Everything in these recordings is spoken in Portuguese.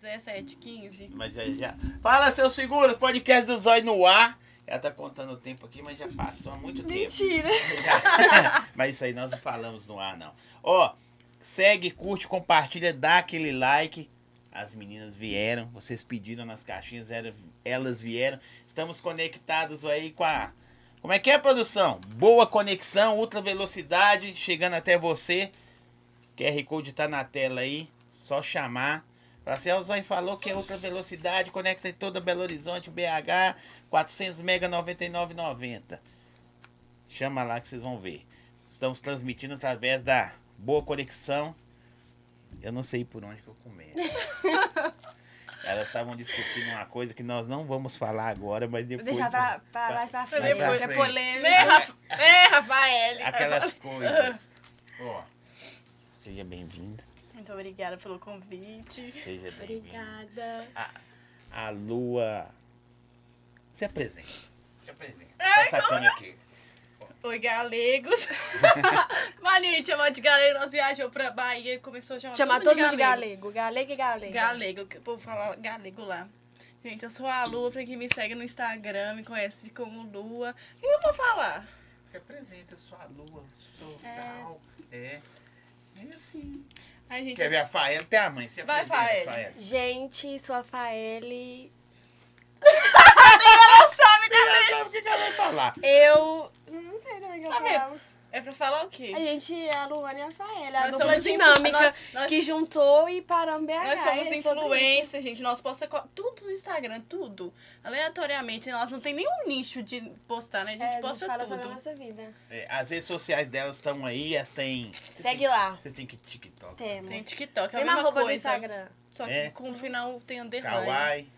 17, 15. Mas já, já. Fala, seus seguros, podcast do Zói no ar. Ela tá contando o tempo aqui, mas já passou há muito tempo. Mentira! Já. mas isso aí nós não falamos no ar, não. Ó, segue, curte, compartilha, dá aquele like. As meninas vieram, vocês pediram nas caixinhas, era- elas vieram. Estamos conectados aí com a. Como é que é, produção? Boa conexão, ultra velocidade, chegando até você. QR Code tá na tela aí, só chamar. Fala assim, "Ah, o Zói falou que é ultra velocidade, conecta em toda Belo Horizonte, BH, 400 mega 99,90. Chama lá que vocês vão ver. Estamos transmitindo através da boa conexão. Eu não sei por onde que eu começo. Elas estavam discutindo uma coisa que nós não vamos falar agora, mas depois... Deixar pra, pra vai- mais pra vai frente. pra Hoje é frente. polêmica. Né, Rafa... né, Rafael? Aquelas coisas. Ó, seja bem-vinda, Muito obrigada pelo convite. seja bem-vinda. Obrigada. A lua. Se apresenta. Tá Se apresenta. É, Essa então, né? câmera aqui. Oi, galegos. Maninha, chamar de galego, nós viajamos pra Bahia e começou a chamar, Chamar todo mundo de galego. Galego e galego. Galego, que o povo fala galego lá. Gente, eu sou a Lua, pra quem me segue no Instagram, me conhece como Lua. O que eu vou falar? Se apresenta, eu sou a lua, sou tal. É. É assim. Ai, gente, Quer ver a Faela? Tem a mãe. Se Vai, apresenta, Faela. Faela. Gente, sou a Faele. Ela sabe o que que ela vai falar. Eu. Não sei também o que eu Tá falava. é pra falar o quê? A gente é a Luana e a Faele. A Nós dupla somos influ- dinâmica nós- nós- que juntou e parou em BH. Nós somos é sobre isso. influencers, gente. Nós postamos co- tudo no Instagram, tudo. Aleatoriamente, nós não tem nenhum nicho de postar, né? A gente É, a gente posta fala sobre a tudo. nossa vida. É, as redes sociais delas estão aí, elas têm. vocês Segue têm- lá. Vocês têm que TikTok. Temos. Tem TikTok, é a Mesma é mesma arroba do coisa. Instagram. Só que É. com o final tem underline. Kawaii.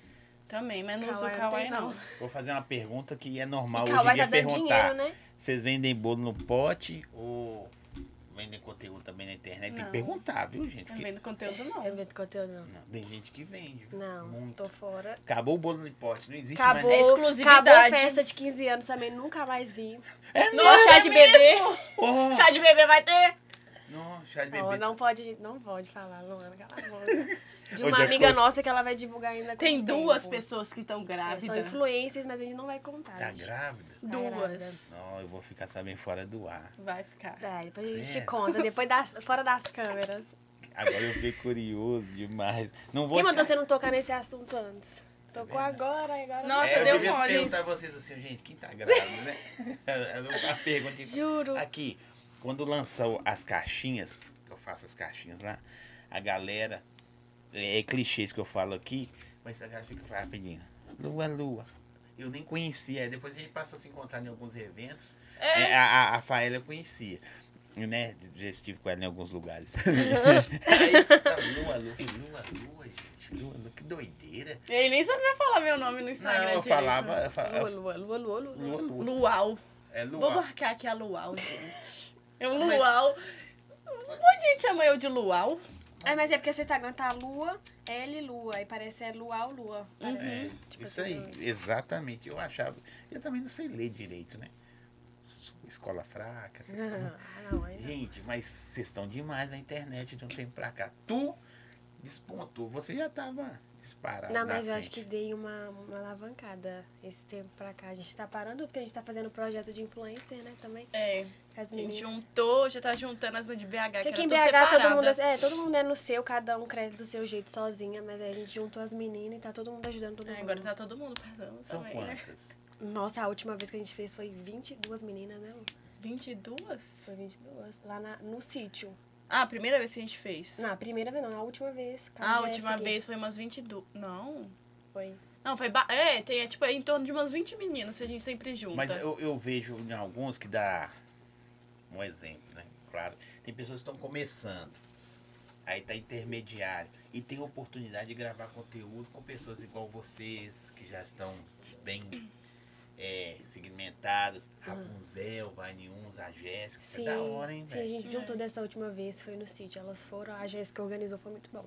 Também, mas não uso o Kawaii Kawaii, não não. tem, Vou fazer uma pergunta que é normal hoje em Kawaii dia tá dando perguntar. dinheiro, né? Vocês vendem bolo no pote ou vendem conteúdo também na internet? Tem que Não. perguntar, viu, gente? Não Porque- Tá vendo conteúdo, não. né? Eu vendo conteúdo, não. Não, tem gente que vende. viu? Não, Muito. tô fora. Acabou o bolo no pote, não existe Acabou, mais. É exclusividade. acabou a festa de 15 anos também, nunca mais vi. É, Não, chá de bebê. Oh, Chá de bebê vai ter? não, chá de bebê. Não, não pode, não pode falar, Luana, cala a boca. De Ô, uma Jeff, amiga você- nossa que ela vai divulgar ainda com Tem o duas tempo. pessoas que estão É, São grávidas. influências, mas a gente não vai contar. Tá gente. Tá grávida? duas. Não, eu vou ficar sabendo fora do ar. Vai ficar. É, depois a gente Sério? conta, depois das, fora das câmeras. Agora eu fiquei curioso demais. Não vou. Quem mandou você não tocar nesse assunto antes? Tocou verdade. agora, agora. Nossa, é, eu deu devia mole. perguntar a vocês assim, gente, quem tá grávida, né? Era uma pergunta. Juro. Aqui, quando lançou as caixinhas, que eu faço as caixinhas lá, a galera. É, é clichês que eu falo aqui, mas a galera fica rapidinho. Lua, lua. Eu nem conhecia. Aí depois a gente passou a se encontrar em alguns eventos. É, a, a, a Faela eu conhecia. Né? Já estive com ela em alguns lugares. Aí, tá, lua, lua, falei, lua, lua, gente. Lua, lua, que doideira. Ele nem sabia falar meu nome no Não, Instagram. eu direito. falava. Eu falava Lua, lua, lua, lua, lua. lua, lua. Luau. É Vou lua. marcar aqui a Luau, gente. Eu, Mas- Luau. Muita gente chama eu de Luau. É, mas é porque o seu Instagram tá lua, L lua, e parece é lua ou lua. parece. É, Tipo isso aí, assim, exatamente. Eu achava. Eu também não sei ler direito, né? Sou Escola fraca, essas coisas. Ah, não, aí não. Gente, mas vocês estão demais na internet de um tempo pra cá. Tu despontou. Você já tava disparado. Não, na mas eu acho que frente. dei uma, uma alavancada esse tempo pra cá. A gente tá parando porque a gente tá fazendo projeto de influencer, né, também. É. Com as A gente meninas. juntou, já tá juntando as mães de BH, que Porque era aqui em tudo BH todo mundo, separada. é, todo mundo é no seu, cada um cresce do seu jeito sozinha, mas aí a gente juntou as meninas e tá todo mundo ajudando todo É, mundo. agora tá todo mundo passando São também, né? quantas? Nossa, a última vez que a gente fez foi 22 meninas, né? Lu? 22? Foi 22. Lá na- no sítio. Ah, a primeira vez que a gente fez. Não, a primeira vez não, a última vez. Carlos Ah, a já é ia última seguir. vez foi umas 22. Não. Foi. Não, foi. Ba... É, tem é, tipo em torno de umas 20 meninas que a gente sempre junta. Mas eu, eu vejo em alguns que dá um exemplo, né? Claro. Tem pessoas que estão começando. Aí tá intermediário. E tem oportunidade de gravar conteúdo com pessoas igual vocês, que já estão bem é, segmentadas. Rapunzel, vai em uns, a Jéssica. Isso é Hum. Sim, da hora, hein, sim, a velho? gente juntou dessa última vez, foi no sítio. Elas foram, a Jéssica organizou, foi muito bom.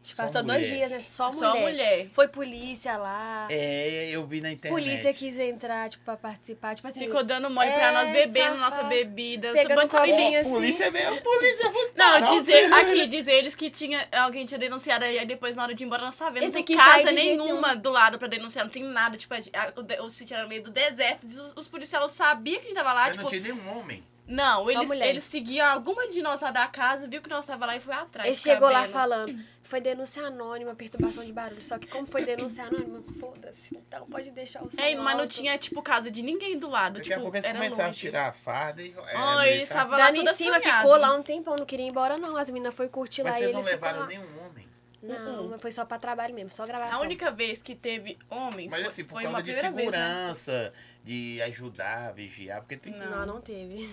A gente gente Só passou dois mulher. dias, né? Só mulher. Só mulher. Foi polícia lá. É, eu vi na internet. tá- polícia quis entrar, tipo, pra participar. Tipo assim, Ficou dando mole pra É, nós bebendo nossa safado. bebida. Pegando tomando copinho. copinho. Ó, assim. polícia é mesmo, polícia foi Não, parar o dizer, filho. aqui, dizer eles que tinha, alguém tinha denunciado, aí depois na hora de ir embora nós tá vendo. Não Ele tem não quis sair casa de jeito nenhuma do lado pra denunciar, não tem nada. Tipo, a, a- o, de- o sítio era no meio do deserto, diz os, os policiais sabiam que a gente tava lá, Ah, Mas tipo. não tinha nenhum homem. Não, Só eles, mulher. eles seguiam alguma de nós lá da casa, viu que nós tava lá e foi atrás. Ele ficar chegou lá vendo. falando, foi denúncia anônima, perturbação de barulho. Só que como foi denúncia anônima, foda-se. Então pode deixar o som É, mas não alto. tinha, tipo, casa de ninguém do lado. Daqui a tipo, pouco eles era começaram a longe. tirar a farda e. Ah, é, eles estavam lá Dani tudo em cima assanhado. ficou lá um tempão, não queria ir embora não. As meninas foram curtir Mas lá e vocês eles não levaram ficaram lá. nenhum homem. Não, mas foi só pra trabalho mesmo, só gravação. A única vez que teve homem Mas foi- assim, por foi causa uma de primeira vez, né? segurança, de ajudar, vigiar, porque tem. Não. Não, não teve.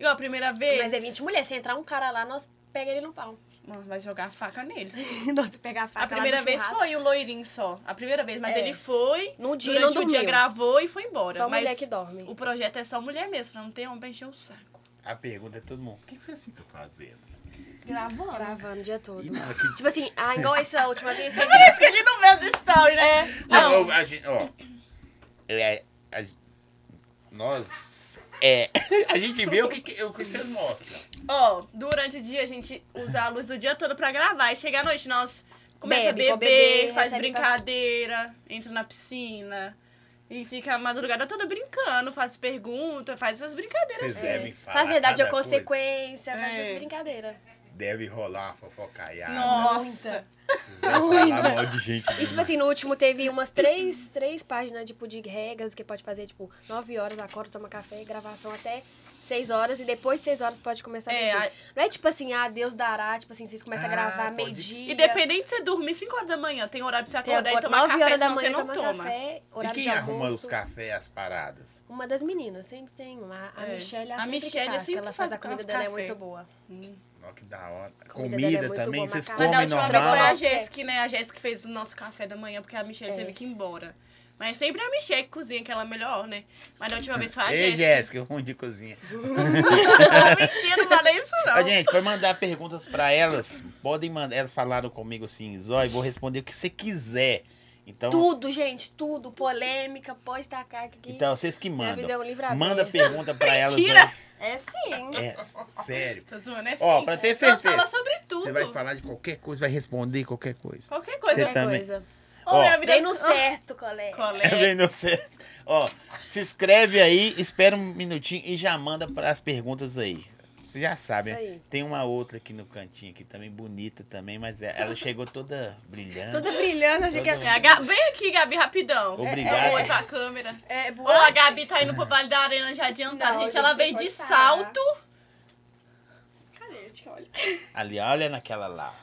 Igual a primeira vez. Mas é um. 20 mulheres, se entrar um cara lá, nós pega ele no pau. Mano, vai jogar a faca neles. nós pegar a faca A primeira vez foi o loirinho só. A primeira vez, mas É. ele foi. No dia, durante não o dia dormiu. gravou e foi embora. Só mas mulher que dorme. O projeto é só mulher mesmo, pra não ter homem pra encher o saco. A pergunta é todo mundo: o que que vocês ficam fazendo? Gravando. Tá Gravando o dia todo. E não, é que- Tipo assim, ah, igual essa última vez teve... Por isso que ele não vê as story, É. né? Não, eu- a gente, ó. é, a gen- nós. É, a gente vê o que, que- o que vocês mostram. Ó, durante o dia a gente usa a luz o dia todo pra gravar. E chega à noite, nós começa Bebe, a pode beber, beber, faz recebe brincadeira, entra na piscina. E fica a madrugada toda brincando, faz pergunta, faz essas brincadeiras. Vocês assim. devem falar. É, Faz verdade cada ou coisa. consequência, faz É. essas brincadeiras. Deve rolar uma fofocaiada. né? Nossa! Vocês devem né? falar mal de gente. E, tipo assim, no último teve umas três, três páginas, tipo, de regras, o que pode fazer, tipo, nove horas, acorda, toma café, gravação até seis horas, e depois de seis horas pode começar a É, beber. a- Não é tipo assim, ah, Deus dará, tipo assim, vocês começam Ah, a gravar pode- meio-dia. E dependente de você dormir 5 horas da manhã, tem horário pra você tem acordar e acordo- tomar nove café, horas da senão você manhã, não toma toma. Café, E horável quem de arruma almoço. os cafés, as paradas? Uma das meninas, sempre tem uma. A É. Michelle, ela A sempre Michelle que faz, sempre que ela faz faz a o comida nosso dela, é café. muito boa. Então- Ó, que da hora. Comida, comida dela é muito também, boa, vocês macarrão. Mas da última comem vez normal. foi a não. Jéssica, né? A Jéssica fez o nosso café da manhã, porque a Michelle É. teve que ir embora. Mas sempre é a Michelle que cozinha, que ela é melhor, né? Mas da última vez foi a Ei, Jéssica. Jéssica, ruim de cozinha. Mentira, não falei isso não. Ó, gente, pra mandar perguntas pra elas, podem mandar. Elas falaram comigo assim, Zói, vou responder o que você quiser. Então, Tudo, gente, tudo. Polêmica, pode tacar aqui. então vocês que Minha vida é mandam. um livro Manda aberto. pergunta pra elas. Mentira! aí. É sim. É, sério. Tô zoando, é Ó, sim. pra ter Nós certeza. falar sobre tudo. Você vai falar de qualquer coisa, vai responder qualquer coisa. Qualquer coisa. Você né? tá- também. coisa. Ô, minha Ó, vida- é um Vem no Ô, certo, colega. É Colega. bem no certo. Ó, se inscreve aí, espera um minutinho e já manda para as perguntas aí. Você já sabe, Isso né? aí. Tem uma outra aqui no cantinho aqui também bonita também, mas é- ela chegou toda brilhante. Toda brilhando, achei que É, a Ga- Vem aqui, Gabi, rapidão. Obrigado. É, é, pra câmera. é Ô, a Gabi tá indo pro Vale da Arena já adiantada, Não, gente. gente, Ela você veio pode de parar. salto. Cadê? Gente, olha. Ali, olha naquela lá.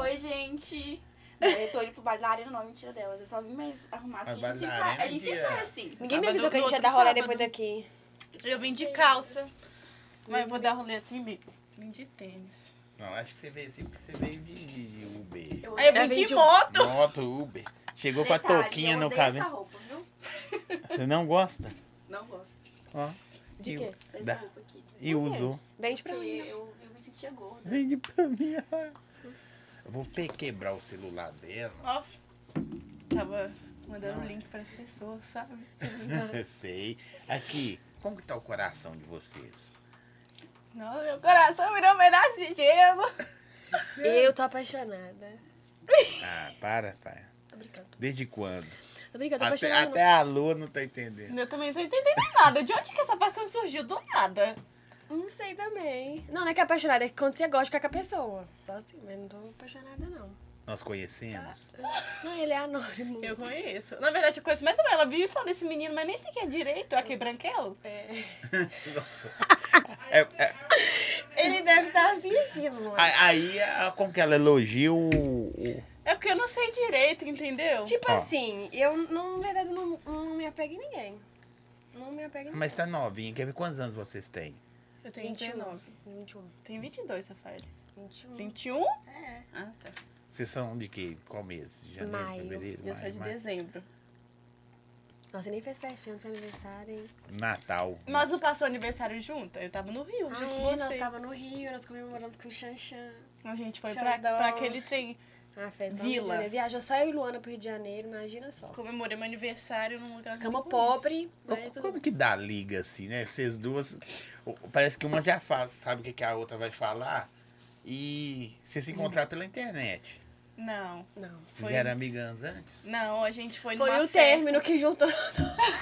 Oi, gente. Eu tô indo pro baile da arena, não, mentira delas. Eu só vim mais arrumado. Mas porque a baile gente da sempre faz- a arena gente é sempre dia- faz assim. Ninguém me Sábado, avisou que a no gente ia outro dar rolê sábado. depois daqui. Eu vim de calça. Mas eu vou dar rolê assim mesmo. Vim de tênis. Não, acho que você veio assim porque você veio de, de- de Uber. Eu Aí eu É, vim vim de, de- moto. Moto Uber. Chegou com a Detalhe, touquinha eu no odeio cabelo. essa roupa, viu? Você não gosta? Não gosto Ó. De e, quê? dessa Da- roupa aqui. e usou. Vende pra Porque mim. eu, eu me sentia gorda. Vende pra mim. Eu vou pe- quebrar o celular dela. Ó, tava mandando o link pras pessoas, sabe? Tá. Sei. Aqui, como que tá o coração de vocês? Nossa, meu coração virou um pedaço de gelo. Eu tô apaixonada. Ah, para, pai. Tô brincando. Desde quando? Tô brincando, tô Até, apaixonada. até a lua não tá entendendo. Eu também não tô entendendo nada. De onde que essa paixão surgiu? Do nada. Não sei também. Não, não é que é apaixonada, é que quando você gosta, fica com a pessoa. Só assim, mas não tô apaixonada, não. Nós conhecemos? Não, ele é anônimo. Eu conheço. Na verdade, eu conheço mais ou menos. Ela vive falando desse menino, mas nem sei quem é direito. Aquele branquelo. Nossa. É, é, Ele deve tá estar assistindo, mano. a- aí, a- como que ela elogia o. o- É porque eu não sei direito, entendeu? Tipo Ó. assim, eu, não, na verdade, não, não me apego em ninguém. Não me apego em Mas tá novinha. Quer ver quantos anos vocês têm? Eu tenho ninguém. 19. 21. Tem 22, Rafael. 21. 21? É. Ah, tá. Vocês são de que? Qual mês? De Janeiro, Maio. fevereiro? Eu sou de dezembro. Nossa, nem fez festinha do seu aniversário, hein? Natal. Nós não passou aniversário junto? Eu tava no Rio, junto Ah, com é, você. nós tava no Rio, nós comemoramos com o Xanxan. A gente foi pra, Xandão. pra aquele trem. Ah, fez lá no Rio de Vila. Janeiro. Viajou só eu e Luana pro Rio de Janeiro, imagina só. Comemorei meu aniversário num lugar que eu Cama não conheço. pobre, mas tudo Como que dá liga assim, né? Vocês duas. o- Parece que uma já faz, sabe o que, que a outra vai falar. E vocês se encontraram pela internet. Não. Não. Vocês Uhum. Foi- eram amigãs antes? Não, a gente foi Foi numa o festa. término que juntou.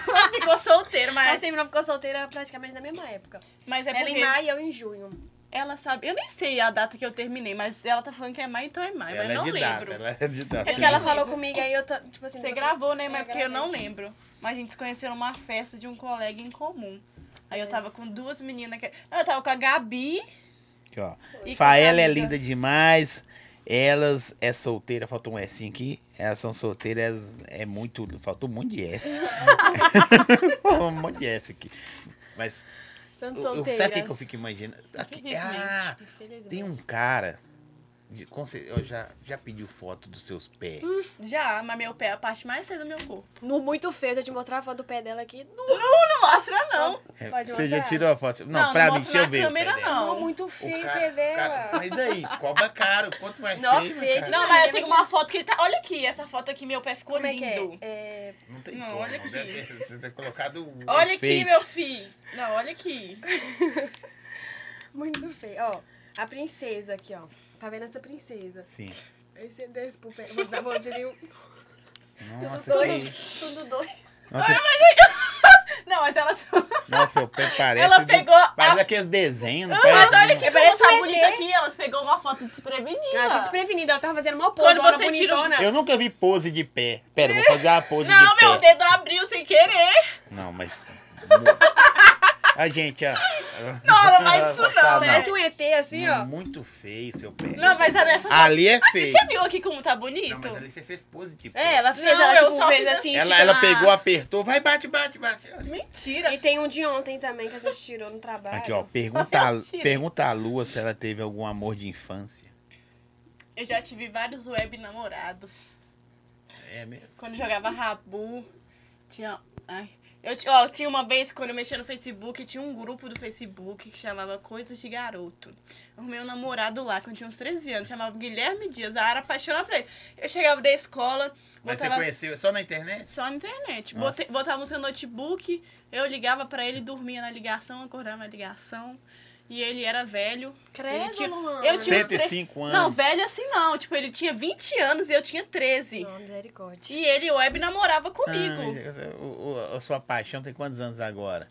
Ficou solteiro, Mas mas, terminou, ficou solteira praticamente na mesma época. mas é Ela porque em maio e eu em junho. ela sabe... Eu nem sei a data que eu terminei, mas ela tá falando que é maio, então é maio. mas ela eu não é de lembro. data, ela é de data. É porque ela falou comigo, aí eu tô, tipo assim... Você eu- gravou, né? Mas É, porque eu não gravei. lembro. Mas a gente se conheceu numa festa de um colega em comum. Aí É. eu tava com duas meninas que. Não, eu tava com a Gabi. Aqui, ó. E Faela é Camila. linda demais. Elas é solteira, faltou um S aqui. Elas são solteiras, é muito. Faltou um monte de S. um monte de S aqui. Mas. Tanto Eu, eu, solteiras. sabe o que, que eu fico imaginando? Aqui- Infelizmente, ah, infelizmente. tem um cara. de- com cer- eu já, já pediu foto dos seus pés. Hum, Já, mas meu pé é a parte mais feia do meu corpo. No muito feio, se eu te mostrar a foto do pé dela aqui. No, Não mostra, não. É, pode você já mostrar? tirou a foto? Não, Não, pra não mim, mostra deixa eu na ver. o pé câmera, dela. não. no muito O feio, cara- pé dela. cara- mas daí, cobra caro. Quanto mais Não, feio, feio cara. demais. Não, mas eu tenho uma foto que ele tá. Olha aqui, essa foto aqui, meu pé ficou Como é que lindo. é? É, Não tem Não, como. olha aqui. deve ter- Você tem colocado o Olha aqui, efeito. meu filho. Não, olha aqui. muito feio. Ó, a princesa aqui, ó. Tá vendo essa princesa? Sim. Esse é desse pro pé. Vou dar vou tirar um. Nossa, que... Dois. Tudo dois. Nossa, Não, mas ela. nossa, o pé parece... Ela do- pegou a- Parece aqueles desenhos, não Mas parece? olha não. que parece um ET. bonita aqui. Elas pegou uma foto Ah, tá desprevenida. desprevenida. Ela tava fazendo mal pose. Quando olha, você tira um- bonitona. Eu nunca vi pose de pé. Pera, eu vou fazer uma pose Não, de pé. meu dedo abriu sem querer. Não, mas... A gente, ó... Não, mas isso não, né? Tá, Parece um ET assim, ó. Muito feio seu pé. Não, mas era essa Ali é E feio. Você viu aqui como tá bonito? Não, mas ali você fez pose de pé. É, ela fez, Não, ela eu tipo, só fez fiz assim. Ela, tipo, ela lá. pegou, apertou. Vai, bate, bate, bate. Mentira. E tem um de ontem também que a gente tirou no trabalho. Aqui, ó. Pergunta, a- Mentira. pergunta a Lua se ela teve algum amor de infância. Eu já tive vários web namorados. É mesmo? Quando eu jogava Rabu, tinha. Ai. Eu, ti- ó, tinha uma vez quando eu mexia no Facebook, tinha um grupo do Facebook que chamava Coisas de Garoto. Arrumei um namorado lá quando eu tinha uns 13 anos, chamava Guilherme Dias. A Ara apaixonada por ele. Eu chegava da escola, Mas botava. você conheceu é só na internet? Só na internet. Nossa. Botei, botava música no notebook, eu ligava pra ele, dormia na ligação, acordava na ligação. E ele era velho. Credo, ele tinha, Luana. eu tinha uns tre- 105 anos. Não, velho assim não. Tipo, ele tinha 20 anos e eu tinha 13. Não, misericórdia. E ele, web, namorava Ah, comigo. mas, eh, o- o- a sua paixão tem quantos anos agora?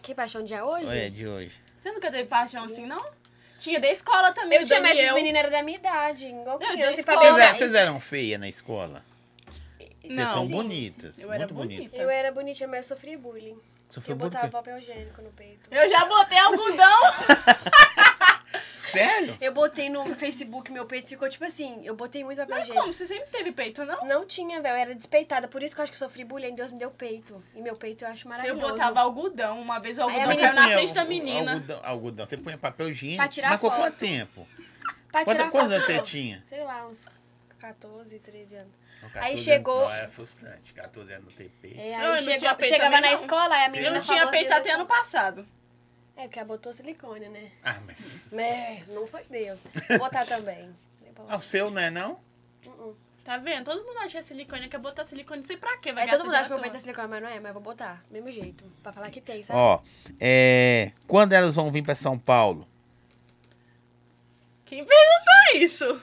Que paixão de dia hoje? É, de hoje. Você nunca teve paixão assim, não? Tinha da escola também, Eu o tinha mais esses Daniel. meninos era da minha idade, igual Não, criança. da E pra escola. Vocês, Olha, é- beijar, vocês eram feias na escola? Vocês Não. são Sim. bonitas. Eu muito era bonitas. bonita. eu era bonitinha, mas eu sofri bullying. Sofreu eu bullying botava por quê? papel higiênico no peito. Eu já botei algodão. Sério? Eu botei no Facebook, meu peito ficou tipo assim, eu botei muito papel Mas higiênico. como? Você sempre teve peito, não? Não tinha, velho, eu era despeitada. Por isso que eu acho que eu sofri bullying, Deus me deu peito. E meu peito eu acho Eu maravilhoso. botava algodão. Uma vez o Aí a algodão menina saiu na punha frente da algo- menina. Algodão, algodão. Você põe papel higiênico. Pra tirar Mas com foto. quanto tempo? Pra Quanta- quantos tirar foto, anos você não. tinha? Sei lá, uns 14, 13 anos. Com 14 Aí anos, chegou... não, é frustrante. 14 anos no TP. É, aí Não, eu não chegou- tinha peito chegava também, na não. escola, aí a Sim. menina Eu não falou tinha assim, peito até ano passado. É, porque ela botou silicone, né? Ah, mas. Né, não foi Deus. Vou botar também. Ah, o seu não é não? Tá vendo? Todo mundo acha que é silicone, quer botar silicone, não sei pra quê. Vai Aí todo gastar mundo acha que dinheiro meu peito é à silicone, mas não é, mas eu vou botar. Mesmo jeito. Pra falar que Tá. tem, sabe? Ó, é, quando elas vão vir pra São Paulo? toa. Quem perguntou isso?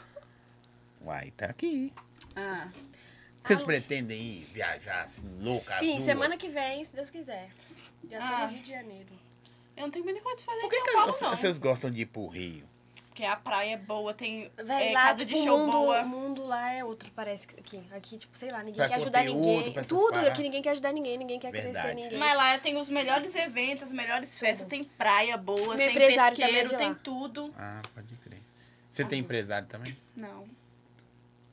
Uai, tá aqui. Ah, Vocês pretendem ir viajar assim, louca? as Sim, duas? semana que vem, se Deus quiser. Já tô Ah. no Rio de Janeiro. eu não tenho muita coisa pra fazer Por que, em São que Paulo, vocês, não. vocês gostam de ir pro Rio? Porque a praia é boa, tem Véi, é, lá, casa tipo, de o show mundo, boa. o mundo lá é outro, parece que aqui. Aqui, tipo, sei lá, ninguém Pra quer ajudar conteúdo, pra ninguém. essas Tudo, paradas. aqui ninguém quer ajudar ninguém, ninguém quer Verdade. crescer ninguém. Mas lá tem os melhores eventos, as melhores festas, tem praia boa, Meu tem empresário também é pesqueiro, de lá. tem tudo. Ah, pode crer. Você Ah. tem empresário também? Não.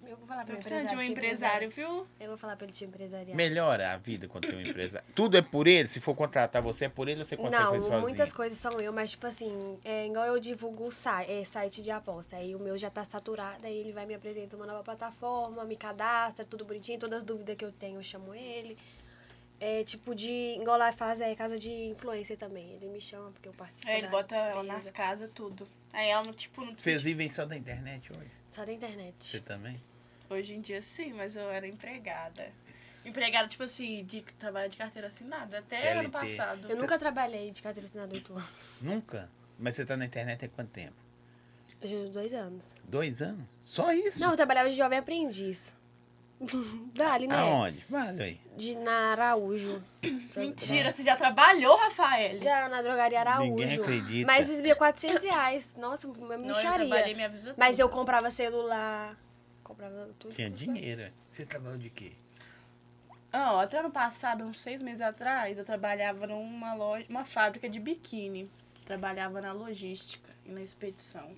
Eu vou falar Tô pra precisando de um te empresário, viu? Eu vou falar pra ele te empresariar. Melhora a vida quando tem um empresário. Tudo é por ele? Se for contratar você, é por ele ou você consegue Não, fazer sozinho? muitas coisas são eu, mas tipo assim, é igual eu divulgo o sai- é, site de aposta. Aí o meu já tá saturado, aí ele vai me apresentar uma nova plataforma, me cadastra, tudo bonitinho, todas as dúvidas que eu tenho eu chamo ele. É tipo de. Igual lá faz é casa de influencer também. Ele me chama porque eu participo. É, ele da bota ela empresa. nas casas, tudo. Aí ela, não, tipo, não... Vocês vivem só da internet hoje? Só da internet. Você também? hoje em dia sim, mas eu era empregada. Empregada, tipo assim, de trabalho de carteira assinada, até CLT. ano passado. Eu nunca trabalhei de carteira assinada oito anos. Nunca? Mas você tá na internet há quanto tempo? Eu tinha uns dois anos. Dois anos? Só isso? Não, eu trabalhava de jovem aprendiz. Vale, né? Aonde? Vale aí. De, na Araújo. Mentira, você já trabalhou, Rafael? Já na drogaria Araújo. Ninguém acredita. Mas recebia 400 reais. Nossa, uma Não, eu trabalhei mixaria. minha vida Mas toda. eu comprava celular. Comprava tudo. Tinha dinheiro. é. Você trabalhou de quê? Ah, ó, até ano passado, uns seis meses atrás, eu trabalhava numa loja, uma fábrica de biquíni. Trabalhava na logística e na expedição.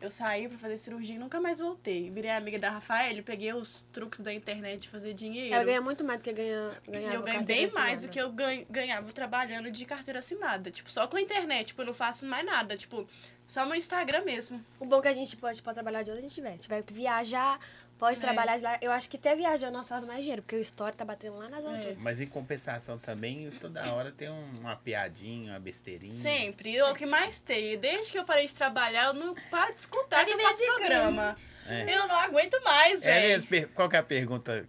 Eu saí pra fazer cirurgia e nunca mais voltei. Virei amiga da Rafael, peguei os truques da internet de fazer dinheiro. Ela ganha muito mais do que ganha, ganhava eu ganho carteira bem mais assinada. do que eu gan- ganhava trabalhando de carteira assinada. Tipo, só com a internet. Tipo, eu não faço mais nada. Tipo, só meu Instagram mesmo. O bom é que a gente pode, pode trabalhar de onde a gente tiver. Tiver que viajar, pode É. trabalhar de lá. Eu acho que até viajando nós faz mais dinheiro, porque o story tá batendo lá É. nas alturas. Mas em compensação também, toda hora tem um- uma piadinha, uma besteirinha. Sempre. Eu é o que mais tenho. Desde que eu parei de trabalhar, eu não paro de Tá escutar que eu faço programa. É. Eu não aguento mais, É velho. mesmo? Per- Qual que é a pergunta?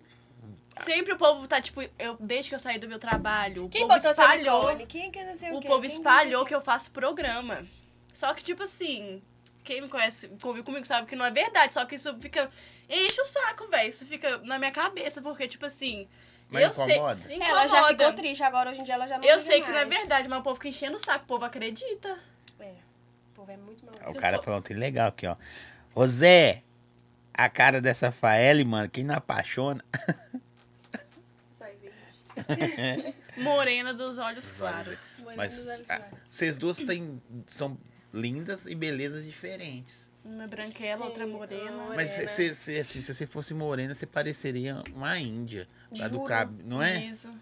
Sempre o povo tá, tipo, eu, desde que eu saí do meu trabalho, o Quem povo botou essa espalhou. Nicole? Quem que não sei O quê? povo Quem espalhou que eu faço programa. Só que, tipo assim, quem me conhece, convive comigo, sabe que não é verdade. Só que isso fica. Enche o saco, velho. Isso fica na minha cabeça, porque, tipo assim. Mas eu incomoda? sei. Ela já ficou Incomoda. triste, agora hoje em dia ela já não Eu liga sei que não é mais. verdade, mas o povo fica enchendo o saco, o povo acredita. É. O povo é muito maluco. Ah, O cara falou tem legal aqui, ó. Ô Zé, a cara dessa Faele, mano, quem não apaixona? Isso aí, gente. Morena dos olhos Os olhos. claros. Mas ah, vocês duas têm, são lindas e belezas diferentes. Uma é branquela, Sim, outra morena. uma Mas Morena. cê- cê- cê- assim, se você fosse morena, você pareceria uma índia. Lá do Juro. cab... Não é? Liso.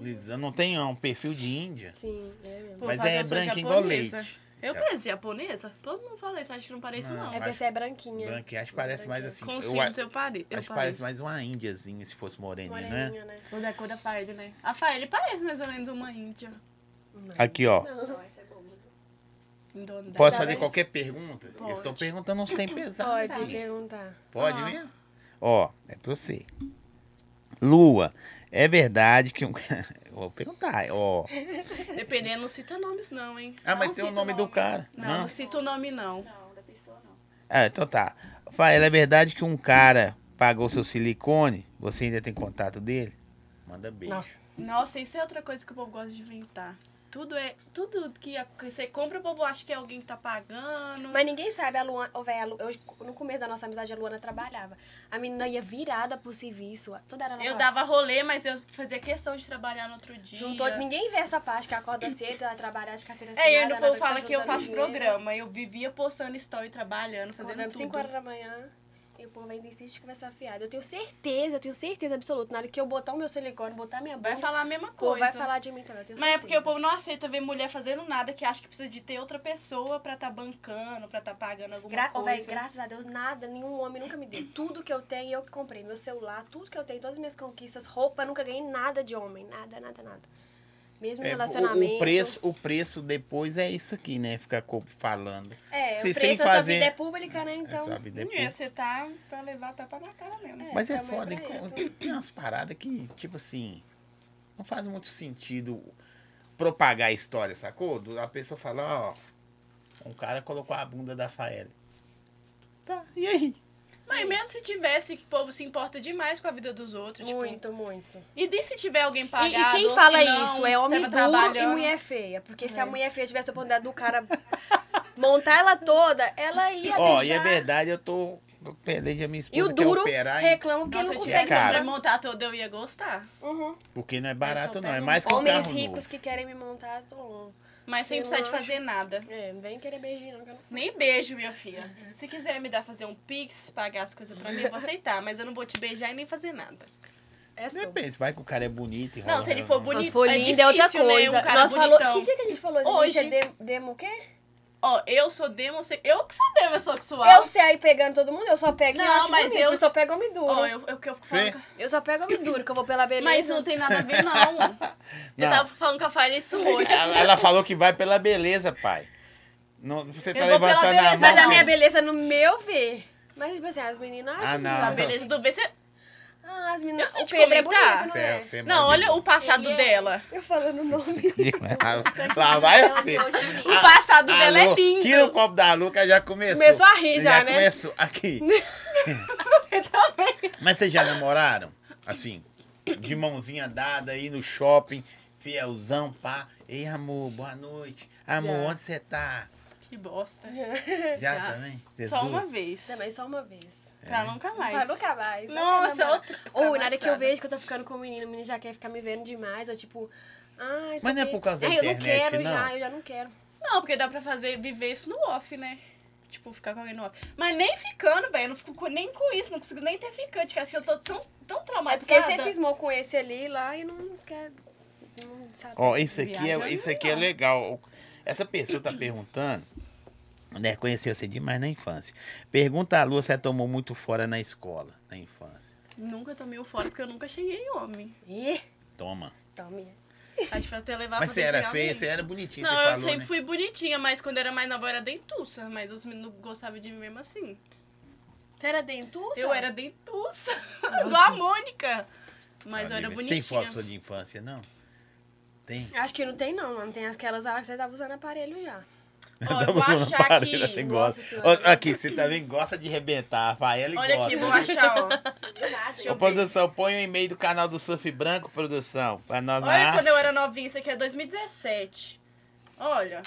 Lisa, não tem ó, um perfil de índia. Sim, é mesmo. Pô, Mas Fábio, é eu sou branca igual japonesa. leite. Eu Tá. pareço japonesa? Todo mundo fala isso, acho que não pareço, Não. não. É porque você é branquinha. Branca, acho que parece mais assim. Com os eu, a- cílios eu, pare... eu acho que parece mais uma índiazinha se fosse moreninha, né? Moreninha, né? O da cor da Fael, né? A Fael parece mais ou menos uma índia. Aqui, ó. Não, essa é boa. Indonésio. Posso Tá fazer vendo? qualquer pergunta? Eu estou perguntando uns tem pesado. Pode aqui. perguntar. Pode Ah. mesmo? Ó, é pra você. Lua, é verdade que um. Vou perguntar, ó. Dependendo, não cita nomes, não, hein? Ah, mas Não tem o cita nome do nome. cara. Não, Não? não cita o nome, não. Não, da pessoa não. Ah, então tá. Faela, é verdade que um cara pagou seu silicone? Você ainda tem contato dele? Manda beijo. Nossa. Nossa, isso é outra coisa que o povo gosta de inventar. Tudo é. Tudo que a- que você compra, o povo acha que é alguém que tá pagando. Mas ninguém sabe, a Luana, ô, véi, a Lu- eu, no começo da nossa amizade, a Luana trabalhava. A menina ia virada pro serviço, toda hora ela Eu falava, dava rolê, mas eu fazia questão de trabalhar no outro dia. Juntou, ninguém vê essa parte que acorda cedo, ela trabalha de carteira assinada. É, e o ela povo fica fala que eu juntando faço dinheiro. programa. Eu vivia postando story, trabalhando, fazendo Acordamos tudo. 5 horas da manhã e o povo ainda insiste em conversar fiado. Eu tenho certeza, eu tenho certeza absoluta. Na hora que eu botar o meu silicone, botar minha bunda, Vai falar a mesma o povo coisa. vai falar de mim também. Eu tenho Mas é porque certeza. o povo não aceita ver mulher fazendo nada que acha que precisa de ter outra pessoa pra tá bancando, pra tá pagando alguma Gra Ô, coisa. véi, graças a Deus, nada, nenhum homem nunca me deu. Tudo que eu tenho, eu que comprei. Meu celular, tudo que eu tenho, todas as minhas conquistas, roupa, nunca ganhei nada de homem. Nada, nada, nada. Mesmo em É, relacionamento. o, o preço, o preço depois é isso aqui, né? Ficar co- falando. É, Se- o preço sem da sua fazer- vida é pública, né? É Então. sua vida é Mulher, você tá, tá levar tapa na cara mesmo. É, Mas é também foda, pra enco- né? isso. tem umas paradas que, tipo assim, não faz muito sentido propagar a história, sacou? Do- A pessoa fala, ó, um cara colocou a bunda da Faele. Tá, e aí? É. Mas mesmo se tivesse, que o povo se importa demais com a vida dos outros. tipo, Muito, muito. E nem se tiver alguém E, pagado. quem ou fala se não, isso é se tava homem duro e trabalhando. É. mulher feia. Porque se a mulher feia tivesse a oportunidade do cara montar ela toda, ela ia Ó, e é deixar. verdade, eu tô. Eu pelei a minha esposa E quer o duro operar, hein? reclama porque Nossa, é né? não eu tiver tivesse consegue cara. pra comprar. montar toda, eu ia gostar. Uhum. Porque não é barato, só não. É pega mais que um Homens carro ricos novo. que querem me montar, tô... Mas sem Eu precisar de acho. fazer nada. É, não vem querer beijinho, não. que eu não- Nem beijo, minha filha. Se quiser me dar fazer um pix, pagar as coisas pra mim, eu vou aceitar. Mas eu não vou te beijar e nem fazer nada. É sobre. Depende, vai que o cara é bonito. e Não, rola se ele um- for Nossa, bonito, foi é lindo, difícil, é outra coisa. né? Um cara Nós bonitão. falou... Que dia que a gente falou isso? Hoje. Hoje. é de- demo o quê? Ó, eu sou demossexual. Eu que sou demossexual. Eu sei aí pegando todo mundo, eu só pego Não, e acho mas bonito, eu- eu só pego homem duro. Ó, eu... eu, eu, que eu fico Cê? falando. com- só pego homem duro, que eu vou pela beleza. Mas não tem nada a ver, não. Eu Não. tava falando com a Fael isso hoje. Ela, ela falou que vai pela beleza, pai. Não, você Eu tá vou pela levantando a mão. beleza. Mas a né? minha beleza, no meu ver. Mas, tipo assim, as meninas acham Ah, que não. A são- beleza do BC. Ah, as Eu meninas. preciso o te Pedro é bonito, comentar. não Você é? é- você é Não, olha o passado Ele é- dela. Eu falando o nome. maravilhoso. Lá vai você. O passado dela é Alô, lindo. Tira o copo da Luca, já começou. Começou a rir já, né? começou. Aqui. Mas vocês já namoraram? Assim, de mãozinha dada aí no shopping, fielzão, pá. Ei, amor, boa noite. Amor, Já. onde você tá? Que bosta. Já, Já. também? é Só uma Jesus. vez. Também só uma vez. É. Pra nunca mais. Mas nunca mais. Nossa, outra Ou na hora que eu traumatizada. vejo que eu tô ficando com o menino, o menino já quer ficar me vendo demais. Eu, tipo. Ai, Mas não é aqui- por causa da Ai, internet, eu não quero não? já, eu já não quero. Não, porque dá pra fazer, viver isso no off, né? Tipo, ficar com alguém no off. Mas nem ficando, velho. Eu não fico com- nem com isso. Não consigo nem ter ficante. que Acho que eu tô tão, tão É traumatizada. porque você cismou com esse ali lá e não quer. Não sabe. Ó, isso aqui, é, Viaja isso aqui é não. legal. Essa pessoa tá perguntando, né? Conheceu você demais na infância. Pergunta a Lua se ela tomou muito fora na escola, na infância. Nunca tomei o fora porque eu nunca cheguei em homem. Ih, Toma. tome. Acho pra até levar pra Mas você ter era chegar feia, alguém. você era bonitinha, Não, você eu falou, sempre né? fui bonitinha, mas quando eu era mais nova eu era dentuça. Mas os meninos gostavam de mim mesmo assim. Você era dentuça? Eu era dentuça, igual a Mônica. Mas eu era Olha, Tem bonitinha. foto sua de infância, não? Tem? Acho que não tem, não. Não tem aquelas lá que você tava usando aparelho já. Ó, eu Tava vou usando achar aparelho, aqui. Você nossa gosta. senhora. Ó, Aqui, você também gosta de arrebentar. A Rafaela Olha gosta. aqui, vou achar, ó. Ô, produção, põe o e-mail do canal do Surf Branco, produção. Pra nós Olha lá. quando eu era novinha, isso aqui é 2017. Olha,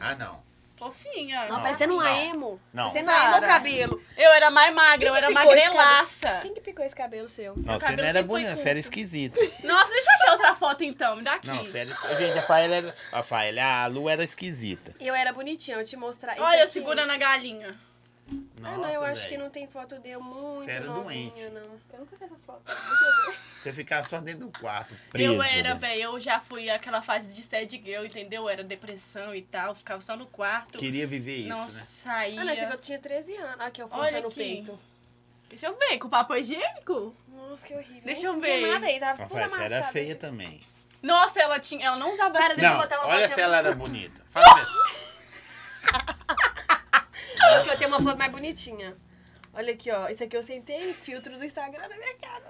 Ah, não. fofinha. Não, parecendo um não. é emo. Não. Parecendo um emo Para. cabelo. Eu era mais magra, eu Quem que era picou esse magrelaça. cabelo? Quem que picou esse cabelo seu? Não, você não cabelo era sempre foi bonita, você era curto. esquisita. Nossa, deixa eu achar outra foto então, me dá aqui. Não, sério. Gente, a Rafaela, era- a Rafaela, a Lu era esquisita. Eu era bonitinha, eu te mostrar. isso Olha, eu aqui. segurando a galinha. Nossa, Ah, não, eu acho velho. que não tem foto de eu muito Você era novinha, doente. não. Eu nunca vi essas fotos. Deixa eu Ah, ver. Você ficava só dentro do quarto, preso. eu era, né? velho, eu já fui aquela fase de sad girl, entendeu? Era depressão e tal, ficava só no quarto. Queria viver isso, não né? saía. Ah, não, esse aqui eu tinha 13 anos. Aqui, eu Olha forçando no aqui. peito. Deixa eu ver, com papo higiênico? Nossa, que horrível. Deixa eu Não tinha ver. nada aí, tava tudo Rafaela, você era amassado. assim. feia também. Nossa, ela tinha. Ela não usava Cara, assim. Deixa eu Não, botar uma olha foto se da ela era bonita. Fala mesmo. Aqui, eu tenho uma foto mais bonitinha. Olha aqui, ó. Esse aqui eu sentei em filtro do Instagram na minha cara.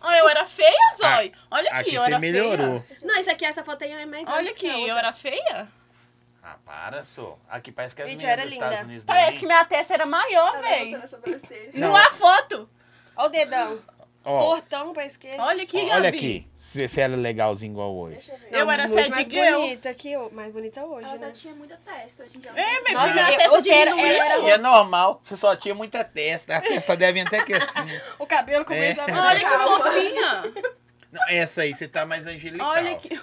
Ó, eu era feia, Zói. Olha aqui, Ah, Aqui eu você era melhorou. feia. Não, esse aqui, essa foto aí é mais Olha antes aqui, que a outra. eu era feia? Ah, para, só. Aqui parece que as Gente, eu meninas era dos linda. Estados Unidos Parece também. que minha testa era maior, Tá levantando velho. a sobrancelha. Não. Não há foto. Ó o dedão. Ó, Tortão pra esquerda. Olha aqui, Gabi. olha aqui. Se você era legalzinho igual hoje. Deixa eu ver. Eu era muito sad mais girl. bonita aqui, ó. Mais bonita hoje, Ela né? já tinha muita testa hoje em dia. É, mas- velho, Nossa, minha eu- testa eu sério, diminuiu. eu era- E é normal, você só tinha muita testa. A testa deve até que assim. O cabelo começava É. a Olha que ficar- fofinha. Não, essa aí, você tá mais angelical. Olha que.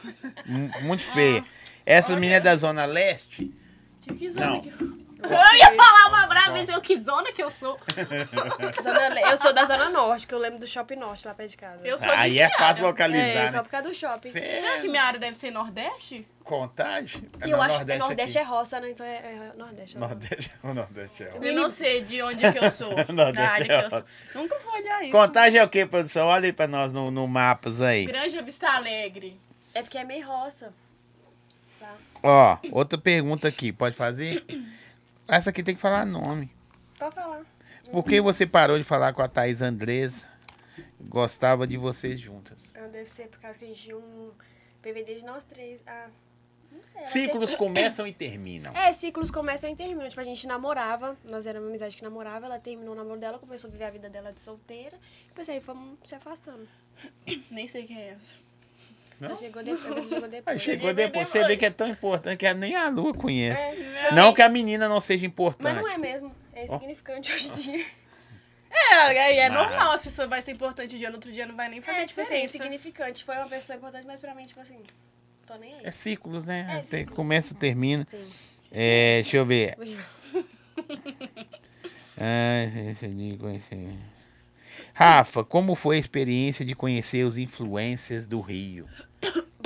M- Muito feia. Essa Olha. menina é da Zona Leste, Tio, que zona Não. que- Eu ia falar uma brava, mas eu que zona que eu sou. Zona Le- Eu sou da Zona Norte, que eu lembro do Shopping Norte lá perto de casa. Eu sou de aí que é fácil área? É, localizar, só né? por causa do shopping. Você Será que é minha área deve ser Nordeste? contagem? É E no eu acho que é aqui. Nordeste é roça, né? Então é, é Nordeste. é Nordeste é o Nordeste é o- Eu não sei de onde que eu sou. Nordeste da área que eu é sou. Nunca vou olhar isso. Contagem é o quê, produção? Olha aí pra nós no, no mapas aí. Granja Vista Alegre. É porque é meio roça. Ó, outra pergunta aqui, pode fazer? Essa aqui tem que falar nome. Pode falar. Por que você parou de falar com a Thaís Andresa? Gostava de vocês juntas. Ah, Deve ser por causa que a gente tinha um PVD de nós três. Ah, não sei. ela Ciclos começam e terminam. tem- É, ciclos começam e terminam. Tipo, a gente namorava, nós éramos uma amizade que namorava, ela terminou o namoro dela, começou a viver a vida dela de solteira. Depois aí fomos se afastando. Nem sei quem é essa. Não? Ela chegou depois. Ela chegou Aí depois. né? chegou depois. Você vê que é tão importante que nem a Lua conhece. É, Não que a menina não seja mas não importante. é mesmo. É insignificante hoje em dia. É, é, é Mas- normal, as pessoas vão ser importantes de ano, outro dia não vai nem fazer É, tipo assim, diferença. insignificante. Foi uma pessoa importante, mas pra mim, tipo assim, tô nem aí. É ciclos, né? É Tem- ciclos. Começa e termina. Sim. É, deixa eu ver. Ah, esse de conhecer. Rafa, como foi a experiência de conhecer os influencers do Rio?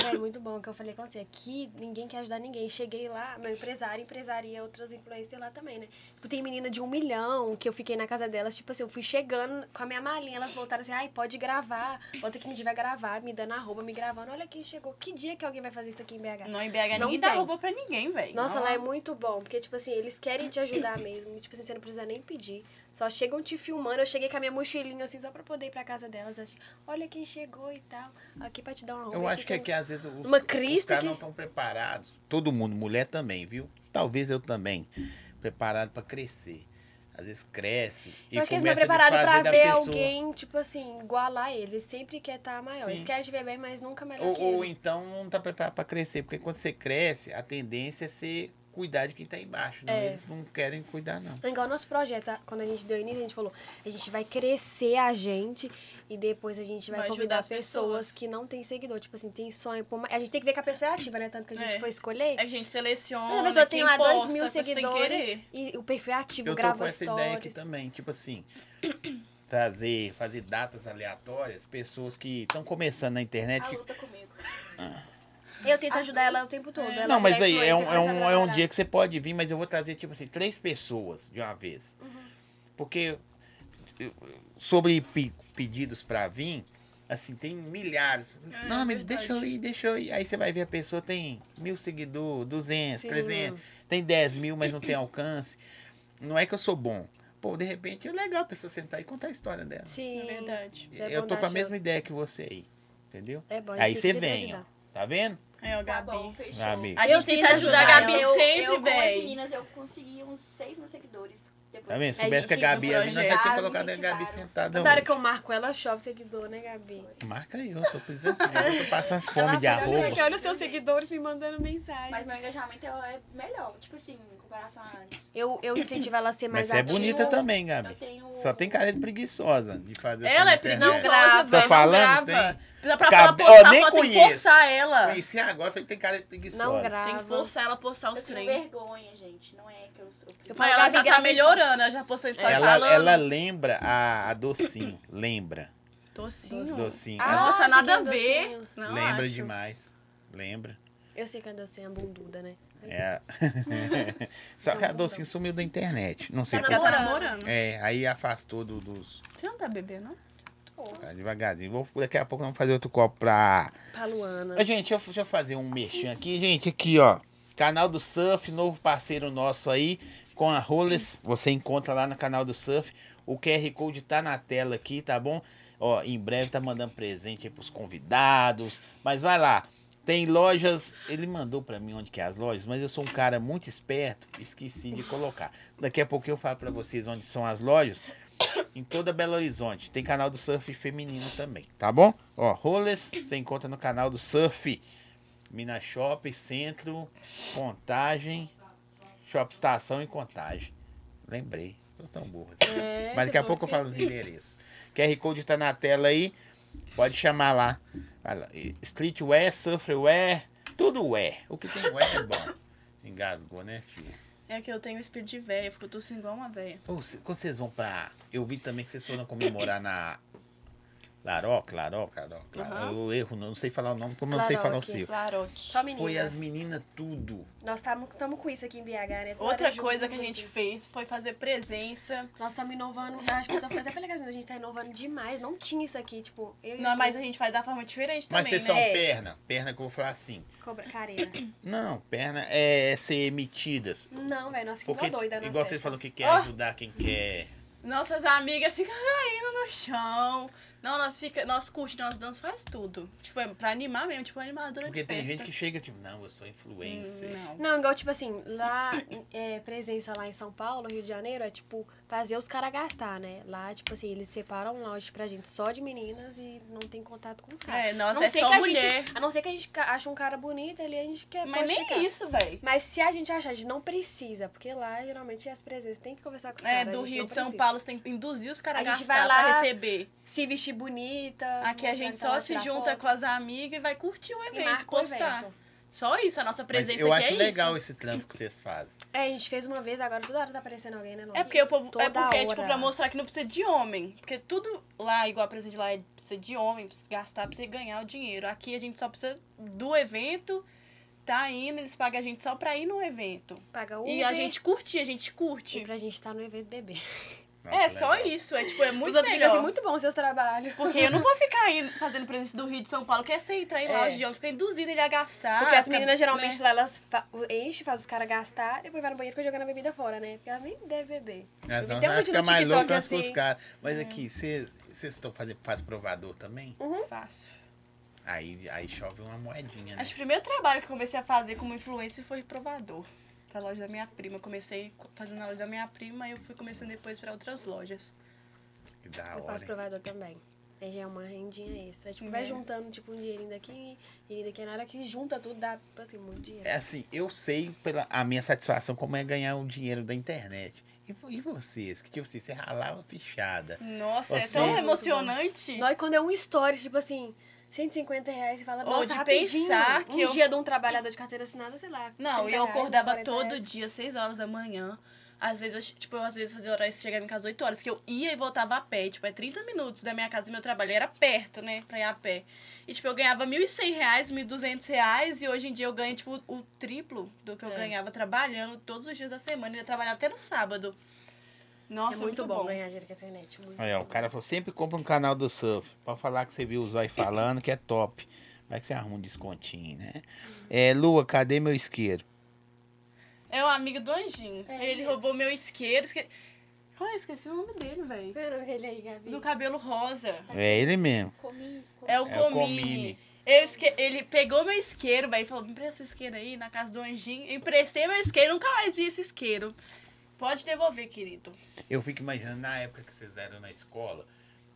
É muito bom que eu falei com você. Aqui ninguém quer ajudar ninguém. Cheguei lá, meu empresário, empresaria, outras influencers lá também, né? Tipo, tem menina de um milhão que eu fiquei na casa delas. Tipo assim, eu fui chegando com a minha malinha. Elas voltaram assim, ai, pode gravar. Bota que me vai gravar, me dando arroba, me gravando. Olha quem chegou. Que dia que alguém vai fazer isso aqui em BH? Não, em BH Não ninguém dá tem. roupa pra ninguém, velho. Nossa, lá é muito bom, porque, tipo assim, eles querem te ajudar mesmo. Tipo assim, você não precisa nem pedir. Só chegam te filmando. Eu cheguei com a minha mochilinha, assim, só pra poder ir pra casa delas. Acho, Olha quem chegou e tal. Aqui pra te dar uma roupa. Eu acho que aqui aqui, tem um-" às vezes, os, Uma os crista caras que- não estão preparados. Todo mundo, mulher também, viu? Talvez eu também. Preparado pra crescer. Às vezes cresce e Eu acho que eles não começa estão preparados a pra desfazer da ver pessoa. alguém, tipo assim, igualar eles. Eles sempre quer estar maior. Sim. Eles querem te ver bem, mas nunca melhor Ou, que ou eles. então não tá preparado pra crescer, porque quando você cresce, a tendência é você cuidar de quem tá embaixo. Não, É. Eles não querem cuidar, não. É Igual o nosso projeto, a- quando a gente deu início, a gente falou, a gente vai crescer a gente e depois a gente vai, Vai ajudar convidar as pessoas pessoas. que não têm seguidor. Tipo assim, tem sonho. por mais- A gente tem que ver que a pessoa é ativa, né? Tanto que a gente É. foi escolher. A gente seleciona. Mas a pessoa quem tem lá dois posta, mil a pessoa tem que seguidores querer. e o perfil é ativo, Eu tô grava com essa ideia aqui stories. também, tipo assim, trazer, fazer datas aleatórias, pessoas que estão começando na internet. A que- luta comigo. Eu tento ajudar ela o tempo todo. ela Não, mas quer aí é um, influencer, é, começa um, a é um trabalhar. dia que você pode vir, mas eu vou trazer, tipo assim, três pessoas de uma vez. Porque eu- sobre pe- pedidos pra vir, assim, tem milhares. É, não, mas verdade. deixa eu ir, deixa eu ir. Aí você vai ver a pessoa tem mil seguidores, 200, Sim. 300, tem 10 mil, mas não tem alcance. Não é que eu sou bom. Pô, de repente é legal a pessoa sentar e contar a história dela. Sim. É verdade. É eu bom tô dar com a chance. mesma ideia que você aí, entendeu? É bom, aí tem que você sempre vem, ó. ajudar. Tá vendo? É, o Tá Gabi. bom, fechou. Gabi. A Eu gente tenta tento ajudar a ajudar Gabi eu, sempre, eu, com as velho. meninas, eu consegui uns 6 mil seguidores. Depois. Tá vendo? Se É soubesse que a difícil Gabi ali, nós já projetar, tinha colocado a Gabi incentivaram. sentada. Toda hora hoje. que eu marco ela, chove seguidor, né, Gabi? Marca aí, eu tô precisando, eu tô passando fome de Ela fala, "Amiga, arroba. Olha os seus seguidores me mandando mensagem. Mas meu engajamento é é melhor, tipo assim, em comparação a antes. Eu, eu incentivo ela a ser Mas mais você é ativa. bonita também, Gabi. Eu tenho. Só tem cara de preguiçosa de fazer essa Ela é internet. preguiçosa, Não velho. Tá não falando, grava. tem? Pra, pra, pra Gabi- postar Ó, nem foto, tem que conheço. forçar ela. Conheci agora, falei que tem cara de preguiçosa. Não grava. Tem que forçar ela a postar Eu os tenho trem. vergonha, gente. Não é que eu sou. Eu Mas falo, ela já Gabi, tá grava melhorando, ela já postou história Ela, Tá falando. ela é lembra a, a docinho, lembra. Docinho. Docinho. Ah, Ela Nossa, você nada a quer ver. docinho. Não, lembra acho. demais. Lembra. Eu sei que a docinha é bunduda, né? É. Só que a docinho sumiu da internet. Não sei Então, Tá porque. namorando. ela- É, aí afastou do- dos. Você não tá bebendo, não? Tá devagarzinho. Vou, daqui a pouco vamos fazer outro copo pra. Pra Luana. Ô, gente, deixa eu, deixa eu fazer um merchan aqui, gente. Aqui, ó. Canal do Surf, novo parceiro nosso aí, com a Rollers. Você encontra lá no canal do Surf. O QR Code tá na tela aqui, tá bom? Ó, em breve tá mandando presente aí pros convidados. Mas vai lá. Tem lojas. Ele mandou pra mim onde que é as lojas, mas eu sou um cara muito esperto, esqueci de colocar. Daqui a pouco eu falo pra vocês onde são as lojas. Em toda Belo Horizonte. Tem canal do surf feminino também, tá bom? Ó, Rollers, você encontra no canal do surf. Minas Shop, Centro, Contagem, Shop Estação e Contagem. Lembrei. Vocês tão burros. É, Mas daqui a você pouco eu pode falo os endereços. QR Code tá na tela aí. Pode chamar lá. Vai lá. E- Streetwear, surfwear, tudo é. O que tem wear é bom. Engasgou, né, filho? É que eu tenho espírito de véia, porque eu tô igual uma véia. Ô, cê- Quando vocês vão pra. Eu vi também que vocês foram comemorar na. Laroca, Laroca, Laroca. Eu erro, não sei falar o nome, como eu não sei falar o Laroque. seu. Larote. Só meninas. Foi as meninas tudo. Nós estamos com isso aqui em BH, né? Toda hora Outra juntas, coisa que a muito. gente fez foi fazer presença. Nós estamos inovando, eu acho que eu tô falando até pra legal, a gente tá inovando demais. Não tinha isso aqui, tipo, eu e Não, o mas a gente faz da forma diferente também, Mas vocês né? são É. perna. Perna que eu vou falar assim. Cobra Careira. Não, perna é ser emitidas. Não, velho, nós ficamos Porque, doida na igual festa. vocês falam que quer Ah. ajudar quem quer. Nossas amigas ficam caindo no chão. Não, nós fica, nós curte, nós dançamos, faz tudo. Tipo, é pra animar mesmo, tipo animadora Porque de tem festa. Hum, gente que chega tipo, não, eu sou influencer. Não. Não, igual, tipo assim, lá, é, presença lá em São Paulo, Rio de Janeiro, é tipo, fazer os caras gastar, né? Lá, tipo assim, eles separam um lounge pra gente só de meninas e não tem contato com os caras. É, nós A não é ser só que a mulher. Gente, a não ser que a gente ca- ache um cara bonito ali, a gente quer É, Mas pode nem ficar. isso, véi. Mas se a gente achar, a gente não precisa, porque lá, geralmente, as presenças tem que conversar com os É, caras. do a gente Rio não de São precisa. Paulo, você tem que induzir os caras a A gente gastar vai lá- pra receber. Se vestir bonita. Aqui a mostrar gente que tá lá só se tirar junta foto. com as amigas e vai curtir o E evento, marca o postar. evento. Só isso, a nossa Mas presença eu aqui acho é legal isso. esse trampo que vocês fazem. É, a gente fez uma vez, agora toda hora tá aparecendo alguém, né, Lu? É porque, o povo, é Toda porque tipo, hora. pra mostrar que não precisa de homem. Porque tudo lá, igual a presente lá, é- precisa de homem, precisa gastar pra você ganhar o dinheiro. Aqui a gente só precisa do evento, tá indo, eles pagam a gente só pra ir no evento. Paga Uber E a gente curtir, a gente e curte. pra gente estar no evento beber. Nossa, É, só legal. isso. É tipo, é Os muito outros ficam melhor. assim, muito bom os seus trabalhos. Porque eu não vou ficar indo, fazendo presença do Rio de São Paulo, que é sem entrar em É. loja de homem, ficar induzindo ele a gastar. Porque as ficar, meninas geralmente né? lá, elas fa- enchem, fazem os caras gastar, depois vai no banheiro e fica jogando a bebida fora, né? Porque elas nem devem beber. Elas Eu vão vi até um vai vídeo no ficar mais TikTok louco antes com os assim. caras. Mas aqui, vocês estão fazendo faz provador também? Faço. Aí, aí chove uma moedinha, né? Acho que o primeiro trabalho que eu comecei a fazer como influencer foi provador. Pra loja da minha prima. Comecei co- fazendo na loja da minha prima e eu fui começando depois pra outras lojas. Que da Eu hora. faço hein? provador também. Aí já é uma rendinha extra. Tipo, vai É. juntando, tipo, um dinheirinho daqui, dinheirinho daqui. Na hora que junta tudo, dá, tipo assim, muito dinheiro. É assim, eu sei pela a minha satisfação como é ganhar o dinheiro da internet. E, vo- e vocês? Que tipo assim, você ralava fichada. Nossa, Você- é tão Muito emocionante. Nós, quando é um story, tipo assim, 150 reais, você fala, Ou nossa, de rapidinho. pensar que um eu- dia de um trabalhador de carteira assinada, sei lá. Não, 30 eu reais, acordava 40 todo reais. dia, 6 horas da manhã. Às vezes, eu, che- tipo, eu às vezes fazia horário e chegava em casa 8 horas, que eu ia e voltava a pé. Tipo, é 30 minutos da minha casa do meu trabalho. Era perto, né, pra ir a pé. E, tipo, eu ganhava 1.100 reais, 1.200 reais. E hoje em dia eu ganho, tipo, o triplo do que eu É. ganhava trabalhando todos os dias da semana. Ainda trabalhava até no sábado. Nossa, é muito, bom ganhar dinheiro com a internet. Muito Aí, ó, o bom. cara falou, sempre compra um canal do surf. Pode falar que você viu o Zói falando, que é top. Vai que você arruma um descontinho, né? É, Lua, cadê meu isqueiro? É um amigo do Anjinho. É, Ele ele- roubou meu isqueiro. Esque... Ah, esqueci o nome dele, velho. Qual é o nome dele aí, Gabi? Do cabelo rosa. É ele mesmo. Comi, comi. É o É o Comini. Comini. Eu esque- Ele pegou meu isqueiro, velho, e falou: me empresta o isqueiro aí na casa do anjinho. Eu Emprestei meu isqueiro, nunca mais vi esse isqueiro. Pode devolver, querido. Eu fico imaginando na época que vocês eram na escola,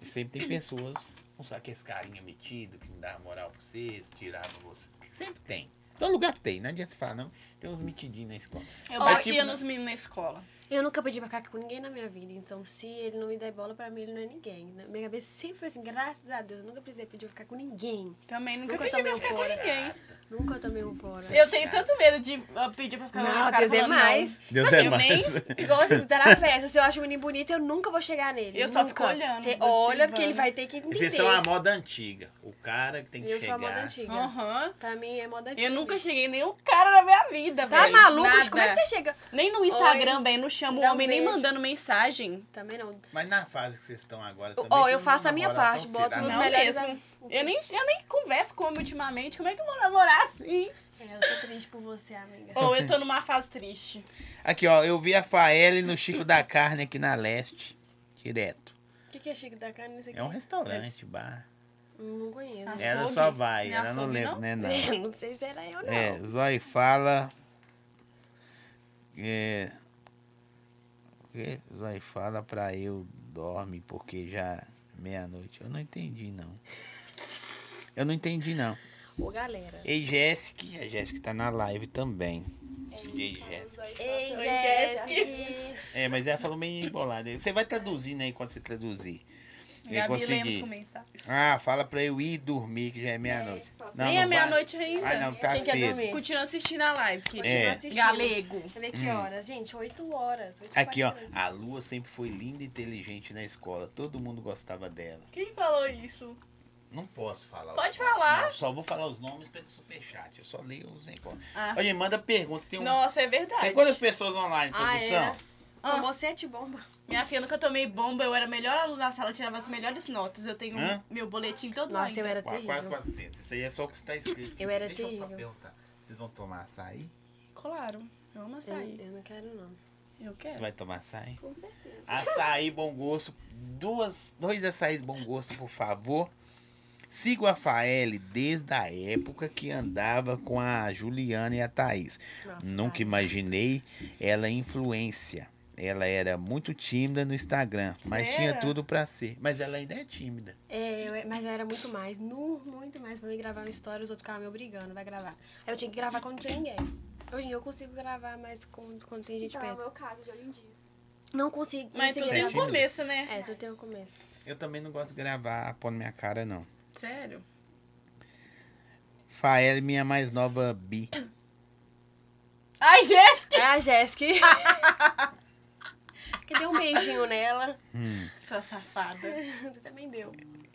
e sempre tem pessoas com só aqueles carinha metido, que não dava moral pra vocês, tirava vocês. que Sempre tem. Todo lugar tem, não adianta você falar, não. Tem uns metidinhos na escola. Eu Mas, batia tipo, nos meninos na escola. Eu nunca pedi macaco com ninguém na minha vida, então se ele não me der bola, pra mim ele não é ninguém. Na minha cabeça sempre foi assim, graças a Deus, eu nunca precisei pedir pra ficar com ninguém. Também nunca Nunca pedi tomei pra é ficar um com fora. né? ninguém. Nunca tomei um fora. Sim. Eu tenho tanto medo de ah, pedir pra ficar com Não, os caras Deus é falando, mais. Deus Assim, é eu mais. nem- Igual assim, tá na festa, se eu acho um menino bonito, eu nunca vou chegar nele. Eu só nunca. fico olhando, Você observando. olha, porque ele vai ter que entender. Vocês são a é moda antiga. O cara que tem que Eu sou chegar. a moda antiga. Aham. Pra mim é moda antiga. Eu nunca cheguei em nenhum cara na minha vida, Tá velho. maluco? Nada. Como é que você chega? Nem no Instagram, Oi. bem, não chama o Dá um homem nem beijo. mandando mensagem. Também não. Mas na fase que vocês estão agora também. Ó, vocês eu não faço a vão minha namorar tão parte, boto um cedo, nos não. Não melhores mesmo. am- Eu nem, eu nem converso com homem ultimamente. Como é que eu vou namorar assim? É, eu tô triste por você, amiga. Ou eu tô numa fase triste. Aqui, ó, eu vi a Faele no Chico da Carne aqui na Leste. Direto. O que, que é Chico da Carne? Não sei o É um que. restaurante, bar. Não conheço. Ah, Ela Açougue? só vai, Não é ela não açougue, lembra, não? né? Não. não sei se era eu ou não. É, Zói fala. É. que Zói fala pra eu dorme porque já meia-noite. Eu não entendi, não. Eu não entendi, não. Ô, galera. Ei, Jéssica. A Jéssica tá na live também. É, Ei, então, Jéssica. Ei, Oi, Jéssica. É, mas ela falou meio embolada. Você vai traduzindo aí quando você traduzir. Eu Gabi Lemos consegui. comentários. Ah, fala pra eu ir dormir, que já é meia-noite. Nem Não, não é vai. meia-noite ainda. Vai não, tá Quem quer cedo. dormir? Continua assistindo a live, querido. É. assistindo. Galego. Deixa eu ver que horas, gente. 8 horas. oito e Hum. Aqui, ó. 48. A Lua sempre foi linda e inteligente na escola. Todo mundo gostava dela. Quem falou isso? Não posso falar. Pode os- falar. Não, só vou falar os nomes pelo superchat. Eu só leio os encontros. Ah. Olha, manda pergunta. Tem, um, Nossa, é verdade. tem quantas pessoas online, Ah, produção? é? Ah. Tomou sete bombas. Minha filha, nunca tomei bomba. Eu era a melhor aluna da sala, tirava as melhores notas. Eu tenho Hã? meu boletim todo lá. então. Nossa, eu ainda. era Qua- Quase Tá terrível. 400. Isso aí é só o que está escrito. Eu era Deixa terrível. o papel, tá? Vocês vão tomar açaí? Claro. Eu amo Eu, açaí. eu não quero, não. Eu Você quero. vai tomar açaí? Com certeza. Açaí bom gosto. Duas, dois açaís bom gosto, por favor. Sigo a Faele desde a época que andava com a Juliana e a Thaís. Nossa, Nunca cara. imaginei ela influência. Ela era muito tímida no Instagram, mas tinha Era? tudo pra ser. Mas ela ainda é tímida. É, eu- mas eu era muito mais. Nu, muito mais. Pra mim gravar uma história, os outros ficavam me obrigando. Vai gravar. Aí eu tinha que gravar quando não tinha ninguém. Hoje em dia eu consigo gravar, mas quando, quando tem gente Então, é o perto. meu caso de hoje em dia. Não consigo. não Mas tudo conseguia tem um Entendi. gravar. começo, né? É, tu tem um começo. Eu também não gosto de gravar pôr na minha cara, não. Sério. Fael e minha mais nova bi. Ai, Jéssica! É a Jéssica. que deu um beijinho nela. Sua safada. Você também deu.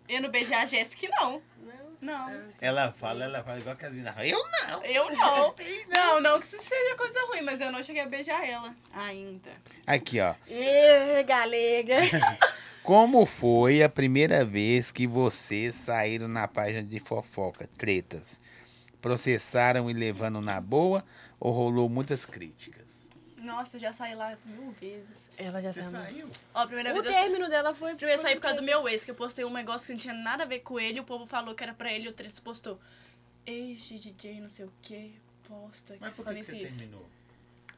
Eu não beijei a Jéssica, não. Não. Não. Ela fala, ela fala igual que as meninas. falam, Eu não. Eu não. né? Não, não que isso seja coisa ruim, mas eu não cheguei a beijar ela ainda. Aqui, ó. Ê, galega. Como foi a primeira vez que vocês saíram na página de fofoca? Tretas. Processaram e levando na boa ou rolou muitas críticas? Nossa, eu já saí lá mil vezes. Ela já saiu. Ó, a primeira O vez eu... término dela foi... Primeiro assim, eu saí por causa do meu ex, que eu postei um negócio que não tinha nada a ver com ele, o povo falou que era pra ele, o Tretes postou. Este DJ não sei o que, posta. que Mas por que, falei você isso. terminou?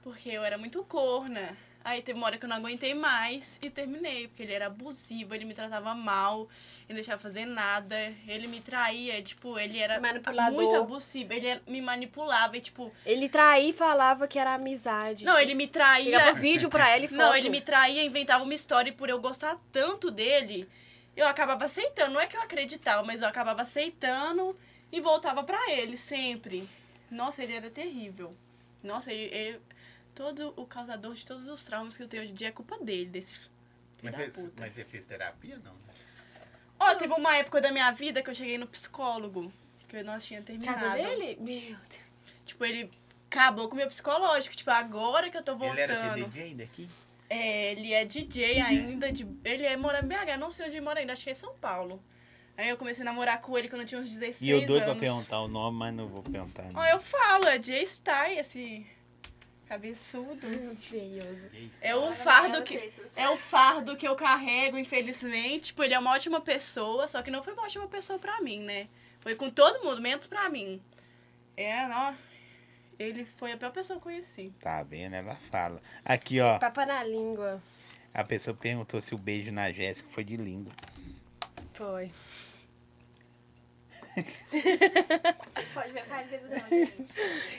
Porque eu era muito corna. Aí teve uma hora que eu não aguentei mais e terminei, porque ele era abusivo, ele me tratava mal, ele não deixava fazer nada, ele me traía, tipo, ele era Manipulador. muito abusivo, ele era- me manipulava e tipo, Ele traía e falava que era amizade. não, ele me traía. Chegava um vídeo pra ela e foto. Não, ele me traía, inventava uma história e por eu gostar tanto dele, eu acabava aceitando. Não é que eu acreditava, mas eu acabava aceitando e voltava pra ele sempre. Nossa, ele era terrível. Nossa, ele, ele- todo o causador de todos os traumas que eu tenho hoje em dia é culpa dele, desse filho Mas é, da você, puta. mas você fez terapia, não? né? Ó, teve uma época da minha vida que eu cheguei no psicólogo, que eu não tinha terminado. Casa dele? Meu Deus. Tipo, ele acabou com o meu psicológico, tipo, agora que eu tô voltando. Ele era o DJ daqui? É, ele é Uhum. DJ ainda, de, ele é, mora em BH, não sei onde ele mora ainda, acho que é em São Paulo. Aí eu comecei a namorar com ele quando eu tinha uns 16 E eu doido pra anos. perguntar o nome, mas não vou perguntar. Ó, eu falo, é Jay Stay, esse cabeçudo. Feioso. É o Olha, fardo Mariana que... Freitas. É o fardo que eu carrego, infelizmente. Tipo, ele é uma ótima pessoa, só que não foi uma ótima pessoa pra mim, né? Foi com todo mundo, menos pra mim. É, ó. Ele foi a pior pessoa que eu conheci. Tá vendo? Ela fala. Aqui, ó. Papa na língua. A pessoa perguntou se o beijo na Jéssica foi de língua. Foi. Pode ver, faz bebida não, gente.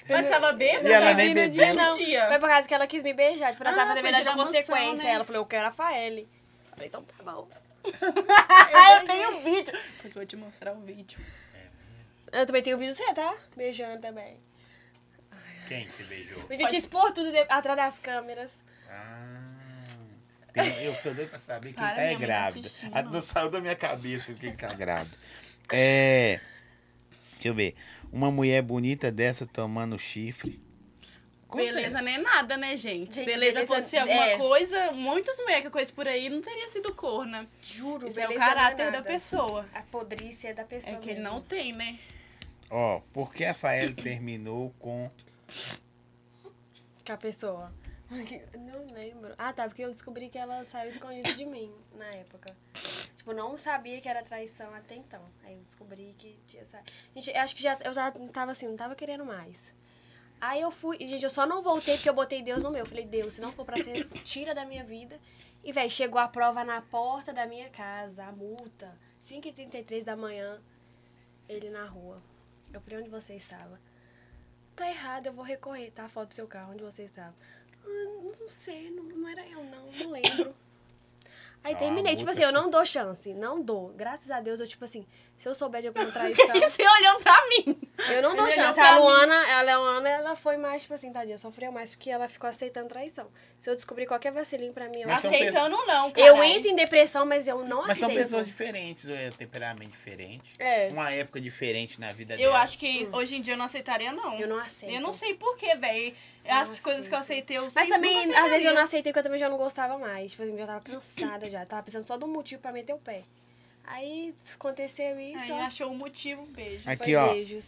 Mas tava bêbado? é- E ela né? nem vi no dia, bebeu. não. Dia. Foi por causa que ela quis me beijar. Tipo, ela Ah, tava foi verdade de a emoção, consequência. né? Ela falou, eu quero a Faele. Eu Falei, então tá bom. Ah, eu tenho um vídeo. Porque eu vou te mostrar o vídeo. Eu também tenho vídeo de você, tá? Beijando também. Quem que beijou? O vídeo te expor tudo de- atrás das câmeras. Ah, tem- eu tô doido pra saber quem Para, tá é minha mãe tá grávida. assistindo. Ah, Não saiu da minha cabeça quem tá grávida. É. Deixa eu ver. Uma mulher bonita dessa tomando chifre. Acontece. Beleza nem nada, né, gente? Gente, beleza, beleza fosse é- alguma coisa, muitas mulheres que coisa por aí não teria sido corna. Juro, Isso é o beleza não caráter da nada. pessoa. A podrícia da pessoa. É que ele mesmo. não tem, né? Ó, por que a Fael terminou com. Com a pessoa. Não lembro. Ah, tá, porque eu descobri que ela saiu escondida de mim na época. Tipo, não sabia que era traição até então. Aí eu descobri que tinha saído. Gente, eu acho que já eu já não tava assim, não tava querendo mais. Aí eu fui, e, gente, eu só não voltei porque eu botei Deus no meu. Eu falei, Deus, se não for pra ser, tira da minha vida. E, velho, chegou a prova na porta da minha casa, a multa. 5h33 da manhã, ele na rua. Eu falei, onde você estava? Tá errado, eu vou recorrer. Tá a foto do seu carro, onde você estava? Ah, não sei, não, não era eu, não, não lembro. Aí Ah, terminei, tipo multa. assim, eu não dou chance, não dou. Graças a Deus, eu, tipo assim, se eu souber de alguma traição. Você olhou pra mim. Eu não dou Ele olhou chance. É pra A mim. Luana, a Luana, ela foi mais, tipo assim, tadinha, sofreu mais porque ela ficou aceitando traição. Se eu descobrir qualquer vacilinho pra mim, eu, Mas são Aceitando não, cara. eu entro em depressão, mas eu não Mas são aceito. pessoas diferentes, é temperamento diferente. É. Uma época diferente na vida Eu dela. acho que hoje em dia eu não aceitaria, não. Hum. Eu não aceito. Eu não sei porquê, velho. As Não coisas que eu aceito. aceitei, eu Mas sempre nunca também, às vezes eu aceitaria. não aceitei porque eu também já não gostava mais. Tipo assim, eu tava cansada já. Tava precisando só de um motivo pra meter o pé. Aí aconteceu isso. Aí ó. achou um motivo, um beijo. Aqui, Foi ó. Beijos.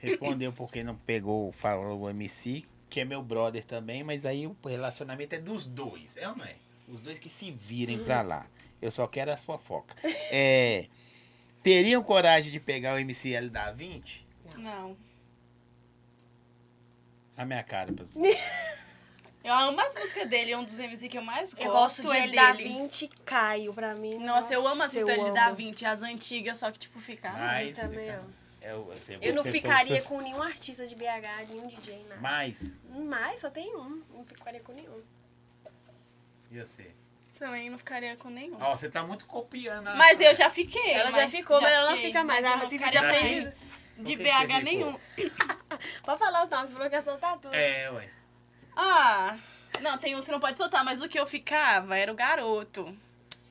Respondeu porque não pegou, falou o MC, que é meu brother também, mas aí o relacionamento é dos dois, é ou não é? Os dois que se virem pra lá. Eu só quero as fofocas. É, teriam coragem de pegar o MCL da 20? Não. A minha cara, pra você. Eu amo as músicas dele, é um dos MC que eu mais gosto. Eu gosto de é ele dar dele. 20 Caio pra mim. Nossa, eu amo as eu músicas dele amo. da 20, as antigas, só que, tipo, fica. Mas- Eu também Fica- amo. É, o- você- Eu não você- ficaria você- com nenhum artista de BH, nenhum DJ, nada. Mas, Mas só tem um. Não ficaria com nenhum. e você? Também não ficaria com nenhum. Ó, você tá muito copiando a... Mas eu já fiquei. Ela já mas ficou, mas ela não fiquei, fica mais. mas eu Ela não fica de ficaria Daqui? mais. aprendiz. De que que BH você nenhum. ficou? Pode falar os nomes, falou que ia soltar tá tudo. É, ué. Ah, não, tem uns que não pode soltar, mas o que eu ficava era o garoto.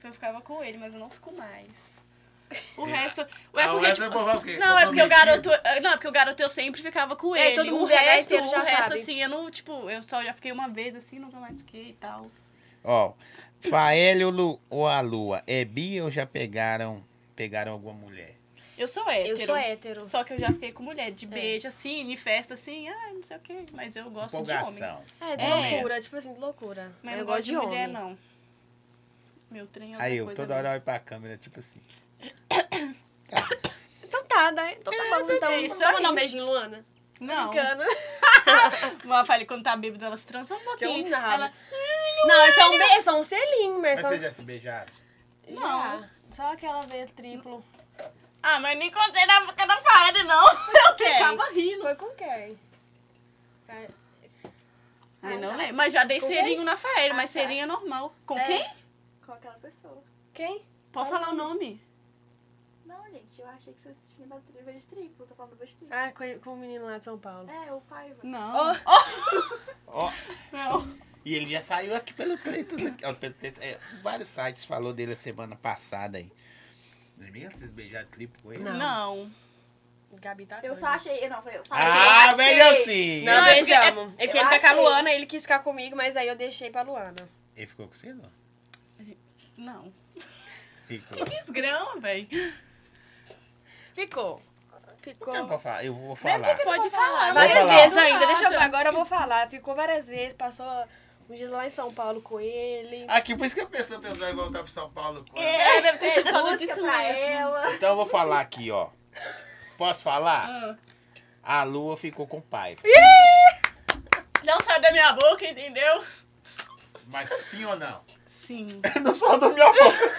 Eu ficava com ele, mas eu não fico mais. O É. resto. É Ah, o porque, resto é tipo, provar o quê? não, é porque o Comprometido? garoto. Não, é porque o garoto eu sempre ficava com É, ele. todo o mundo BH resto, inteiro o já resto, sabe. assim, eu não, tipo, eu só já fiquei uma vez assim, nunca mais fiquei e tal. Ó, Faélio Lu- ou a Lua, é bi ou já pegaram, pegaram alguma mulher? Eu sou hétero. Eu sou hétero. Só que eu já fiquei com mulher, É. de beijo, assim, em festa, assim, ah, não sei o quê. Mas eu gosto de homem. Empolgação. É, de É. loucura, tipo assim, de loucura. Mas eu não gosto de, mulher, homem. não. Meu trem é outra Aí eu, coisa toda mesmo. hora eu olho pra câmera, tipo assim. Então tá, né? Então tá bom, então. é isso Vamos aí. mandar um beijo em Luana? Não. Brincando. Mas falei, quando tá bêbada, ela se transforma um Tem um pouquinho. nabo. ela, "Hum, Não, é só um, be... é só um selinho, mas Mas só... vocês já se beijaram? não. Já. Só aquela veia triplo. Ah, mas nem contei na boca da Faele, não. Eu quem? ficava rindo. Foi com quem? Ai, Ai, não lembro. Mas já dei Com serinho na Faele, mas Ah, tá. serinho é normal. Com É. Oh. quem? Com aquela pessoa. Quem? Pode falar o nome. Não, gente, eu achei que vocês tinham dado beijo de triplo. Tô falando beijo de triplo. Ah, com, com o menino lá de São Paulo. É, o Paiva. Não. Oh. Ó, Não. e ele já saiu aqui pelo Treitas. aqui, ó, pelo Treitas, é, vários sites falou dele a semana passada aí. Lembra que vocês beijaram triplo com ele? Não. Não. Gabi tá Eu doida. só achei. eu Não, falei, eu falei. eu Ah, achei. melhor sim! Não, Não, é porque- beijamos. É porque ele eu tá com a achei. Luana, ele quis ficar comigo, mas aí eu deixei pra Luana. Ele ficou com você, não? Não. Ficou. Desgrama, velho. Ficou. Ficou. Então, Não, vou falar, eu vou falar. Pode falar. então. Vai- Várias falar. vezes ainda, Nada. deixa eu agora eu vou falar. Ficou várias vezes, passou uns dias lá em São Paulo com ele. Aqui, por isso que a pessoa pensou em voltar pra São Paulo. quando- É, deve ter sido Fez falando música disso pra mesmo. ela. Então eu vou falar aqui, ó. Posso falar? Ah. A Lua ficou com o pai. Não saiu da minha boca, entendeu? Mas sim ou não? Sim. Não só da minha boca.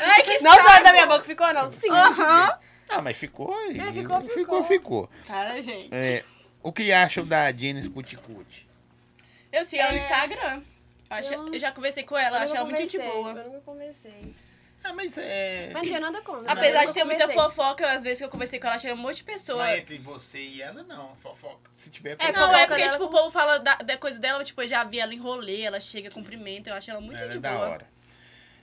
Ai, que Não saiu da minha boca, ficou não? Sim. Ah, mas ficou. aí. É, ficou, ficou. ficou. ficou. Cara, gente. É, o que acham da Jenis Cuticute? Eu sigo ela no Instagram. Eu, acho- É. Eu- eu já conversei com ela, eu acho ela muito gente boa. Eu não me convencei. Ah, mas é. Mas não tenho nada contra. Apesar eu de nunca ter muita conversei. fofoca, às vezes que eu conversei com ela, achei um monte de pessoa. Mas é entre você e ela, não. Fofoca. Se tiver Não, É, fofoca, é fofoca porque, dela tipo, com- o povo fala da, da coisa dela, tipo, eu já vi ela em rolê, ela chega, cumprimenta, eu acho ela muito ela é gente da boa. hora.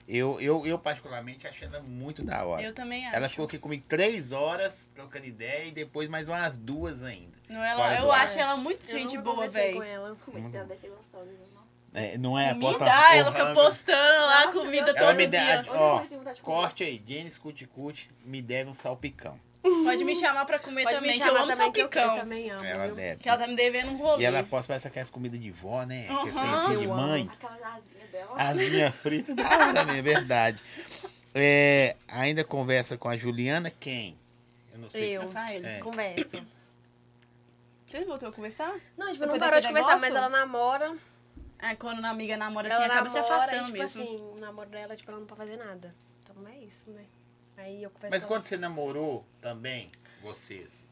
Eu, eu, eu, particularmente, achei ela muito da hora. Eu também acho. Ela ficou aqui comigo três horas trocando ideia e depois mais umas duas ainda. Não, é ela- é Fora do eu ar. acho ela muito Eu gente nunca boa, conversei com velho. ela. Comida dela deve ser gostosa, viu, não? É, não é? Me Posso- dá, ela Porra, fica postando lá Nossa, comida meu todo Deus. Ela me dia. dá, dia. ó, Olha, eu tenho corte aí, Jenny Scuti Cuti me deve um salpicão. Pode me chamar pra comer Pode também, me que eu chamar amo também, que eu, eu salpicão. também amo. Ela é viu? deve. Que ela tá me devendo um rolê. E ela posta parece aquelas comidas de vó, né? Que eles têm assim de Eu mãe. amo. Aquela asinha dela. Ah, Asinha frita da hora, né? É verdade. É, ainda conversa com a Juliana, quem? Eu não sei. Eu. Rafael, É. Converso. vocês voltou a conversar? Não, tipo, não Depois parou de daquele conversar, negócio? mas ela namora. Ah, quando uma amiga namora assim, Ela acaba namora, se afastando e, tipo mesmo. assim, o namoro dela, tipo, ela não pode fazer nada. Então é isso, né? Aí eu converso Mas com ela. quando você namorou também, vocês.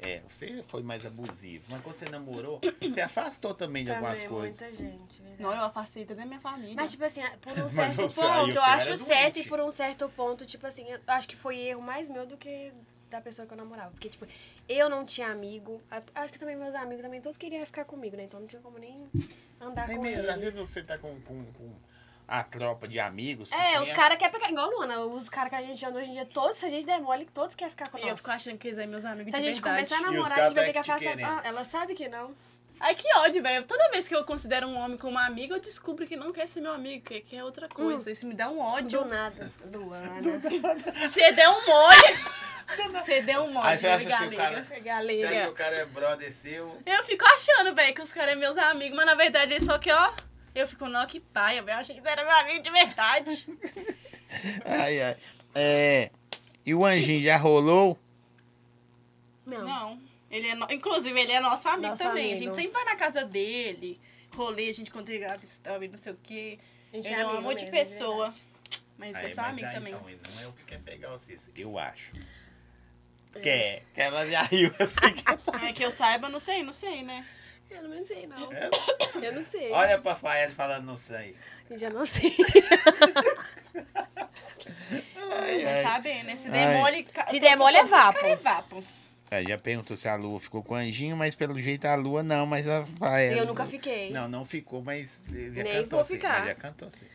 É, você foi mais abusivo. Mas quando você namorou, você afastou também de algumas Também, coisas. né, Muita gente, verdade. Não, eu afastei toda a minha família. é. Mas, tipo assim, por um Mas certo você- aí ponto, você eu acho era certo doente. e por um certo ponto, tipo assim, eu acho que foi erro mais meu do que da pessoa que eu namorava. Porque, tipo, eu não tinha amigo. a- Acho que também meus amigos também todos queriam ficar comigo, né? Então não tinha como nem andar Nem com mesmo, eles. às vezes você tá com, com- com a tropa de amigos. assim, É, 50, os caras querem pegar. Igual Luana, os caras que a gente anda hoje em dia, todos, se a gente der mole, todos querem ficar com E eu nós. fico achando que eles é meus amigos Se a de gente verdade. começar a E os namorar, a caras gente vai tá ter que te afastar. querendo. Ah, ela sabe que não. Ai, que ódio, velho. Toda vez que eu considero um homem como amigo, eu descubro que não quer ser meu amigo, que que é outra coisa. Isso me dá um ódio. Hum. Do nada, Luana. Você deu um mole. Você deu um mole, Aí você meu acha assim, o galega. cara. Você acha que Galera. o cara é brother seu? Eu fico achando, velho, que os caras são meus amigos, mas na verdade eles só que, ó. Eu fico, não, que paia, velho. Eu achei que você era meu amigo de verdade. Ai, ai. É. E o anjinho já rolou? Não. Não. Ele é no- Inclusive, ele é nosso amigo Nosso também. A amigo. gente sempre vai na casa dele, rolê, a gente conta ele grava story, não sei o quê. A gente é ele é um amigo amor de mesmo, é pessoa. Mas é só amigo também. Então, ele não é o que quer pegar vocês, eu acho. É. Quer, que ela já riu assim. que- É que eu saiba, não sei, não sei, né? Eu não sei, não. É. Eu não sei. Olha pra Fael falando não sei. Eu já não sei. Ai, Não sabe, ai. saber, né? Se Ai. demole. ca- Se to- demole, todos os é vapo. caras É vapo. Aí É, já perguntou se a lua ficou com o anjinho, mas pelo jeito a lua não, mas a vai. E eu nunca fiquei. É, Não, não ficou, mas eh, já Nem cantou vou assim. ficar. mas Já cantou assim.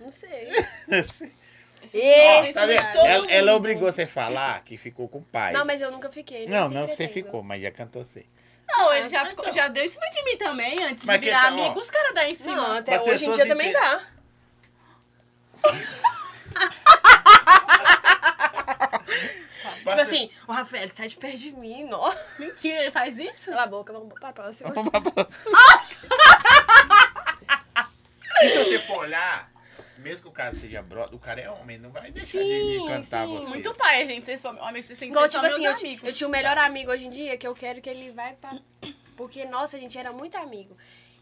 Não sei. É, Esse- Ê, esse Tá vendo? de todo Ela, ela mundo. obrigou você a falar que ficou com o pai. Não, mas eu nunca fiquei. nem Não, não que você pretendo. ficou, mas já cantou assim. Não, ele já, ficou, já deu em cima de mim também, antes então. Mas de que virar então, ó. amigo, os caras dão em cima. Não, até Mas hoje em pessoas dia também inte- dá. Tipo assim, o Rafael sai de perto de mim, nó. Mentira, ele faz isso? Cala a boca, vamos pra próxima. E se você for olhar, mesmo que o cara seja brother, o cara é homem, não vai deixar de, de Sim, cantar assim. sim. vocês. Muito pai, gente. Vocês foram. Homem, vocês têm que Igual, ser tipo só assim, eu, meus ti- amigos. eu tinha o melhor amigo hoje em dia que eu quero que ele vai pra. Porque, nossa, a gente era muito amigo.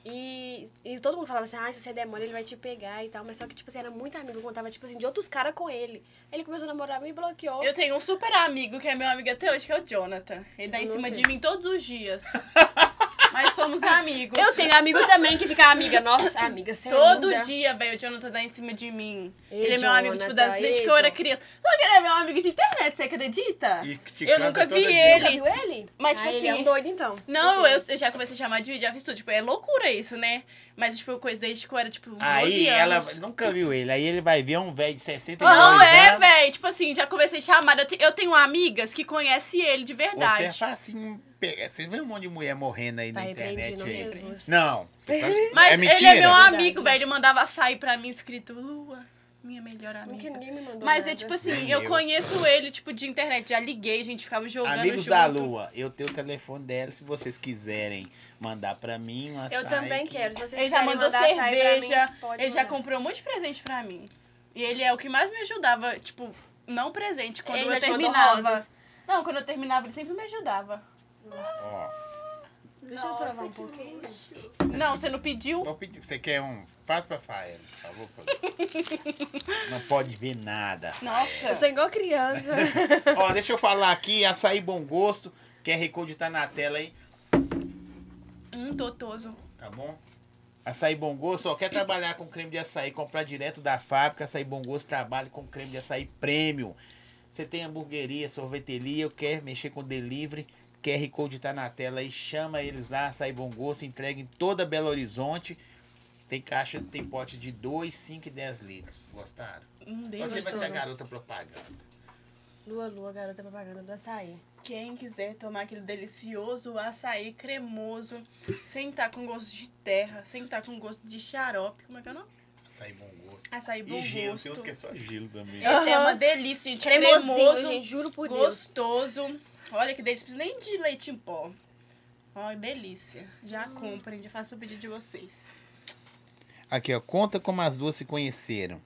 E, e todo mundo falava assim, ah, se você der mole, ele vai te pegar e tal. Mas só que, tipo assim, era muito amigo. Eu contava, tipo assim, de outros caras com ele. Ele começou a namorar, me bloqueou. Eu tenho um super amigo que é meu amigo até hoje, que é o Jonathan. Ele dá em Não cima tem. de mim todos os dias. Mas somos amigos. Eu tenho amigo também que fica amiga. Nossa, amiga, você é Todo linda. dia, velho, o Jonathan dá em cima de mim. Ei, ele é meu amigo, tipo, das, Jonathan, desde ei, que eu era Jonathan. criança. Só que ele é meu amigo de internet, você acredita? E que te eu canta nunca todo vi dia. ele. Nunca viu ele? Mas, tipo Ah, ele é assim, um doido, então. Não, Ok. eu, eu já comecei a chamar de vídeo, já fiz tudo. Tipo, é loucura isso, né? Mas, tipo, coisa desde que eu era, tipo, uns 12 Aí ela anos. nunca viu ele. Aí ele vai ver um velho de 62 Não, anos. é, velho. Tipo assim, já comecei a chamar. Eu, te- eu tenho amigas que conhecem ele de Você é verdade. facinho. pegar- Você vê um monte de mulher morrendo aí na Pai, internet. bendito, aí. Jesus. Não. você tá- Mas é mentira. ele é meu amigo, Verdade. velho. Ele mandava sair pra mim escrito Lua, minha melhor Nunca amiga. ninguém me mandou Mas nada. é tipo assim, Nem eu eu. conheço ele, tipo, de internet. Já liguei, gente ficava jogando Amigos junto. da Lua, eu tenho o telefone dela. Se vocês quiserem mandar pra mim, uma Eu saia também que- quero. Se vocês Ele já quiserem mandou mandar açaí pra mim, cerveja, pode ele já mandar. comprou um monte de presente pra mim. E ele é o que mais me ajudava, tipo, não presente, quando Ele eu já te mandou terminava. rosas? Não, quando eu terminava, ele sempre me ajudava. Ó, Deixa eu provar um pouquinho. Não, você não pediu? vou pedir. Você quer um? Faz pra Fael, por favor. pra você. Não pode ver nada. Eu Nossa. sou igual criança. Ó, deixa eu falar aqui. Açaí Bom Gosto. QR Code tá na tela aí. Hum, totoso. Tá bom? Açaí Bom Gosto, ó, quer trabalhar com creme de açaí, comprar direto da fábrica, Açaí Bom Gosto trabalha com creme de açaí premium. Você tem hamburgueria, sorveteria, quer mexer com delivery, QR Code tá na tela aí, chama eles lá, Açaí Bom Gosto, entrega em toda Belo Horizonte. Tem caixa, tem pote de 2, 5 e 10 litros. Gostaram? Hum, Deus. Você vai ser a gostou, né? garota propaganda. Lua, lua, garota propaganda do açaí. Quem quiser tomar aquele delicioso açaí cremoso, sem estar com gosto de terra, sem estar com gosto de xarope, como é que é o nome? Açaí Bom Gosto. Açaí bom E gelo, tem uns gosto. que é só gelo também. Esse é Aham. uma delícia, gente. Cremosinho, Cremoso, gente, juro por Deus. gostoso. Olha que delícia, não precisa nem de leite em pó. Olha, delícia. Já Hum. comprem, já faço o pedido de vocês. Aqui, ó, conta como as duas se conheceram.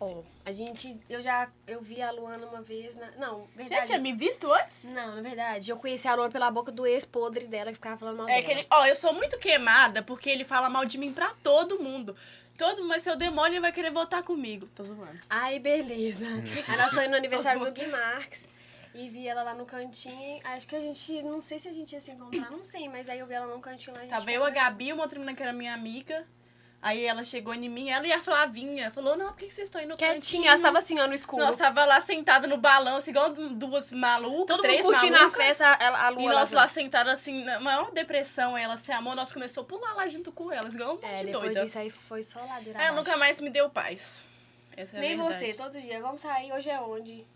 Ó, a gente, eu já, eu vi a Luana uma vez, na, não, Você já verdade. tinha me visto antes? Não, na verdade, eu conheci a Luana pela boca do ex-podre dela, que ficava falando mal É dela. que ele, ó, eu sou muito queimada porque ele fala mal de mim pra todo mundo. Todo mundo, mas se eu demônio, ele vai querer voltar comigo. Tô zoando. Ai, beleza. Uhum. Aí nós fomos no aniversário do Gui Marques. E vi ela lá no cantinho. Acho que a gente. Não sei se a gente ia se encontrar, não sei, mas aí eu vi ela num cantinho lá. a gente Tava eu, a conversou. Gabi, uma outra menina que era minha amiga. Aí ela chegou em mim, ela e a Flavinha. Falou, não, por que que vocês estão indo no Quietinha, ela tava assim, ó, no escuro. Nós tava lá sentada no balanço, igual du- duas malucas, Todo mundo três curtindo a malucas. festa, né? a, a Lua. E lá nós junto. lá sentadas assim, na maior depressão, ela se amou, nós começou a pular lá junto com elas, igual um monte É, de depois doida. disso aí foi só ladeira Ela abaixo. nunca mais me deu paz. Essa é a É, Nem verdade. você, todo dia. Vamos sair, hoje é onde?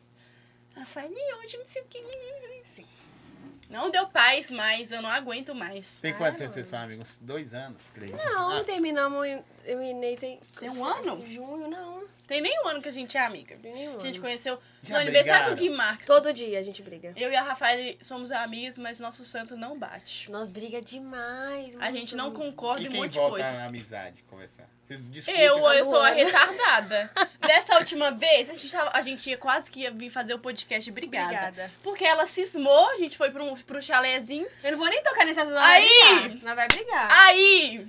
Ah, faz nem hoje, não sei o que. Assim. Não deu paz mais, eu não aguento mais. Tem quanto tempo vocês são amigos? Dois anos? Três? Não, Ah, não terminamos. em- Eu e Ney tem. Tem um ano? Junho, não. Tem nem um ano que a gente é amiga. Tem nem um A gente ano. conheceu Já no aniversário do brigaram? Gui Marques. Todo dia a gente briga. Eu e a Rafael somos amigas, mas nosso santo não bate. Nós briga demais. A gente não muito. concorda E em um quem monte de volta coisa. à amizade conversar? Vocês discutem. Eu, eu no sou a ano. retardada. Dessa última vez, a gente, tava- a gente ia quase que ia vir fazer o podcast Brigada. Brigada. Porque ela cismou, a gente foi pro, pro chalézinho. Eu não vou nem tocar nesse assunto. nós Aí! vai brigar. Nós vai brigar. Aí,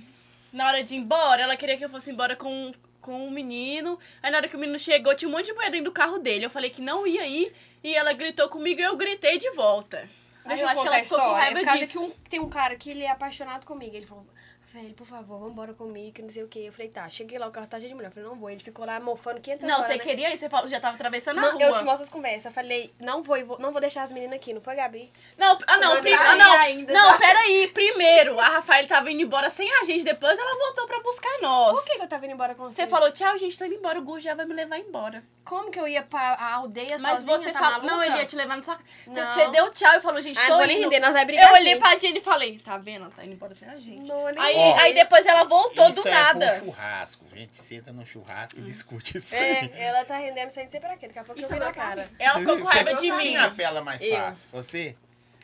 na hora de ir embora, ela queria que eu fosse embora com, com um menino. Aí na hora que o menino chegou, tinha um monte de mulher dentro do carro dele. Eu falei que não ia ir. E ela gritou comigo e eu gritei de volta. Aí Deixa eu, acho que contar ela a ficou com história. raiva Por causa disso. que um- tem um cara que ele é apaixonado comigo. Ele falou, Velho, por favor, vambora comigo, que não sei o quê. Eu falei, tá, cheguei lá, o carro tá cheio de mulher. Eu falei, não vou. Ele ficou lá mofando 500 Não, horas, você né? queria ir, você falou, já tava atravessando a Mano, tá rua. eu te mostro as conversas. Eu falei, não vou, e vou- não vou deixar as meninas aqui, não foi, Gabi? Não, ah, não, Mandar prim... ah, aí não, ainda, não, tá? peraí. Primeiro, a Rafael tava indo embora sem a gente, depois ela voltou pra buscar nós. Por que, que eu tava indo embora com você? Você falou, tchau, gente, tô indo embora, o Gur já vai me levar embora. como que eu ia pra a aldeia Mas sozinha, você tá falou, maluca? não, ele ia te levar na sua Você, Não. você deu tchau e falou, gente, Ah, tô não vou indo. nem render, nós vai brigar eu olhei aqui. pra Jenny e falei, tá vendo, ela tá indo embora sem a gente. Não, eu nem aí, Ó. aí depois ela voltou Isso do é nada. pro churrasco. A gente senta no churrasco e discute isso. aí. É, ela tá rendendo sem dizer pra quê. Daqui a pouco Isso eu vi é na bacana. cara. Ela ficou com raiva de Você- mim. Quem apela mais Eu. fácil? Você?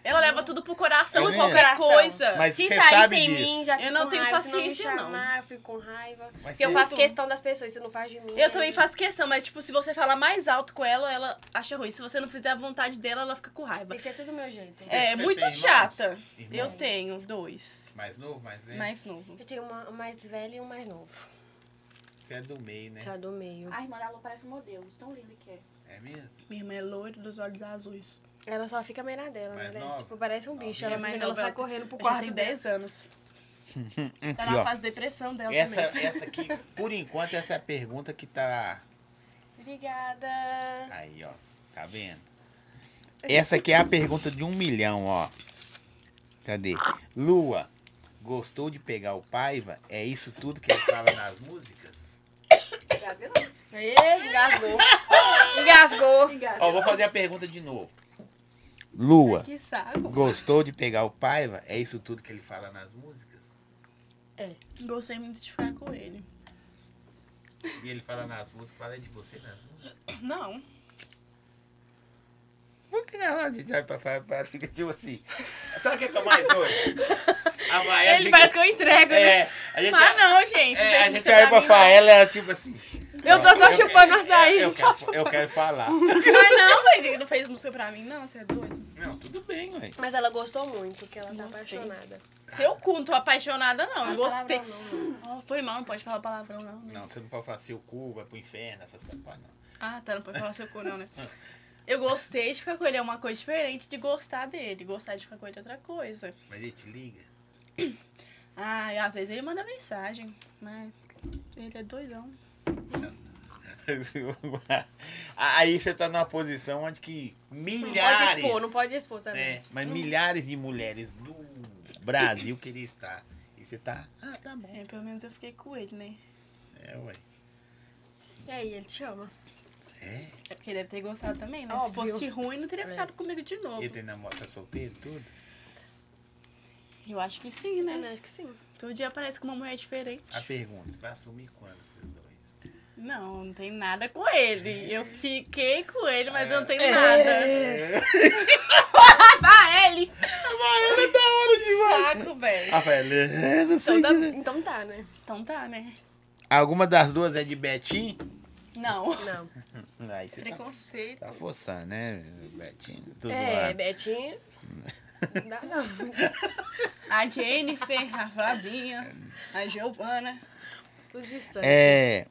Ela leva tudo pro coração Tá e vendo? qualquer Coração. coisa. Mas se você sair sabe sem disso. mim, já Eu fico não com tenho raiva. Se paciência, me não. chamar, Eu fico com raiva. Mas Porque eu você- faço questão das pessoas, você não faz de mim. né? Eu também aí- faço questão, mas tipo, se você falar mais alto com ela, ela acha ruim. Se você não fizer a vontade dela, ela fica com raiva. Tem que ser tudo do meu jeito. É, Vocês muito têm irmãos? chata. Irmãos? Eu tenho dois. Mais novo, mais velho? Mais novo. Eu tenho uma, um mais velho e um mais novo. Você é do meio, né? Já do meio. A irmã da Lu parece um modelo, tão linda que é. É mesmo? Minha irmã é loira dos olhos azuis. Ela só fica meio na dela, Mais né? nova? Tipo, parece um bicho. Novinha. Ela, Minha irmã ela novela- sai correndo pro Ela já quarto tem dela. 10 anos. Tá Aqui, na ó. fase de depressão dela Essa, é também. essa aqui, por enquanto, essa é a pergunta que tá Obrigada. aí, ó. Tá vendo? Essa aqui é a pergunta de um milhão, ó. Cadê? Lua, gostou de pegar o Paiva? É isso tudo que ele fala nas músicas? Prazer Aê, engasgou. engasgou. Ó, vou fazer a pergunta de novo. Lua, Que saco. gostou de pegar o Paiva? É isso tudo que ele fala nas músicas? Gostei muito de ficar com ele. E ele fala nas músicas, fala de você nas músicas. Não. Por que não? A gente vai pra falar pra- fica tipo assim. Sabe o que é que é mais doido? A Maia ele fica- parece que eu entrego, né? É, a gente, Mas não, gente. deixa é, a isso gente olha pra mim, Faela, ela tipo assim. Eu tô só chupando quero- açaí. Eu quero, eu quero falar. não. Mas não, velho. Ele não fez música pra mim, não. Você é doido. Não, tudo bem, ué. Mas ela gostou muito, porque ela tá Gostei. apaixonada. Seu cu, não tô apaixonada, não. Eu gostei. Palavra não, não. Oh, foi mal, não pode falar palavrão, não. né? Não, você não pode falar seu cu, vai pro inferno, essas coisas, pode não. Ah, tá, não pode falar seu cu, não, né? Eu gostei de ficar com ele, é uma coisa diferente de gostar dele. Gostar de ficar com ele é outra coisa. Mas ele te liga. Ah, e às vezes ele manda mensagem, né? Ele é doidão. Aí você tá numa posição onde que Não milhares. pode expor, não pode expor também. É, mas milhares de mulheres do Brasil queria estar. E você tá. Ah, tá bom. É, pelo menos eu fiquei com ele, né? É, ué. E aí, ele te ama. É porque ele deve ter gostado também, né? Óbvio. É. Se fosse ruim, não teria ficado comigo de novo. Ele tem namorado, tá solteiro, tudo. Eu acho que sim, Eu né? também acho que sim. Todo dia aparece com uma mulher diferente. A pergunta, você vai assumir quando esses dois? Não, não tem nada com ele. Eu fiquei com ele, mas eu não tenho É. nada. Ah, ele! Ele é da hora Saco, velho. Rafael, é, não sei. Então tá, então tá, né? Então tá, né? Alguma das duas é de Betim? Não. Não. Aí você tá, Preconceito. tá forçando, né, Betinho? Tô É, zoando. Betinho. Não dá, não. A Jennifer, a Flavinha, a Giovana. Tudo distante. É.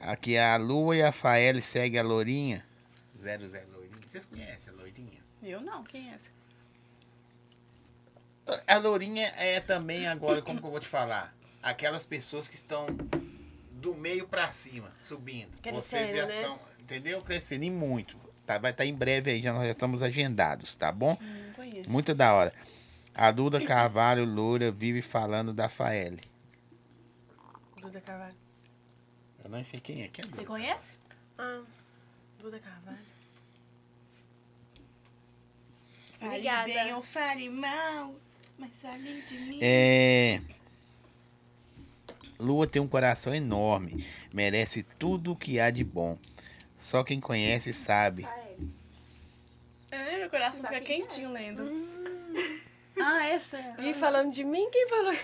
Aqui a Lua e a Fael segue a Lourinha. Zero, zero, Lourinha. Vocês conhecem a Lourinha? Eu não, quem é essa? A Lourinha é também agora, como que eu vou te falar? Aquelas pessoas que estão do meio pra cima, subindo. Vocês Crescendo, já né? estão, entendeu? Crescendo e muito. Tá, vai estar em breve aí, já nós já estamos agendados, tá bom? Não conheço. Muito da hora. A Duda Carvalho Loura vive falando da Fael. Duda Carvalho. Eu não sei quem é. Quem é Você Duda? conhece? Ah, Duda Carvalho. Fale Obrigada. bem ou fale mal, mas fale de mim. É. Lua tem um coração enorme, merece tudo o que há de bom. Só quem conhece sabe. Faele. É, meu coração Sabe fica quem é? quentinho lendo. Ah, essa é. E falando de mim, quem falou?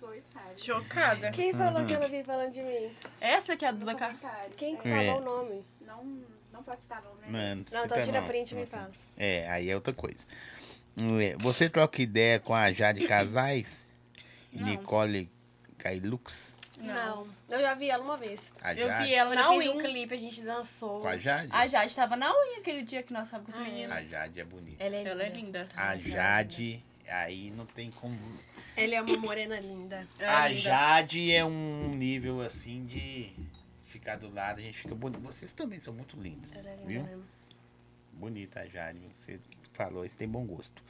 Coitada. Chocada. Quem falou que ela veio falando de mim? Essa que é a No Duda Car... comentário. Quem É, falou É. o nome? não, não pode citar nome, né? Mano, Não, você tá então tira não- print e não- me fala. É, aí é outra coisa. É, Você troca ideia com a Jade Casais? E Não. Nicole Cailux? Não. Eu já vi ela uma vez. A Eu vi Jade? ela Quando na eu fiz um unha. clipe, a gente dançou. Com a Jade? A Jade tava na unha aquele dia que nós tava com os meninos. A Jade é bonita. Ela é linda. Ela é linda. A Jade Aí não tem como. Ele é uma morena linda. É a linda. Jade é um nível assim de ficar do lado, a gente fica bonito. Vocês também são muito lindos. Ela é linda Viu? mesmo. Bonita a Jade, você falou, isso tem bom gosto.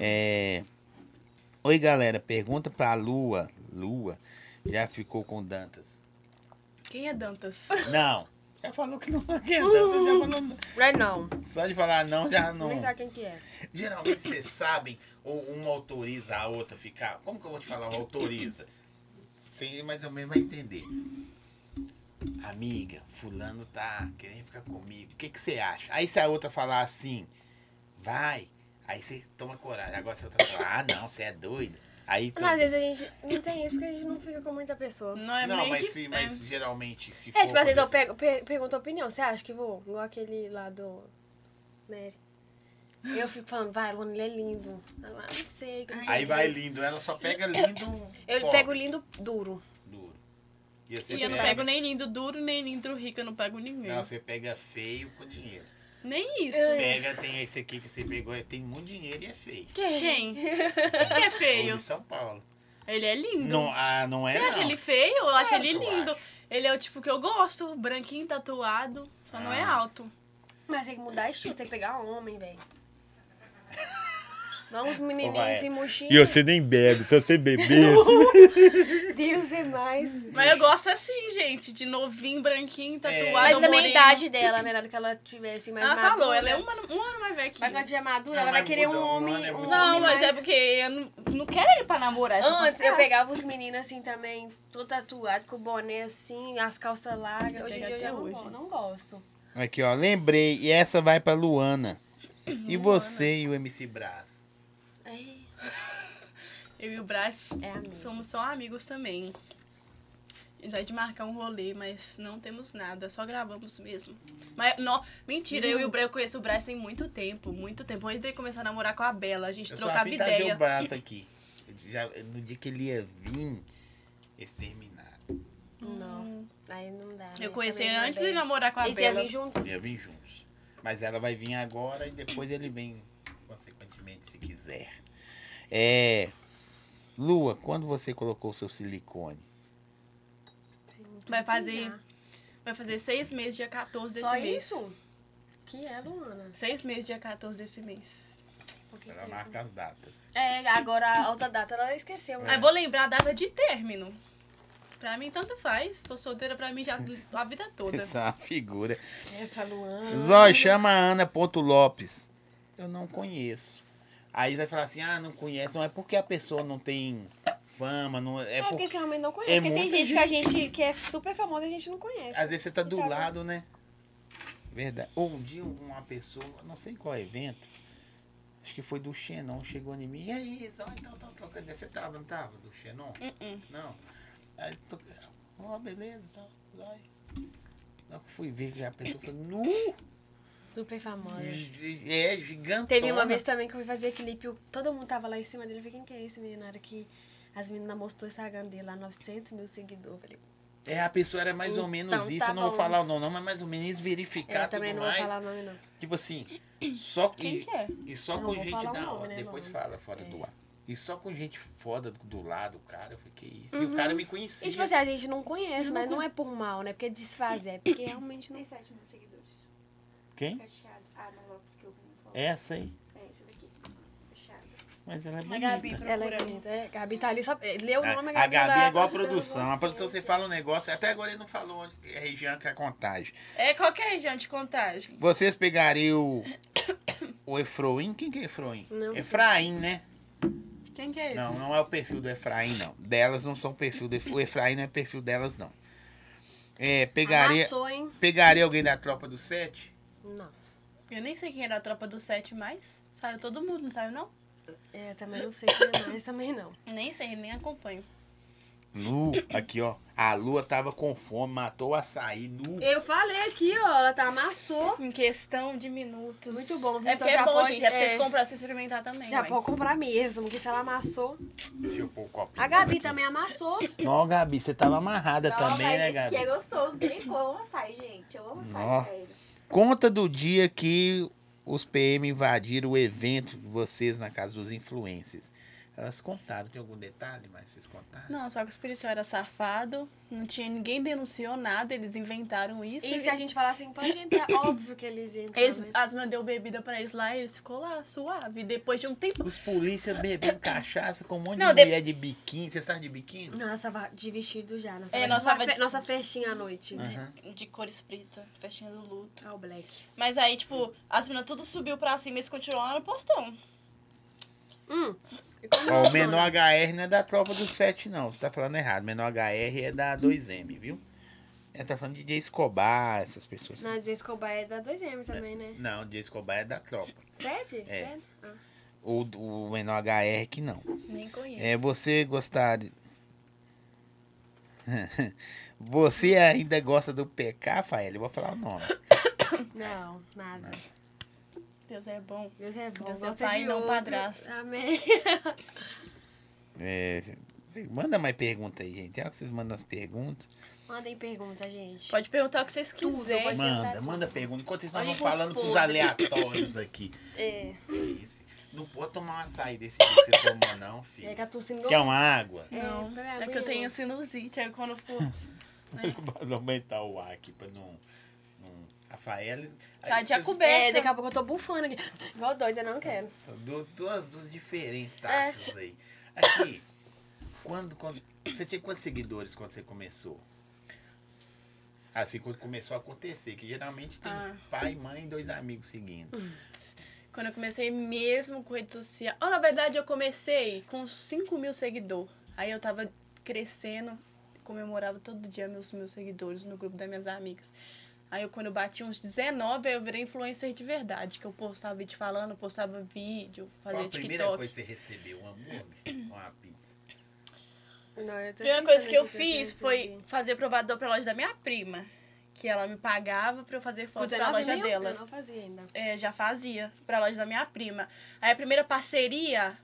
É, Oi, galera, pergunta pra Lua. Lua já ficou com Dantas? Quem é Dantas? Não. Já falou que não quer Dantas, já falou. não. Não é não. Só de falar não, já não. Vamos ver quem que é. Geralmente vocês sabem, ou uma autoriza a outra ficar. Como que eu vou te falar? Uma autoriza. Você mais ou menos vai entender. Amiga, fulano tá querendo ficar comigo. O que, que você acha? Aí se a outra falar assim, vai, aí você toma coragem. Agora se a outra falar, ah não, você é doida. Aí Não, todo- às vezes a gente não tem isso porque a gente não fica com muita pessoa. Não é Não, meio mas, que... se, mas geralmente se for. É, tipo, às vezes eu acontecer- pego, per- pergunto a opinião. Você acha que vou? Igual aquele lá do Nery. Eu fico falando, vai, Luana, ele é lindo. Ela, "Ah, não sei. que não sei Aí o vai quê." lindo, ela só pega lindo. Eu pobre, pego lindo duro. duro. E você E eu não pega- pego nem lindo duro, nem lindo rico, eu não pego ninguém. Não, você pega feio com dinheiro. Nem isso. É. Pega, tem esse aqui que você pegou, tem muito dinheiro e é feio. Quem? Quem é Ou feio? de São Paulo. Ele é lindo. Não, ah, não é Você acha não. ele feio? Eu acho Claro ele que eu lindo. acho. Ele é o tipo que eu gosto, branquinho, tatuado, só não é Ah. alto. Mas tem que mudar estilo, tem que pegar homem, velho. Não os Ô, vai. menininhos e é mochinhos. E você nem bebe, se você beber. Deus é mais. Mas eu gosto assim, gente, de novinho, branquinho, É. tatuado, Mas também a moreno. idade dela, né? Nada que ela tivesse mais Ela madura. falou, ela é um ano, um ano mais velha que Mas quando eu. ela é madura, Não, ela vai mas querer um muda, um homem. ano é um muito Não, homem mas mais é porque eu não, não quero ele pra namorar. é só pra Antes eu ficar. pegava os meninos assim também, todo tatuado, com o boné assim, as calças largas. Você Hoje em pega dia eu já até não, hoje. go- não gosto. Aqui, ó, lembrei. E essa vai pra Luana. Uhum. E você e o MC Brás? Ai, Eu e o Brás É amigo. somos só amigos também. A gente vai de marcar um rolê, mas não temos nada, só gravamos mesmo. Mas, não, mentira, eu e o Brás, eu conheço o Brás tem muito tempo, muito tempo. Antes dele começar a namorar com a Bela, a gente Eu só trocava vim trazer ideia. o braço aqui. Eu Já, no dia que ele ia vir, eles terminaram. Não. Aí não dá. né? Eu conheci Também ele não é antes de bem. namorar com a Eles iam Bela. vir juntos. Ia vir juntos. Mas ela vai vir agora e depois ele vem, consequentemente, se quiser. É. Lua, quando você colocou seu silicone? Vai fazer, Já. vai fazer seis meses, dia 14 desse né? Só mês. isso? Que é, Luana? Seis meses, dia 14 desse mês. Porque Ela tem- marca as datas. É, agora a outra data ela esqueceu. né? Aí vou lembrar a data de término. Pra mim, tanto faz. Sou solteira pra mim já a vida toda. Essa é uma figura. Essa Luana. Zói, chama a Ana Ponto Lopes. Eu não conheço. Aí vai falar assim, ah, não conhece. Não é porque a pessoa não tem fama, não é, É porque porque... esse realmente não conhece. é porque tem muita gente, que a gente que é super famosa e a gente não conhece. Às vezes você tá do Tá, tá. lado, né? Verdade. Ou um dia uma pessoa, não sei qual evento, acho que foi do Xenon, chegou em mim. E aí, Zói, então, tal, tal, tal. Cadê? Você tava, não tava? Do Xenon? Não. Aí, tô... ó, beleza, tal, Zói. Na hora que eu fui ver que a pessoa foi nu, Super famosa. gi- é gigantona. Teve uma vez também que eu fui fazer clipe, eu- todo mundo tava lá em cima dele. Eu falei, quem que é esse menino? Na hora que as meninas mostrou o Instagram dele lá, 900 mil seguidores. Eu falei, É, a pessoa era mais ou menos Então, isso. tá eu não vou bom. falar o nome, não, mas mais ou menos "É, eu verificar também tudo não mais. vou falar o nome, não. Tipo assim, só Quem que. que é? E só Eu não com vou gente falar o da nome, hora. né, Depois mano? fala fora do ar. E só com gente foda do, do lado, cara. Eu falei, que isso. E o cara me conhecia. E tipo assim, a gente não conhece, mas não é por mal, né? Porque desfazer, é porque realmente não. Tem 7 mil seguidores. Quem? Cacheado. Ah, não, Lopes, que eu vi. não falei. Essa aí. É esse daqui. Cacheado. Mas ela é A Gabi bonita. Ela é procurando. bonita, é. Gabi tá ali só. é, Lê o A- nome, a Gabi lá- é igual a pelo produção. A negocinho, produção, você assim. fala um negócio. Até agora ele não falou onde é a região que é a contagem. É qualquer região de contagem. Vocês pegariam o, o Efroim? Quem que é Efroim? Não sei. Efraim, né? Quem que é esse? Não, não é o perfil do Efraim, não. Delas não são perfil do Efraim. O Efraim não é perfil delas, não. É, pegaria, Amassou, hein? pegaria alguém da tropa do sete? Não. Eu nem sei quem era a tropa do 7 mais. Saiu todo mundo, não saiu não? É, eu também não sei quem é mais, também não. Nem sei, nem acompanho. Nu, aqui, ó. A lua tava com fome, matou o açaí. Nu. Eu falei aqui, ó, ela tá amassou. Em questão de minutos. Muito bom, É Vitor, porque é já bom, pode- gente. É pra vocês é. comprar, vocês experimentar também. Já uai. pode comprar mesmo, que se ela amassou. Deixa eu pôr o copinho. A dela Gabi aqui. também amassou. Não, Gabi, você tava amarrada Não, também, mas né, esse aqui Gabi? é gostoso. Grego, eu amo açaí, gente. Eu amo Nó. açaí, sério. Conta do dia que os PM invadiram o evento de vocês na casa dos influencers. Elas contaram, tem algum detalhe, mas vocês contaram? Não, só que os policiais eram safados, não tinha ninguém denunciou nada, eles inventaram isso. E se a gente falar assim, pode entrar, óbvio que eles entram. Eles, mas- as mandou bebida pra eles lá e eles ficou lá, suave. Depois de um tempo. Os polícias bebendo cachaça com um monte Não, de de- mulher de biquíni. Vocês estavam de biquíni? Não, ela tava de vestido já. Nossa, É, é, nós nossa, tava de- nossa festinha à noite. Aham. De cores preta, festinha do luto. Ah, o Black. Mas aí, tipo, as meninas tudo subiu pra cima e eles continuaram lá no portão. Hum. Ó, o menor HR não é da tropa do 7, não. Você tá falando errado. O menor HR é da 2M, viu? Ela tá falando de DJ Escobar, essas pessoas. né, Na Jay Escobar é da 2M também, né? Não, o DJ Escobar é da tropa. Sede? É. Sede? Ah. O, o menor HR que não. Nem conheço. É, você gostaria. Você ainda gosta do PK, Fael? Eu vou falar o nome. Não, nada. Deus é bom. Deus é bom. Deus é gosta pai, de não outro. padrasto. Amém. É, manda mais pergunta aí, gente. É o que vocês mandam as perguntas. Mandem pergunta, gente. Pode perguntar o que vocês Tudo, quiserem. pode- Manda, manda pergunta. Enquanto vocês Olha estão pros falando pros podres. aleatórios aqui. É. Que isso, filho. Não pode tomar uma açaí desse jeito que você tomou, não, É filho. que a tosse não... Quer um? uma água? Não, pera, é, que aguinha, eu tenho sinusite. Aí quando eu fico. Pra aumentar o ar aqui, pra não. não... Rafael. Tá aí de vocês- acubé. É, daqui a pouco eu tô bufando aqui. Igual doida, não quero. tá Du- Duas, duas É. diferentes taças aí. Aqui, quando, quando. Você tinha quantos seguidores quando você começou? Assim, quando começou a acontecer, que geralmente tem Ah. Hum. pai, mãe e dois amigos seguindo. Quando eu comecei mesmo com rede social. Ah, na verdade, eu comecei com 5 mil seguidores. Aí eu tava crescendo, comemorava todo dia meus, meus seguidores no grupo das minhas amigas. Aí eu, quando eu bati uns 19, aí eu virei influencer de verdade, que eu postava vídeo falando, postava vídeo, Qual fazia a primeira TikTok. coisa que você recebeu? Um hambúrguer? Uma pizza? Não, eu A É. primeira coisa que eu fiz foi fazer provador pra loja da minha prima, que ela me pagava pra eu fazer Com foto pra 19 loja mil? dela. Eu não fazia ainda. É, já fazia pra loja da minha prima. Aí a primeira parceria,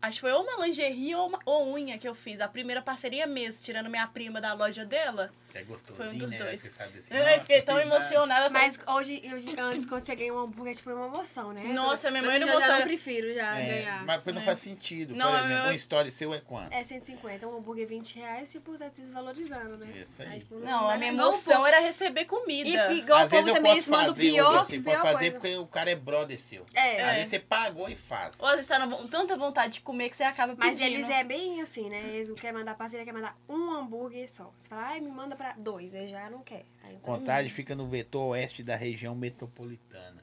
acho que foi ou uma lingerie ou, uma, ou unha que eu fiz. A primeira parceria mesmo, tirando minha prima da loja dela. Que é Foi um gostosinho, dos né? dois. Você sabe assim, eu nossa, fiquei tão fiz nada. emocionada. Mas Mas hoje, hoje, antes, quando você ganha um hambúrguer, é tipo uma emoção, né? Nossa, minha mãe Eu não já- já gostava- não prefiro já É, ganhar. mas porque não É. faz sentido. Não, Por eu- exemplo, uma história seu é quanto? É 150, um hambúrguer 20 reais, tipo, tá desvalorizando, né? Isso aí. tipo, Não, a minha igual o emoção é povo. era receber E comida. igual o Às vezes povo eu também, posso eles mandam o fazer, pior, outro assim, pode pior fazer coisa. porque o cara é brother seu. É. Às vezes você pagou e faz. Ou você tá na von- tanta vontade de comer que você acaba pedindo. Mas eles é bem assim, né? Eles não querem mandar parceria, quer mandar um hambúrguer só. Você fala, ai, me manda pra dois, eles já não quer. Aí, então, hum. Contagem fica no vetor oeste da região metropolitana.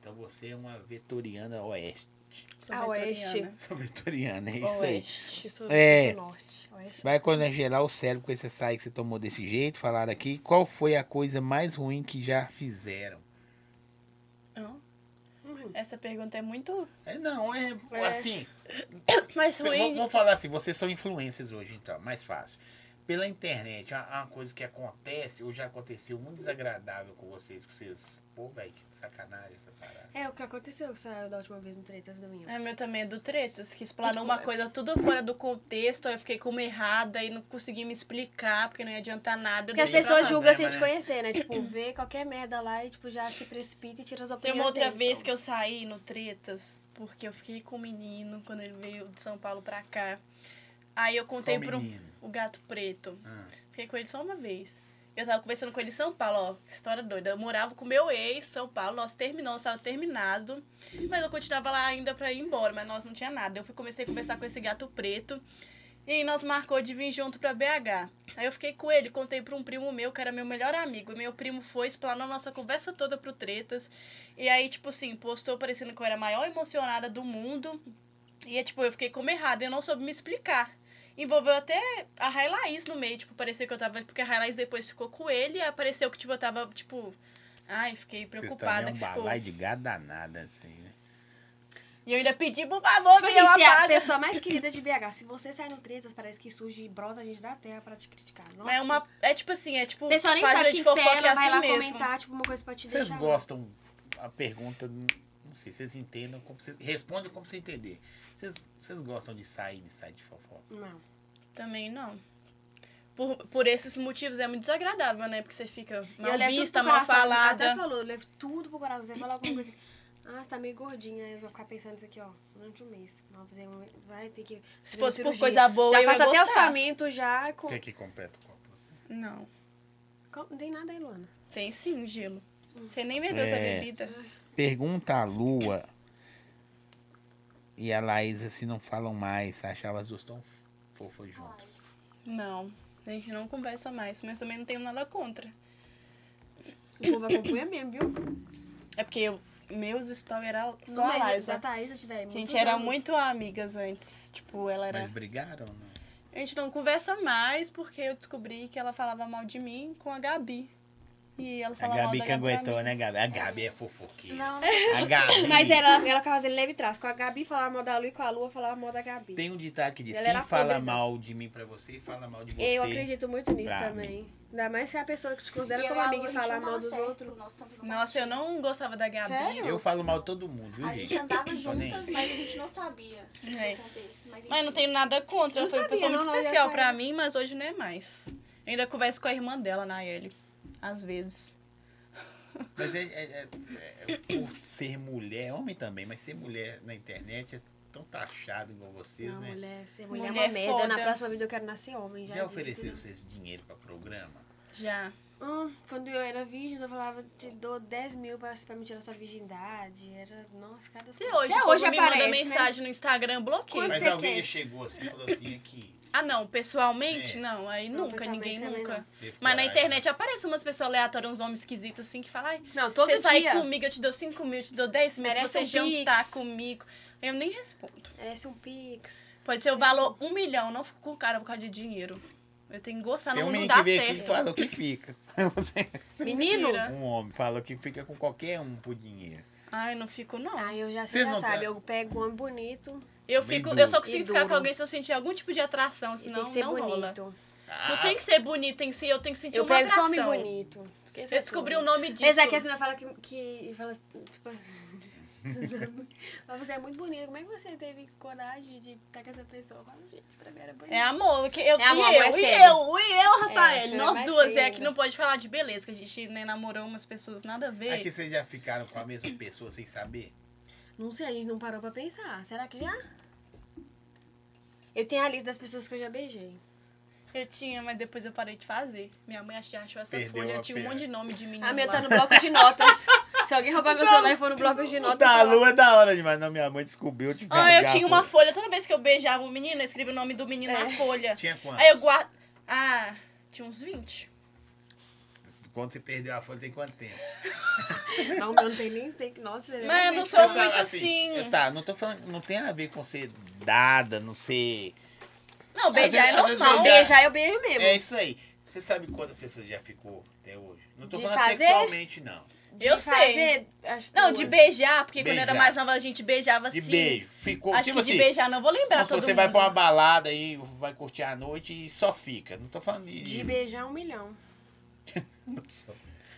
Então você é uma vetoriana oeste. Sou a oeste. vegetariana. Sou vetoriana, é isso aí. Oeste. eu sou É. do norte. oeste. Vai congelar o cérebro com esse açaí que você tomou desse jeito. Falaram aqui. Qual foi a coisa mais ruim que já fizeram? Não, Uhum. Essa pergunta é muito É, não, é, É. assim. mais Vamos- ruim. Vamos falar assim, vocês são influencers hoje, então, mais fácil. Pela internet, há há uma coisa que acontece, ou já aconteceu muito desagradável com vocês, que vocês. Pô, velho, que sacanagem essa parada. É o que aconteceu que saiu da última vez no Tretas do Minho. É, meu também é do Tretas, que explanou Desculpa. uma coisa tudo fora do contexto, aí eu fiquei como errada e não consegui me explicar, porque não ia adiantar nada. Porque as Daí- Tem pessoas problema, julgam sem te né? conhecer, né? Tipo, vê qualquer merda lá e, tipo, já se precipita e tira as Tem opiniões uma outra dele. vez que eu saí no Tretas, porque eu fiquei com o menino quando ele veio de São Paulo pra cá. Aí eu contei Qual pro menino? o gato preto. Ah. Fiquei com ele só uma vez. Eu tava conversando com ele em São Paulo, ó, que história doida. Eu morava com meu ex, São Paulo, nós terminamos, tava terminado. Mas eu continuava lá ainda pra ir embora, mas nós não tinha nada. Eu fui, comecei a conversar com esse gato preto. E aí nós marcou de vir junto pra BH. Aí eu fiquei com ele, contei pra um primo meu, que era meu melhor amigo. E meu primo foi, explanou a nossa conversa toda pro Tretas. E aí, tipo assim, postou parecendo que eu era a maior emocionada do mundo. E é tipo, eu fiquei como errada, eu não soube me explicar. Envolveu até a Railaís no meio, tipo, parecia que eu tava. Porque a Railaís depois ficou com ele e apareceu que, tipo, eu tava, tipo. Ai, fiquei Vocês preocupada. também é um que ficou... balai de gado danada, assim, né? E eu ainda pedi, por favor, Tipo me assim, se é a apaga. pessoa mais querida de BH, se você sai no Tretas, parece que surge e brota a gente da terra pra te criticar. Nossa. Mas é uma. É tipo assim, é tipo. O pessoal nem página assim sabe quem você é, ela vai lá mesmo. comentar, tipo, uma coisa pra te Vocês deixar. gostam a pergunta, não sei, vocês entendam como vocês. Respondem como você entender. Vocês, vocês gostam de sair de site de fofoca? Não. Também não. Por, por esses motivos é muito desagradável, né? Porque você fica eu mal levo tudo vista, pro mal coração, ela falada. Até falou, eu levo tudo pro coração. Você fala alguma coisa assim. Ah, você tá meio gordinha. Eu vou ficar pensando isso aqui, ó, durante um mês. Não, fazer um... Vai ter que. fazer uma fosse por cirurgia. coisa boa, já eu ia faço até gostar. orçamento já. Com... O que é que completa o copo? assim? Não. Com- Não tem nada aí, Luana. Tem sim o gelo. Você nem bebeu essa É. bebida. Pergunta a Lua e a Laísa se não falam mais. Achava as duas tão fofas juntas. Não. A gente não conversa mais, mas também não tenho nada contra. O povo acompanha mesmo, viu? É porque eu- meus stories era só Não, a mas Liza. Da Thaís, eu tiver A muitos gente era anos. muito amigas antes. Tipo, ela era. Mas brigaram ou não? A gente não conversa mais porque eu descobri que ela falava mal de mim com a Gabi. E ela A falava Gabi mal da Gabi pra canguetou, mim. né, Gabi? A Gabi é fofoqueira. Não. A Gabi. Mas ela, ela ficava fazendo leve traço. Com a Gabi falava mal da Lu e com a Lua falava mal da Gabi. Tem um ditado que diz: Ela quem era fala podre, né? mal de mim pra você, fala mal de você. Eu acredito muito nisso pra também. Ainda mais se é a pessoa que te considera Eu e como a amiga e Lu, um a gente fala andava mal dos certo, outros. nós sempre não Nossa, eu não gostava da Gabi. Sério? Eu falo mal de todo mundo, viu, A gente andava Tô nem juntas, aí. mas a gente não sabia É. o contexto. Mas, Mas não enfim. tenho nada contra. Ela Não foi uma sabia, pessoa muito não, não, já especial saiu. pra mim, mas hoje não é mais. Eu ainda converso com a irmã dela, Nayeli. Às vezes. Mas é, é- é- é por ser mulher, é homem também, mas ser mulher na internet é tão taxado igual vocês, Não, né? mulher, ser mulher, é Mulher uma merda. foda. Na próxima vida eu quero nascer homem. Já, Já disse ofereceram tudo. vocês dinheiro pra programa? Já. Hum, quando eu era virgem, eu falava, te dou 10 mil pra, pra me tirar sua virgindade. Era, nossa, cada Até hoje, Até o povo hoje me aparece, manda né? mensagem no Instagram, eu bloqueio. Quando Mas você alguém quer? chegou assim e falou assim aqui. Ah, não, pessoalmente, É. não. Aí Não, nunca, ninguém pessoalmente é também nunca. Teve Mas na coragem, internet aparecem umas pessoas aleatórias, uns homens esquisitos assim, que falam, ai, Não, todo você sai dia. comigo, eu te dou 5 mil, eu te dou 10 mil, se Merece você um jantar pix. comigo. Eu nem respondo. Merece um pix. Pode ser o valor um milhão, não fico com o cara por causa de dinheiro. Eu tenho que gostar, Tem não, não um menino dá que veio aqui e certo. falou que fica. Menino? Mentira. Um homem falou que fica com qualquer um por dinheiro. Ai, não fico, não. Ah, eu já, Vocês você já não sabe, tá- eu pego um homem bonito Eu Bem fico, duro. eu só consigo E ficar com duro. alguém se eu sentir algum tipo de atração, e senão tem que ser não rola. bonito. Não tem que ser bonito, tem que ser, eu tenho que sentir Eu uma pego só atração. homem bonito. Esqueci Eu descobri o nome disso. Mas aqui as meninas falam que. que fala, assim, tipo, mas você é muito bonita. Como é que você teve coragem de estar com essa pessoa? Eu falo, gente, pra mim era bonito. É amor, que eu, É amor, e eu, é e sério. eu, e eu, É, Rafael. isso é Nós mais duas, é sério. que não pode falar de beleza, que a gente né, namorou umas pessoas nada a ver. Ah, Aqui vocês já ficaram com a mesma pessoa sem saber? Não sei, a gente não parou pra pensar. Será que já? Eu tenho a lista das pessoas que eu já beijei. Eu tinha, mas depois eu parei de fazer. Minha mãe achou, achou essa Perdeu folha, a tinha um pena. monte de nome de menino A minha lá. tá no bloco de notas. Se alguém roubar meu celular e for no bloco de O notas. da eu falo, lua é da hora demais. Não, minha mãe descobriu. eu tive um que Ah, eu rasgar a tinha uma folha. folha, toda vez que eu beijava o menino, eu escrevia o nome do menino É. na folha. Tinha quantos? Aí eu guardo... Ah, tinha uns 20. Quando você perdeu a folha, tem quanto tempo? Não, meu não tem nem. Tem, nossa, ele é Mas eu não realmente- sou Sabe, muito assim... eu- Tá, não tô falando. Não tem a ver com ser dada, não ser. Não, beijar é Às vezes- às vezes normal. beijar- Beijar eu beijo mesmo. É isso aí. Você sabe quantas pessoas já ficou até hoje? Não tô De falando fazer? sexualmente, não. De Eu sei. fazer as Não, de duas. beijar, porque quando eu era Beijar. mais nova a gente beijava De assim. beijo. Ficou. Acho tipo que assim. de beijar não vou lembrar vamos supor, todo você mundo. vai pra uma balada aí, vai curtir a noite e só fica. Não tô falando de. De beijar um milhão. Nossa.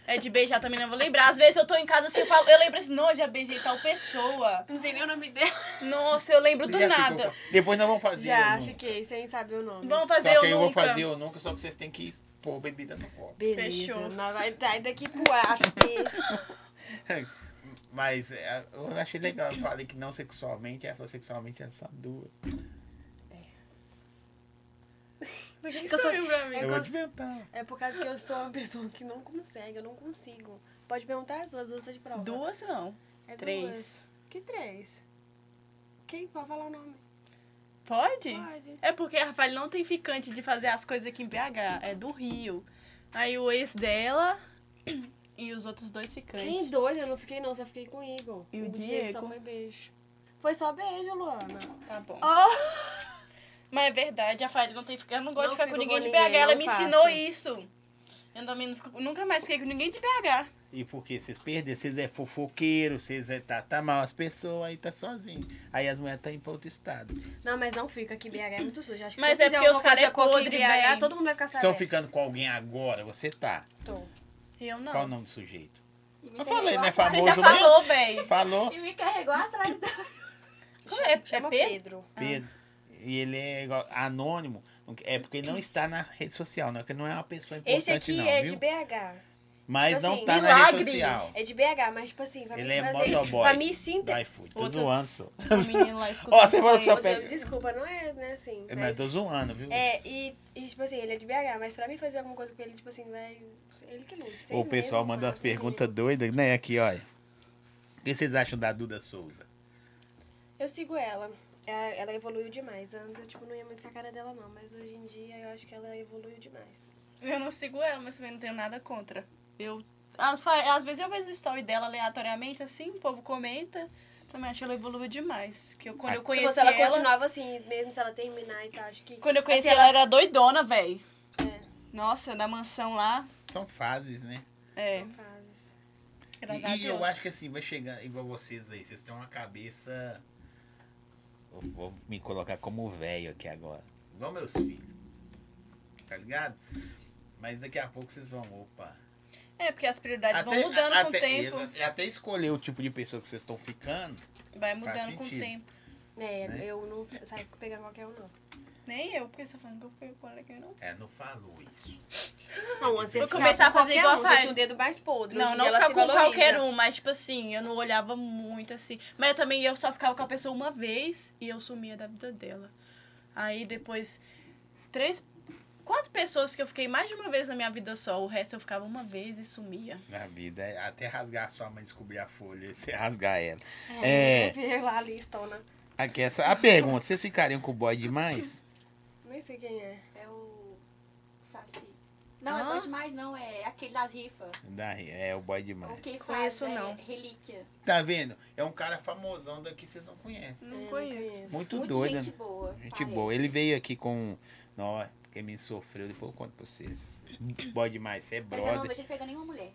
É de beijar também não vou lembrar. Às vezes eu tô em casa assim, eu, falo, eu lembro assim, não, eu já beijei tal pessoa. Não sei nem o nome dela. Nossa, eu lembro do Já ficou nada. com- Depois nós vamos fazer. Já, eu nunca. fiquei sem saber o nome. Vamos Só fazer que eu aí eu vou nunca. fazer o nunca, só que vocês têm que pôr bebida no copo. Beleza. Fechou. Nós vai vai daqui pro after. Mas é, eu achei legal, eu falei que não sexualmente, ela falou sexualmente é só duas. Porque eu sou- Eu, é, vou por- inventar. é por causa que eu sou uma pessoa que não consegue, eu não consigo. Pode perguntar as duas, duas tá de prova. Duas não. É Três. duas. Que três? Quem pode falar o nome? Pode? Pode. É porque a Rafael não tem ficante de fazer as coisas aqui em BH. É do Rio. Aí o ex dela e os outros dois Quem ficantes. doido? Eu não fiquei não, só fiquei com o Igor. E o só Diego? foi beijo. Foi só beijo, Luana. Tá bom. Oh! Mas é verdade, a Rafael não tem ficante. Eu não gosto Não de ficar com fico ninguém com de BH. ninguém, Ela não me faço. ensinou isso. Eu também não fico- nunca mais fiquei com ninguém de BH. E por quê? Vocês perderam, vocês é fofoqueiro, vocês é tá, tá mal as pessoas, aí tá sozinho. Aí as mulheres tá indo pra outro estado. Não, mas não fica aqui, BH é muito sujo. Acho que Mas se eu é fizer porque os alguma cara é coisa com aqui em podre, BH, véi. todo mundo vai ficar Vocês é. estão sabendo. ficando com alguém agora, você tá. Tô. Eu não. Qual o nome do sujeito? E me Eu falei, carregou né? atrás- Você Famoso, já né? falou, véi. Falou, E me carregou atrás da... Como é? É Chama Pedro? Pedro. Pedro. E ele é igual- né? anônimo. É porque ele não está na rede social, não. é Que não é uma pessoa importante, Esse aqui não, é viu? de BH. Mas Tipo não assim, tá na milagre. rede social. É de BH, mas tipo assim, pra Ele mim é trazer- motoboy. Pra mim sim. Do iFood. Tô Outro- zoando, só. O menino lá escutando. Ó, você falou que eu. só Você- pega. Desculpa, não é, né, assim. Mas eu tô zoando, viu? É, e, e, tipo assim, ele é de BH, mas pra mim fazer alguma coisa com ele, tipo assim, vai. Ele que lute. seis O pessoal meses, manda umas quatro. perguntas doidas, né? Aqui, olha. O que vocês acham da Duda Souza? Eu sigo ela. É, Ela evoluiu demais. Antes eu, tipo, não ia muito com a cara dela, não. Mas hoje em dia eu acho que ela evoluiu demais. Eu não sigo ela, mas também não tenho nada contra. Eu. Às, fa- às vezes eu vejo o story dela aleatoriamente, assim, o povo comenta. Também acho que ela evoluiu demais. Que eu, Ah. quando eu Porque conheci Tipo, se ela. ela, continuava assim, mesmo se ela terminar e tal, acho que. Quando eu conheci assim, ela, era doidona, véi. Nossa, na mansão lá. São fases, né? É, Fases. graças a E, e eu Deus. acho que assim, vai chegar igual vocês aí. Vocês têm uma cabeça. Vou, vou me colocar como velho aqui agora. Igual meus filhos. Tá ligado? Mas daqui a pouco vocês vão. Opa. É, porque as prioridades vão mudando com o tempo. exa- é até escolher o tipo de pessoa que vocês estão ficando. Vai mudando com o sentido. tempo. É, Né? eu não saio pegando qualquer um, não. Nem eu, porque você tá falando que eu fui fora daqui, não. É, não falou isso. Não, antes eu Vou começar a fazer igual a um, Você Fai. tinha o dedo mais podre. Não, hoje em não dia ela ficava se com valoriza. qualquer um, mas tipo assim, eu não olhava muito assim. Mas eu também eu só ficava com a pessoa uma vez e eu sumia da vida dela. Aí depois, três, quatro pessoas que eu fiquei mais de uma vez na minha vida só, o resto eu ficava uma vez e sumia. Na vida, é até rasgar a sua mãe descobrir a folha, você rasgar ela. É, É. Eu vi lá a listona. aqui essa. A pergunta, vocês ficariam com o boy demais? Nem sei quem é. É o. Saci. Não, Hã? é bom demais, não. É aquele das rifas. Da- É, o boy O demais. que faz? Conheço, é não. Relíquia. Tá vendo? É um cara famosão daqui, vocês não conhecem. Não É, conheço. Muito Muito doido, né? gente boa. Gente parece. boa. Ele veio aqui com. Nó, que me sofreu, depois eu conto pra vocês. Boy demais, você é Mas eu não brother. vejo ele pegando nenhuma mulher.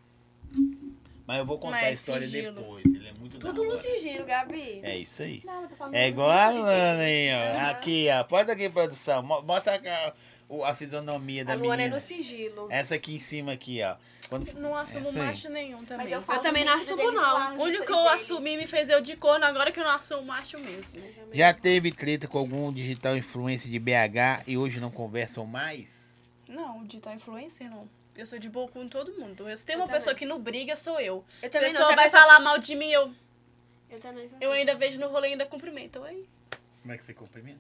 Mas eu vou contar a Mas história sigilo. depois. Ele é muito da Tudo no hora. sigilo, Gabi. É isso aí. Não, eu tô falando. É muito igual a desse Lana aí, ó. Aham. Aqui, ó. Pode aqui, produção. Mo- Mostra a, o- a fisionomia da a Luana é menina. no sigilo. Essa aqui em cima, aqui, ó. Quando... Não assumo Essa aí. macho nenhum também. Mas eu, falo também do não sentido assumo, deles não. lá nos o único que eu stories dele. assumi me fez eu de corno, agora que eu não assumo macho mesmo. Já teve treta com algum digital influencer de BH e hoje não conversam mais? Não, de tal influencer não. Eu sou de boa com todo mundo. Eu- Se tem Eu uma também. pessoa que não briga, sou eu. Eu A também não, pessoa se a vai pessoa- falar mal de mim, eu Eu também sou Eu assim. ainda vejo no rolê e ainda cumprimento. Oi. Como é que você cumprimenta?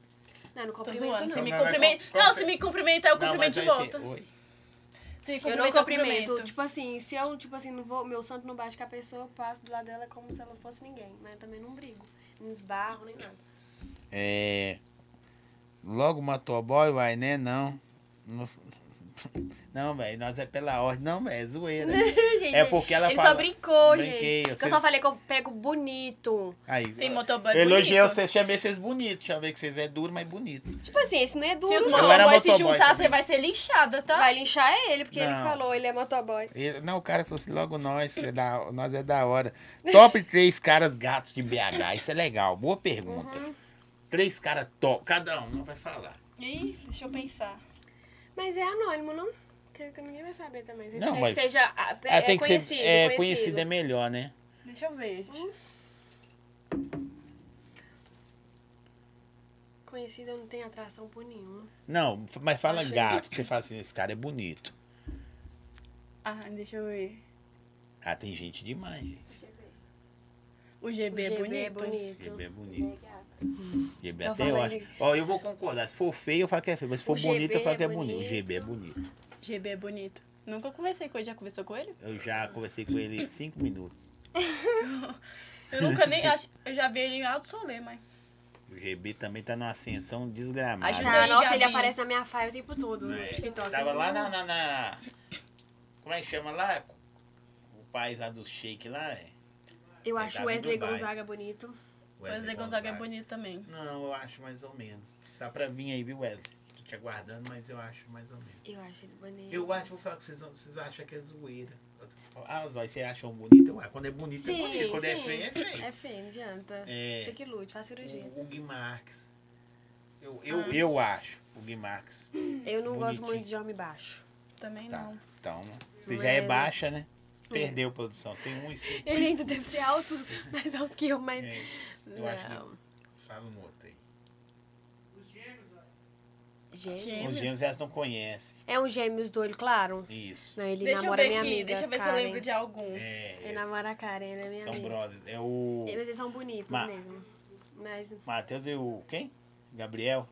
Não, não Tô cumprimento, zoando. não. Se me Não, mas cumprimenta. com- com- Não, se me cumprimentar, eu cumprimento de volta. Se me Oi. Eu não cumprimenta, eu cumprimento. cumprimento. Tipo assim, se eu, tipo assim, não vou, meu santo não bate com a pessoa, eu passo do lado dela como se ela não fosse ninguém. Mas eu também não brigo. Não esbarro, nem nada. É... Logo motoboy, vai, né? Não. Nos- Não, velho. Nós é pela ordem. Não, velho. É zoeira. Gente, é porque ela ele fala... só brincou, Brinquei, gente. Porque vocês- eu só falei que eu pego bonito. Aí, Tem ó. motoboy Eu Elogiei bonito. vocês, chamei vocês bonitos. Chamei que vocês é duro, mas bonito. Tipo assim, esse não é Se os duro, não. Eu era motoboys se motoboy juntar, também. você vai ser linchada, tá? Vai linchar ele, porque ele Não. falou, ele é motoboy. Ele- não, o cara falou assim, logo nós, é da, nós é da hora. Top três caras gatos de BH. Isso é legal, boa pergunta. Três caras top, cada um, não vai falar. Ih, deixa eu pensar. Mas é anônimo, não? Creio que ninguém vai saber também. Vocês Não, querem mas- Que seja, ah, é, Ah, tem que conhecido, ser é, conhecido. conhecido é melhor, né? Deixa eu ver. Conhecido eu não tenho atração por nenhum. Não, f- mas fala Achei. gato, que você fala assim, esse cara é bonito. Ah, deixa eu ver. Ah, tem gente demais, gente. O GB, é, bonito. é bonito. GB é bonito. GB Tô até eu falando acho. de- Ó, eu vou concordar. Se for feio, eu falo que é feio. Mas se for O bonito, GB eu falo que é é bonito. O bonito. GB é bonito. GB é bonito. Nunca conversei com ele. Já conversou com ele? Eu já conversei com ele cinco minutos. Eu nunca nem... ach- Eu já vi ele em alto solê, mas... O GB também tá numa ascensão desgramada. Ajuda Ah, aí, nossa, ele Gabi. aparece na minha faia o tempo todo no É, TikTok. Tava lá na, na, na- Como é que chama lá? O país lá do shake lá, é? Eu É, acho Gabi o Wesley Dubai. Gonzaga bonito. Wesley Gonzaga é bonito também. Não, eu acho mais ou menos. Tá pra vir aí, viu, Wesley? Tô te aguardando, mas eu acho mais ou menos. Eu acho ele bonito. Eu acho, vou falar com vocês, vocês vão achar que é zoeira. Ah, Zói, vocês acham bonito? Eu acho. Quando é bonito, é bonito. Quando é feio, é feio. É feio, não adianta. É. Você que lute, faz cirurgia. O, o Gui Marques. Eu, eu, eu acho o Gui Marques. Eu não gosto Bonitinho. muito de homem baixo. Também Tá, não. então. Você Não já é é, né? baixa, né? Perdeu, produção. Tem um e cinco. Ele ainda deve ser alto, mais alto que eu, mas... É, eu acho que não. Fala um outro aí. Gêmeos. Os gêmeos elas não conhecem. É um gêmeos do olho claro? Isso. Não, ele Deixa eu namora ver minha aqui, amiga. deixa eu ver se eu Karen. lembro de algum. É, Ele namora a Karen, ele é minha são amiga. brothers. É o Mas eles são bonitos Ma- mesmo. Mas Matheus e o quem? Gabriel.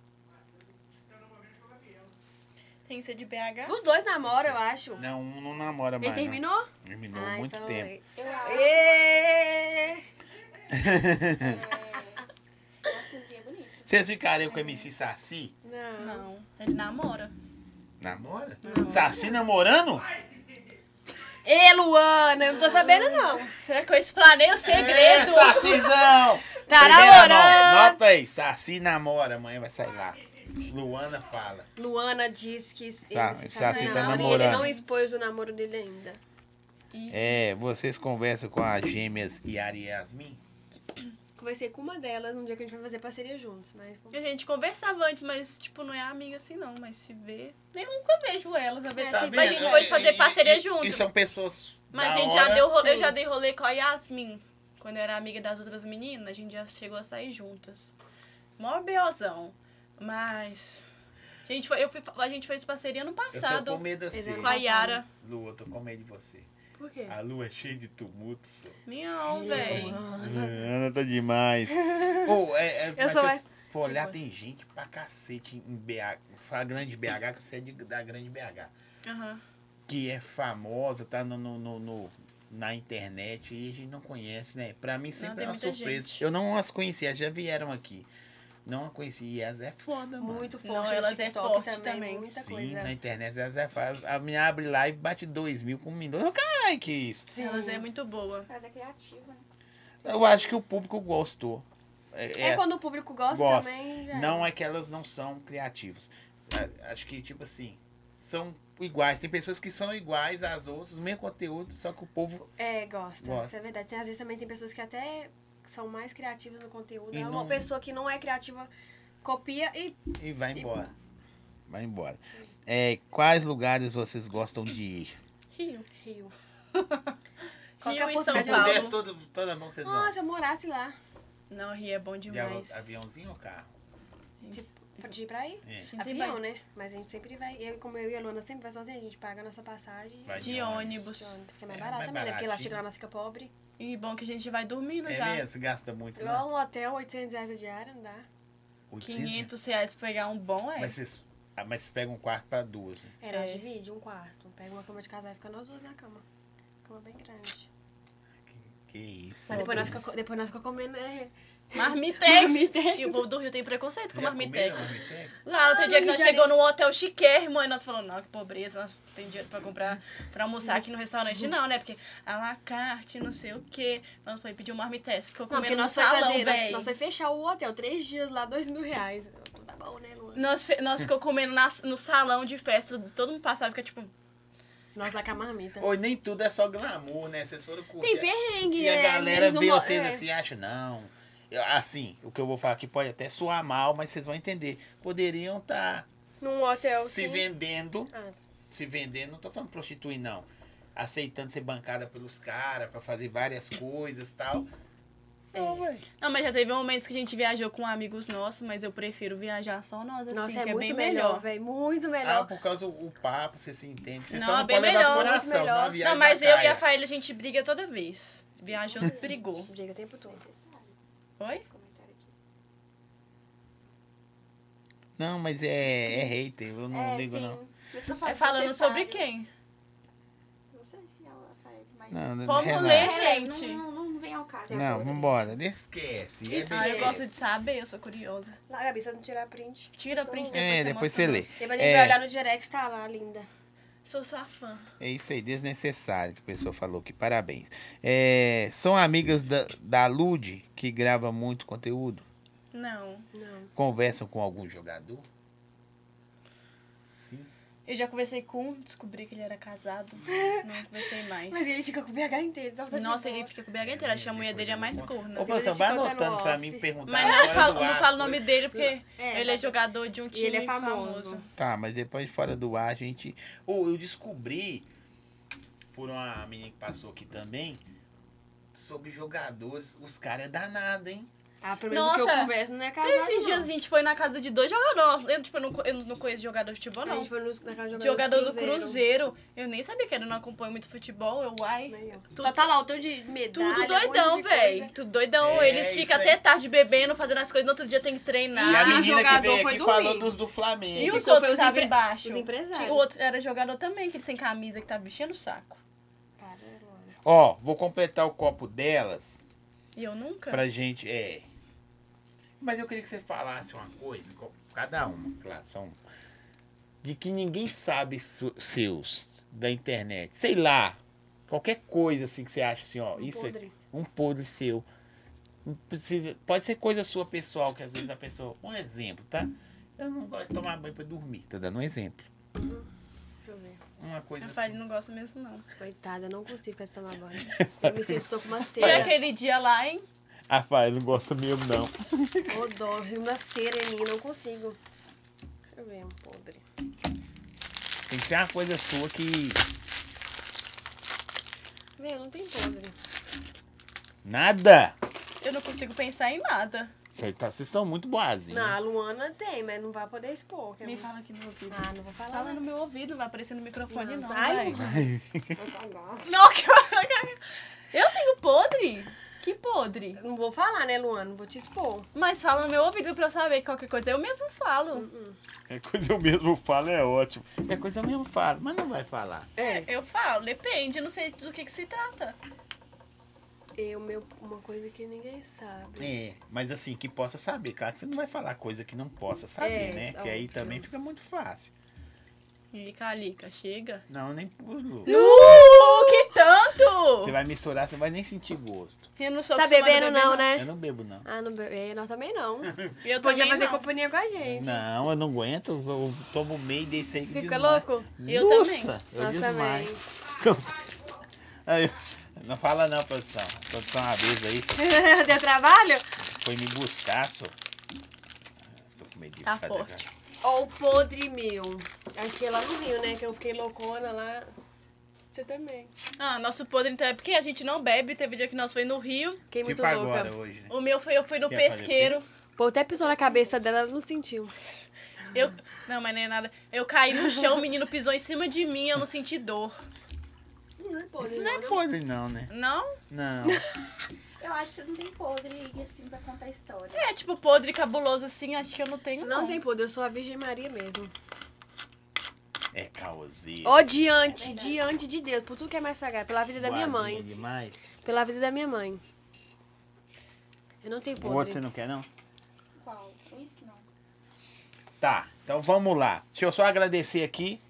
Tem que ser de BH? os dois namoram, eu acho. Não, um não namora mais. ele não. terminou? Terminou Ah, muito então- tempo. Ê! Uma cozinha é bonita. Vocês ficariam com o MC Saci? Não. Não, ele namora. Namora? Saci namorando? Ê, Luana, eu não tô sabendo, não. Será que eu explanei o É, segredo? Saci não! Tá Primeira namorando. mão, Nota aí, Saci namora, amanhã vai sair lá. Luana fala. Luana diz que ele Tá, se o Saci tá namora e namorando. Ele não expôs o namoro dele ainda. É, vocês conversam com as gêmeas Yara e Yasmin? Conversei com uma delas num dia que a gente vai fazer parceria juntos, mas. A gente conversava antes, mas, tipo, não é amiga assim, não. Mas se vê... Nem nunca vejo ela, na verdade. Tá É, mas a vendo? gente foi fazer E- parceria e- junto. E são pessoas. Mas da a gente hora. já deu rolê, eu Sim. já dei rolê com a Yasmin. Quando eu era amiga das outras meninas, a gente já chegou a sair juntas. Mó beozão. Mas. A gente, foi, eu fui, a gente fez parceria ano Eu tô passado com medo assim. com a Yara. Lu, eu tô com medo de você. Por quê? A lua é cheia de tumultos. Não, véi. Ana tá demais. Pô, é, é, mas sou se mais- você for olhar, tem gente pra cacete em BH. Fala grande BH, que você é de- da grande BH. Aham. Que é famosa, tá no, no- no- no- na internet e a gente não conhece, né? Pra mim sempre tem é uma muita surpresa. gente. Eu não as conhecia, elas já vieram aqui. Não a conheci. E elas é foda, mano. Muito forte. Não, no elas é TikTok forte também. Muita Sim, coisa. na internet elas é fácil. A minha abre lá e bate dois mil com um minuto. Caralho, que isso. Sim. Elas é muito boa. Mas é criativa, né? Eu acho que o público gostou. É, essa- quando o público gosta, Gosta. também. já Não é que elas não são criativas. A- Acho que, tipo assim, são iguais. Tem pessoas que são iguais às outras, o mesmo conteúdo, só que o povo. É, gosta. Gosta. Isso é verdade. Tem, às vezes também tem pessoas que até são mais criativas no conteúdo. E É Uma não- pessoa que não é criativa copia e. E vai embora. Vai embora. É, quais lugares vocês gostam de ir? Rio. Rio. Rio e São Se porcentagem- Paulo. pudesse, todo, toda mão vocês Ah, vão. se eu morasse lá. Não, Rio é bom De av- demais. aviãozinho ou carro? De ir pra aí. É, Gente, sempre Avião, vai. né? Mas a gente sempre vai. Eu, como eu e a Luana sempre vai sozinha, a gente paga a nossa passagem. vai De ônibus. De ônibus, que É, é mais barato mais também, né? Porque lá baratinho. chega lá, nós fica pobre. E bom que a gente vai dormindo É já. mesmo? Você gasta muito, né? Lá não? um hotel, 800 reais a diária, não dá. 800? 500 reais pra pegar um bom é. Mas vocês, ah, mas vocês pegam um quarto pra duas. né? É, nós É. divide um quarto. Pega uma cama de casal e fica nós duas na cama. Cama bem grande. Que, que isso. Mas depois nós fica, co- depois nós fica comendo, né? Marmitex. E o povo do Rio tem preconceito com Já comeram marmitex. marmitex? Lá, outro dia que nós Marmitex. chegou num hotel chiquérrimo, aí nós falamos, não, que pobreza, nós não tem dinheiro pra comprar, pra almoçar aqui no restaurante, não, né? Porque a la carte, não sei o quê. Nós foi pedir um marmitex, ficou Não, porque comendo no nós foi salão, fazer- nós- velho. Nós foi fechar o hotel, três dias lá, dois mil reais. Eu, Tá bom, né, Luana? Nós, fe- nós ficou comendo na- no salão de festa, todo mundo passava, fica tipo, Nós lá com a marmita. Ou nem tudo é só glamour, né? Vocês foram curtir. Tem perrengue, E a é, galera eles não vê mo- vocês é. assim, acha, não. Eu- Assim, o que eu vou falar aqui pode até soar mal, mas vocês vão entender. Poderiam estar Num hotel, se sim. vendendo, Ah, se vendendo, não tô falando prostituir, não. Aceitando ser bancada pelos caras pra fazer várias coisas e tal. Não, velho. Não, mas já teve momentos que a gente viajou com amigos nossos, mas eu prefiro viajar só nós, assim, Nossa, que é, muito bem melhor, velho. Muito Ah, melhor. por causa do papo, você se entende. Você É Não, só é não bem pode levar melhor, pro muito coração, melhor. senão a viagem Não, mas vai eu e a cair. Faíla, a gente briga toda vez. Viajando, brigou. Briga o tempo todo. Oi? Comentário aqui. Não, mas é, é hater, eu não é, ligo, sim. não. Por isso que Tá, eu falo É que falando vocês sobre sabem. é quem? Não sei, ela faz, mas... Não, Vamos relaxa. ler, É, gente. Não, não, não vem ao caso. é a Não, outra. vambora, esquece. é Ah, eu besteira. gosto de saber, eu sou curiosa. Lá, Gabi, se eu não tirar print. Tira a print É, depois depois mostra você lê. nós. Depois a gente É. vai olhar no direct, tá lá, linda. Sou sua fã. É isso aí, desnecessário que a pessoa falou que parabéns. É, são amigas da, da Lud que grava muito conteúdo? Não. Não. Conversam com algum jogador? Sim. Eu já conversei com um, descobri que ele era casado. Não conversei mais. Mas ele fica com o BH inteiro, só tá de Nossa, boa. ele fica com o BH inteiro. Acho que a mulher dele é mais corna. Ô, Depois professor, eu te vai conto no anotando pra off. mim perguntar. Mas não fora falo, do não ar falo o nome coisas. dele porque É, ele é tá. jogador de um time ele é famoso. famoso. Tá, mas depois fora do ar a gente. Ou eu descobri por uma menina que passou aqui também sobre jogadores. Os caras é danado, hein? Ah, pelo menos o que eu Nossa, converso não é casado, Esses não. dias a gente foi na casa de dois jogadores. Eu, tipo, eu não, co- eu não conheço jogador de futebol, A não. gente foi no, na casa do Jogador do Cruzeiro. Cruzeiro. Eu nem sabia que ele não acompanha muito futebol. Eu, uai. Nem eu. Tudo, Tá, tá lá o teu de medalha, tudo um doidão, monte de coisa. velho. Tudo doidão. É, Eles isso ficam aí. até tarde bebendo, fazendo as coisas. No outro dia tem que treinar. E a Ah, menina que jogador veio foi aqui dormir. falou dos do E Flamengo. os ficou- outros foi que os estavam empre- embaixo? os empresários. Tinha- O outro era jogador também, que ele sem camisa, que tava enchendo o saco. Cara, Luana. Ó, vou completar o copo delas E eu nunca. pra gente. É. Mas eu queria que você falasse uma coisa, co- cada uma, claro, são. De que ninguém sabe su- seus da internet. Sei lá. Qualquer coisa assim que você acha assim, ó. Um isso podre. é um podre seu. Não precisa- pode ser coisa sua pessoal, que às vezes a pessoa. Um exemplo, tá? Eu não gosto de tomar banho pra dormir. Tô dando um exemplo. Deixa eu ver. Uma coisa Meu pai assim. não gosta mesmo, não. Coitada, não consigo ficar de tomar banho. Eu me sinto que tô com uma E cera. aquele dia lá, hein? Rafael não gosta mesmo, não. Ô, dó, eu sinto uma cera em mim, não consigo. Deixa eu ver, um podre. Tem que ser uma coisa sua que. Vê, não tem podre. Nada! Eu não consigo pensar em nada. Vocês tá, vocês são muito boazinhos. Não, a Luana tem, mas não vai poder expor. que é Me muito- fala aqui no meu ouvido. Ah, não vou falar. Fala não. no meu ouvido, não vai aparecer no microfone, não. Não, ai, vai. Não, Não, que eu tenho podre? Que podre? Não vou falar, né, Luana? Não vou te expor. Mas fala no meu ouvido pra eu saber qualquer coisa. Eu mesmo falo. É coisa eu mesmo falo, é ótimo. É coisa eu mesmo falo, mas não vai falar. É. Eu falo, depende, eu não sei do que, que se trata. É, Eu, meu, uma coisa que ninguém sabe. É, mas assim, que possa saber. Claro que você não vai falar coisa que não possa saber, É, né? Que aí óbvio. também fica muito fácil. Ih, Calica, chega. Não, nem pus Lu. Uh, que Você tanto! vai misturar, você vai nem sentir gosto. Eu não sou Tá acostumada a bebendo, beber, não, né? Eu não bebo, não. Ah, não bebe. Nós também não. E Eu Podia também fazer não. companhia com a gente. Não, eu não aguento. Eu tomo meio desse aí que Fica desmaio. louco? Eu Nossa, eu Nós também. desmaio. Aí, não fala não, produção. Produção, uma vez aí, Deu trabalho? foi me buscar, só. Tô com medo de Tá fazer forte. cagada. Ou podre meu. Acho que é lá no Rio, né? Que eu fiquei loucona lá. Você também. Ah, nosso podre então é porque a gente não bebe. Teve dia que nós foi no Rio. Fiquei muito Tipo louca. agora, hoje, né? O meu foi, eu fui no Quer fazer pesqueiro. Pô, até pisou na cabeça dela, ela não sentiu. Eu. Não, mas não é nada. Eu caí no chão, o menino pisou em cima de mim, eu não senti dor. Não é podre, Isso não é podre, não, né? Não? Não. Eu acho que vocês não têm podre assim pra contar história. É tipo podre cabuloso assim, acho que eu não tenho. Não, Não tem podre, eu sou a Virgem Maria mesmo. É caosinha. Ó, diante, diante de Deus, por tudo que é mais sagrado, pela vida da minha Boazinha mãe. demais. Pela vida da minha mãe. Eu não tenho O outro podre. você não quer, não? Qual? Uísque não. Tá, então vamos lá. Deixa eu só agradecer aqui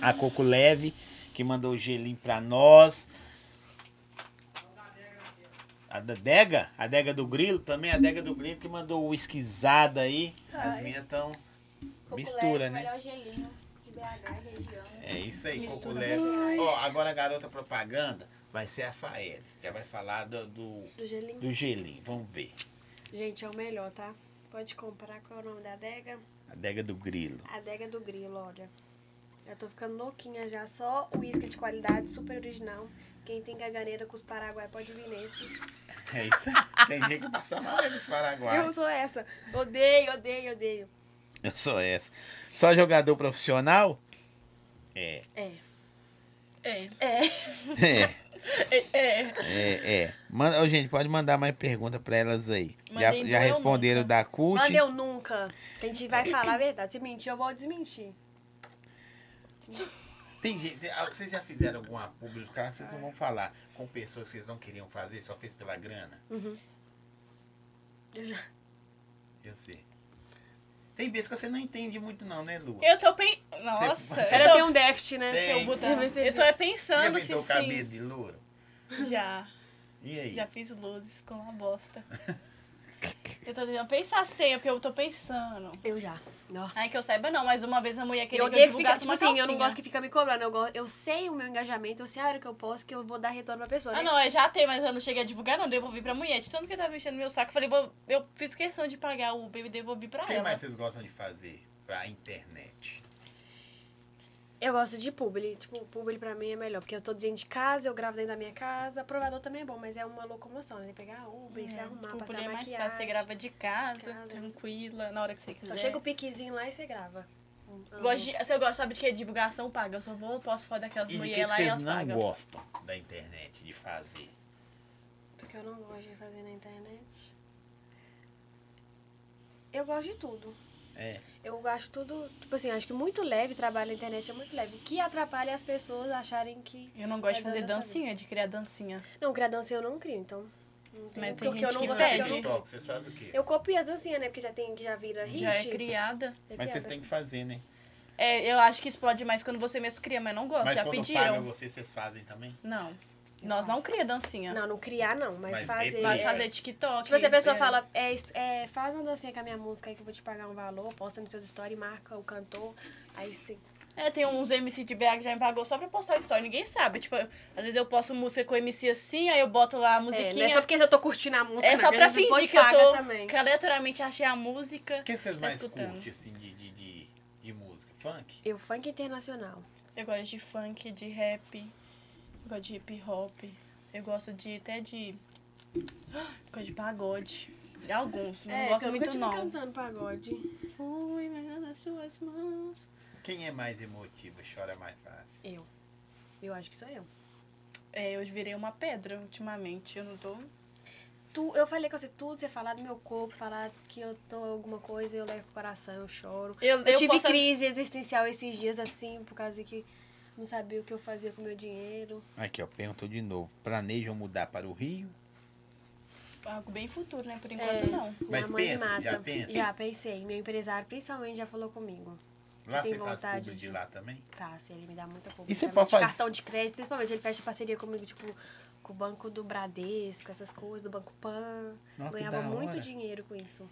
a Coco Leve, que mandou o gelinho pra nós. A da Dega, a Dega do Grilo, também a Dega do Grilo que mandou o esquisada aí. As minhas estão. Coco Mistura, leve, né? melhor gelinho de BH, região. É isso aí, Coco Mistura. Leve. Ó, agora a garota propaganda vai ser a Faele. Já vai falar do, do, Do gelinho. do gelinho. Vamos ver. Gente, é o melhor, tá? Pode comprar, qual é o nome da adega? A Dega do Grilo. Adega do Grilo, olha. Eu tô ficando louquinha já, só uísque de qualidade, super original. Quem tem caganeira com os Paraguai pode vir nesse. É isso aí. Tem gente que passa mal nos Paraguai. Eu sou essa. Odeio, odeio, odeio. Eu sou essa. Só jogador profissional? É. É. É. É, É. é. é, é. Manda, ô, gente, pode mandar mais pergunta pra elas aí. Já, Mandei já doeu responderam nunca. da CUT. Manda um- eu nunca. que A gente vai falar a verdade. Se mentir, eu vou desmentir. Tem gente. ah, Vocês já fizeram alguma pública? Claro que vocês não vão falar com pessoas que vocês não queriam fazer, só fez pela grana. Eu já- Eu sei. Tem vezes que você não entende muito, não, né, Lu? Eu tô pen... Nossa. Você- eu Ela tô- tem um déficit, né? Tem. Eu, botava- Deve ser eu tô é já pensando se pintou o cabelo sim. de louro? Já. E aí? Já fiz luzes com uma bosta. Eu tô tentando pensar se tem, é porque eu tô pensando. Eu já. Não. Ai, que eu saiba não, mas uma vez a mulher queria Eu que eu odeio que fica, divulgasse tipo uma assim, eu não calcinha. gosto que fica me cobrando. Eu, gosto, eu sei o meu engajamento, eu sei a hora que eu posso, que eu vou dar retorno pra pessoa. Ah, Né? não, eu já tenho, mas eu não cheguei a divulgar, não. Devolvi pra mulher. De tanto que eu tava enchendo meu saco, eu falei, vou- eu fiz questão de pagar o Uber e devolvi pra O que ela. mais vocês gostam de fazer pra internet? Eu gosto de publi. Tipo, publi pra mim é melhor. Porque eu tô dentro de casa, eu gravo dentro da minha casa. Aprovador também é bom, mas é uma locomoção, né? Tem que Pegar Uber, se arrumar, Publi passar é mais maquiagem. fácil, você grava de casa, casa. tranquila, na hora que você quiser. Só chega o piquezinho lá e você grava. Gosto de, você gosta, sabe de que? Divulgação paga. Eu só vou, posso falar daquelas E de que, mulheres que lá e vocês elas não pagam. gostam da internet de fazer? O que Uhum. eu não gosto de fazer na internet. Eu gosto de tudo. É. Eu acho tudo, tipo assim, acho que muito leve, trabalho na internet é muito leve. O que atrapalha é as pessoas acharem que. Eu não gosto de Cada fazer um da sua dancinha, de criar dancinha. Não, criar dança eu não crio, então. Não tem Mas o tem que gente eu não que gosto, porque pede. Eu, não crio. TikTok, vocês fazem o quê? eu copio as dancinhas, né? Porque já tem que já vira hit. Já é criada. É Mas vocês criada. têm que fazer, né? É, eu acho que explode mais quando você mesmo cria, mas não gosto. Mas já quando pediram. pagam vocês, vocês fazem também? Não. Nós não cria dancinha. Não, não criar não, mas, Mas fazer. Vai Mas é. fazer TikTok. Tipo, se a pessoa é, fala, é, isso- é, faz uma dancinha com a minha música aí que eu vou te pagar um valor, posta no seu story, marca o cantor, aí sim. É, tem uns MC de BH que já me pagou só pra postar story. Ninguém sabe. Tipo, eu- às vezes eu posto música com MC assim, aí eu boto lá a É, musiquinha. não é só porque eu tô curtindo a música. né, É não, só que pra às vezes o fingir povo que eu paga tô. também. Que aleatoriamente achei a música. O que vocês Tá mais escutando. curtem, assim, de, de, de, de música? Funk? Eu, funk internacional. Eu gosto de funk, de rap. Eu gosto de hip hop. Eu gosto de até de. Eu gosto de pagode. De alguns, É, mas não gosto muito não. cantando pagode. Fui, mas nas suas mãos. Quem é mais emotivo, chora mais fácil? Eu. Eu acho que sou eu. É, eu virei uma pedra ultimamente. Eu não tô. Tu, eu falei com você tudo, você falar do meu corpo, falar que eu tô alguma coisa, eu levo pro coração, eu choro. Eu, Eu, tive posso- crise existencial esses dias, assim, por causa que não sabia o que eu fazia com o meu dinheiro. Aqui, ó, perguntou de novo. Planejam mudar para o Rio? Algo bem futuro, né? Por enquanto, É. não. Mas minha mãe pensa, mata. já pensa? Já pensei. Meu empresário, principalmente, já falou comigo. Lá tem você faz vontade publi de de- lá também? Cássio, ele me dá muita E você publicidade. pode fazer- Cartão de crédito, principalmente, ele fecha parceria comigo, tipo, com o banco do Bradesco, essas coisas, do Banco Pan. Nossa, que da Ganhava muito hora. dinheiro com isso.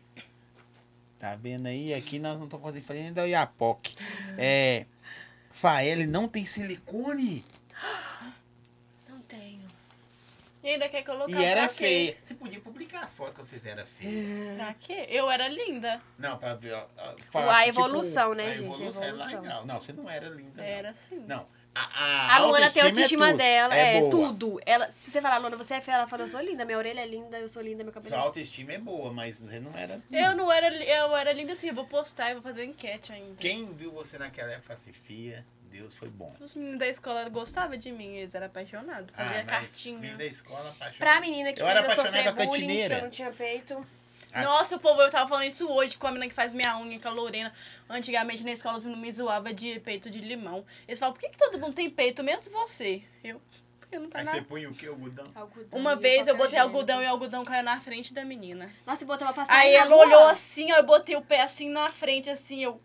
Tá vendo aí? Aqui nós não estamos conseguindo fazer nem da Iapoc. É. Faele não tem silicone. Não tenho. E ainda quer colocar E era pra quê? feia. Você podia publicar as fotos que vocês eram feias. Pra quê? Eu era linda. Não, pra ver. ó, ó, A assim, tipo, evolução, né, a gente? A Evolução é evolução. legal. Não, você não era linda. não. Era assim. Não. A, a, A Luana tem a autoestima é tudo. dela, É, é, boa. tudo. Ela, se você falar, Luana, você é feia, ela fala, eu sou linda, minha orelha é linda, eu sou linda, meu cabelo Sua autoestima é boa, mas você não era. Eu não era. li- Eu era linda assim. Eu vou postar e vou fazer enquete ainda. Quem viu você naquela época assim, fia, Deus foi bom. Os meninos da escola gostavam de mim. Eles eram apaixonados. Ah, Fazia cartinha. menina da escola apaixonada. Pra menina que Eu fez era eu apaixonada sofrer com a bullying, que cantineira. eu não tinha peito. Ah. Nossa, povo, eu tava falando isso hoje com a menina que faz minha unha, com a Lorena. Antigamente na escola os meninos me zoavam de peito de limão. Eles falavam, por que, que todo mundo tem peito, menos você? Eu, eu não tá Aí né? nada. você punha o que, algodão? Algodão, Uma vez eu qualquer botei gênero. algodão e o algodão caiu na frente da menina. Nossa, e botava pra sair Aí na ela rua. olhou assim, ó, eu botei o pé assim na frente, assim, eu.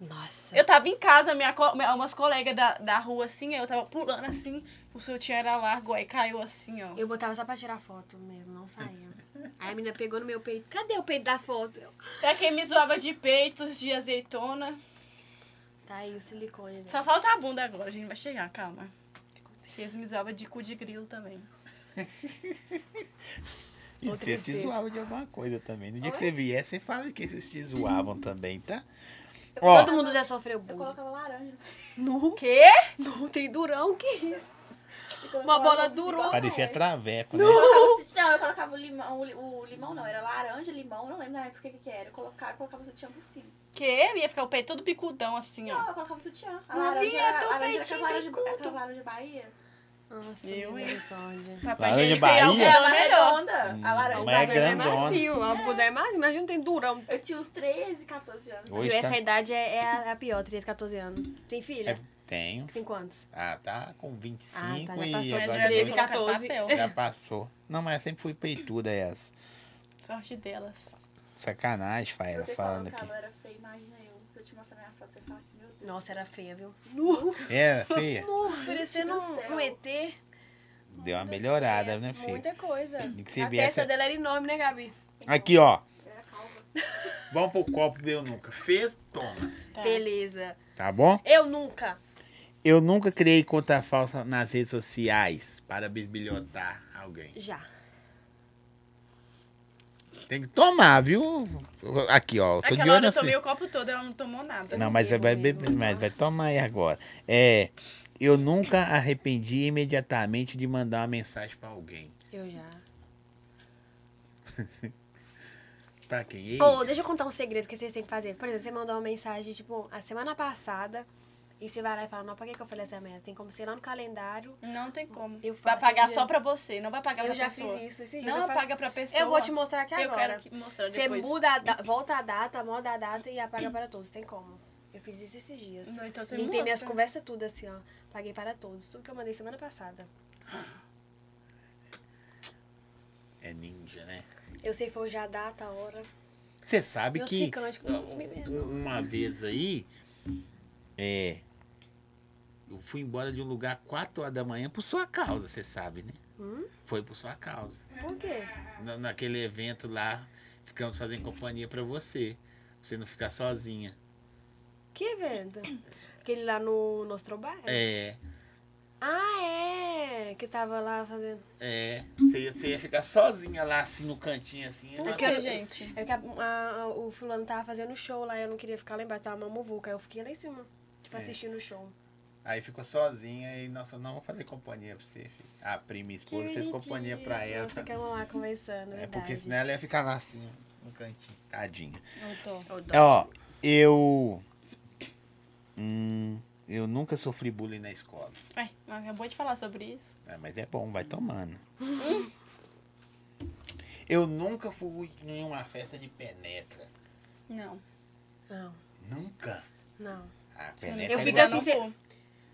Nossa. Eu tava em casa, minha, co- minha- umas colegas da, da rua, assim, aí eu tava pulando assim, o sutiã era largo, aí caiu assim, ó. Eu botava só pra tirar foto mesmo, não saía. Aí a menina pegou no meu peito. Cadê o peito das fotos? Eu, Pra quem me zoava de peitos, de azeitona. Tá aí o silicone Só dela. falta a bunda agora, a gente vai chegar, calma. Que eles me zoavam de cu de grilo também. E Ou você te tristeza. zoava de alguma coisa também. No dia que você vier, você fala que vocês te zoavam também, tá? Todo Ó, mundo já sofreu Eu bullying. colocava laranja. No quê? Não, tem durão, que isso? Eu colocava Uma bola laranja, durou. parecia traveco, né? Eu colocava o- Não, eu colocava o limão, o li- o limão não, era laranja, limão, não lembro na época o que que era. Eu colocava, colocava o sutiã por cima. Quê? Ia ficar o peito todo bicudão É. assim, ó. Não, eu colocava o sutiã. A Novinha, laranja era, teu a laranja era peitinho aquela laranja, bicudo. aquela laranja Bahia. Nossa, Eu, hein? misericórdia. Papai Laranja higiênico e Bahia? algodão é Ela é melhor. redonda. A laranja. Mas é O algodão é grandona. macio, o algodão é macio, imagina tem durão. Eu tinha uns 13, 14 anos. Hoje E essa tá- idade é, é a, a pior, 13, 14 anos. Tem filha? É, tenho. Tem quantos? Ah, tá com 25 Ah, tá, já e passou. então. Mas agora já devia já, Treze, colocar quatorze. papel. já passou. Não, mas eu sempre fui peituda é essa. Sorte delas. Sacanagem, Faela, Você falando falando que aqui. ela era feia, imagina eu. Se eu te mostrar minha foto, você fala assim, meu Deus. Nossa, era feia, viu? Nu, É, feia. nu, parecendo do um, céu. um ET. Deu uma melhorada, né, filho? é Muita coisa. E que você a vê testa essa- dela era enorme, né, Gabi? Aqui, ó. Eu era calva. Vamos pro copo deu nunca. Fez, toma. Tá. Beleza. Tá bom? Eu nunca. Eu nunca criei conta falsa nas redes sociais para bisbilhotar alguém. Já. Tem que tomar, viu? Aqui, ó. eu Tô de Aquela olho hora eu assim. tomei o copo todo, ela não tomou nada. Não, mas bebo vai mesmo, beber mais, tá? vai tomar aí agora. É, eu nunca arrependi imediatamente de mandar uma mensagem pra alguém. Eu já. Pra quem? é Ou, isso? deixa eu contar um segredo que vocês têm que fazer. Por exemplo, você mandou uma mensagem, tipo, a semana passada, e você vai lá e fala, não, pra que, que eu falei essa merda? Tem como você ir lá no calendário. Não tem como. Eu vai faço pagar esse só dia- pra você, não vai pagar pra Eu já pessoa. fiz isso esses dias. Não eu faço- apaga pra pessoa. Eu vou te mostrar aqui Eu agora. quero que- mostrar Você é depois. muda, a da- volta a data, muda a data e apaga para todos. Tem como. Eu fiz isso esses dias. Não, então você Limpei minhas mostra. conversas tudo assim, ó. Paguei para todos. Tudo que eu mandei semana passada. É ninja, né? Eu sei foi já a data, a hora. Você sabe Meu que ciclante com muito bem mesmo. uma vez aí, é, eu fui embora de um lugar 4 horas da manhã por sua causa, você sabe, né? Foi por sua causa. Por quê? Na- naquele evento lá, ficamos fazendo companhia pra você. Pra você não ficar sozinha. Que evento? Aquele lá no Nostrobar? É, Ah, é! Que tava lá fazendo. é. Você ia, você ia ficar sozinha lá, assim, no cantinho, assim. Por nossa, que, eu- gente? É que a- a- a- o fulano tava fazendo show lá, eu não queria ficar lá embaixo, tava uma muvuca. Aí eu fiquei lá em cima, tipo, É. assistindo o show. Aí ficou sozinha e nós falamos, não, vamos fazer companhia pra você. Filho. A prima e esposa fez companhia pra Bonitinho. ela. Nós ficamos lá conversando, É verdade. porque senão ela ia ficar lá assim, no cantinho. Tadinha. É, Não tô. Ó, eu. Hum, eu nunca sofri bullying na escola. Ué, mas acabou de falar sobre isso. É, mas é bom, vai tomando. Eu nunca fui em uma festa de penetra. Não. Não, Nunca. não. Ah, Eu penetra não é Eu fico igual- assim, não cê- vou.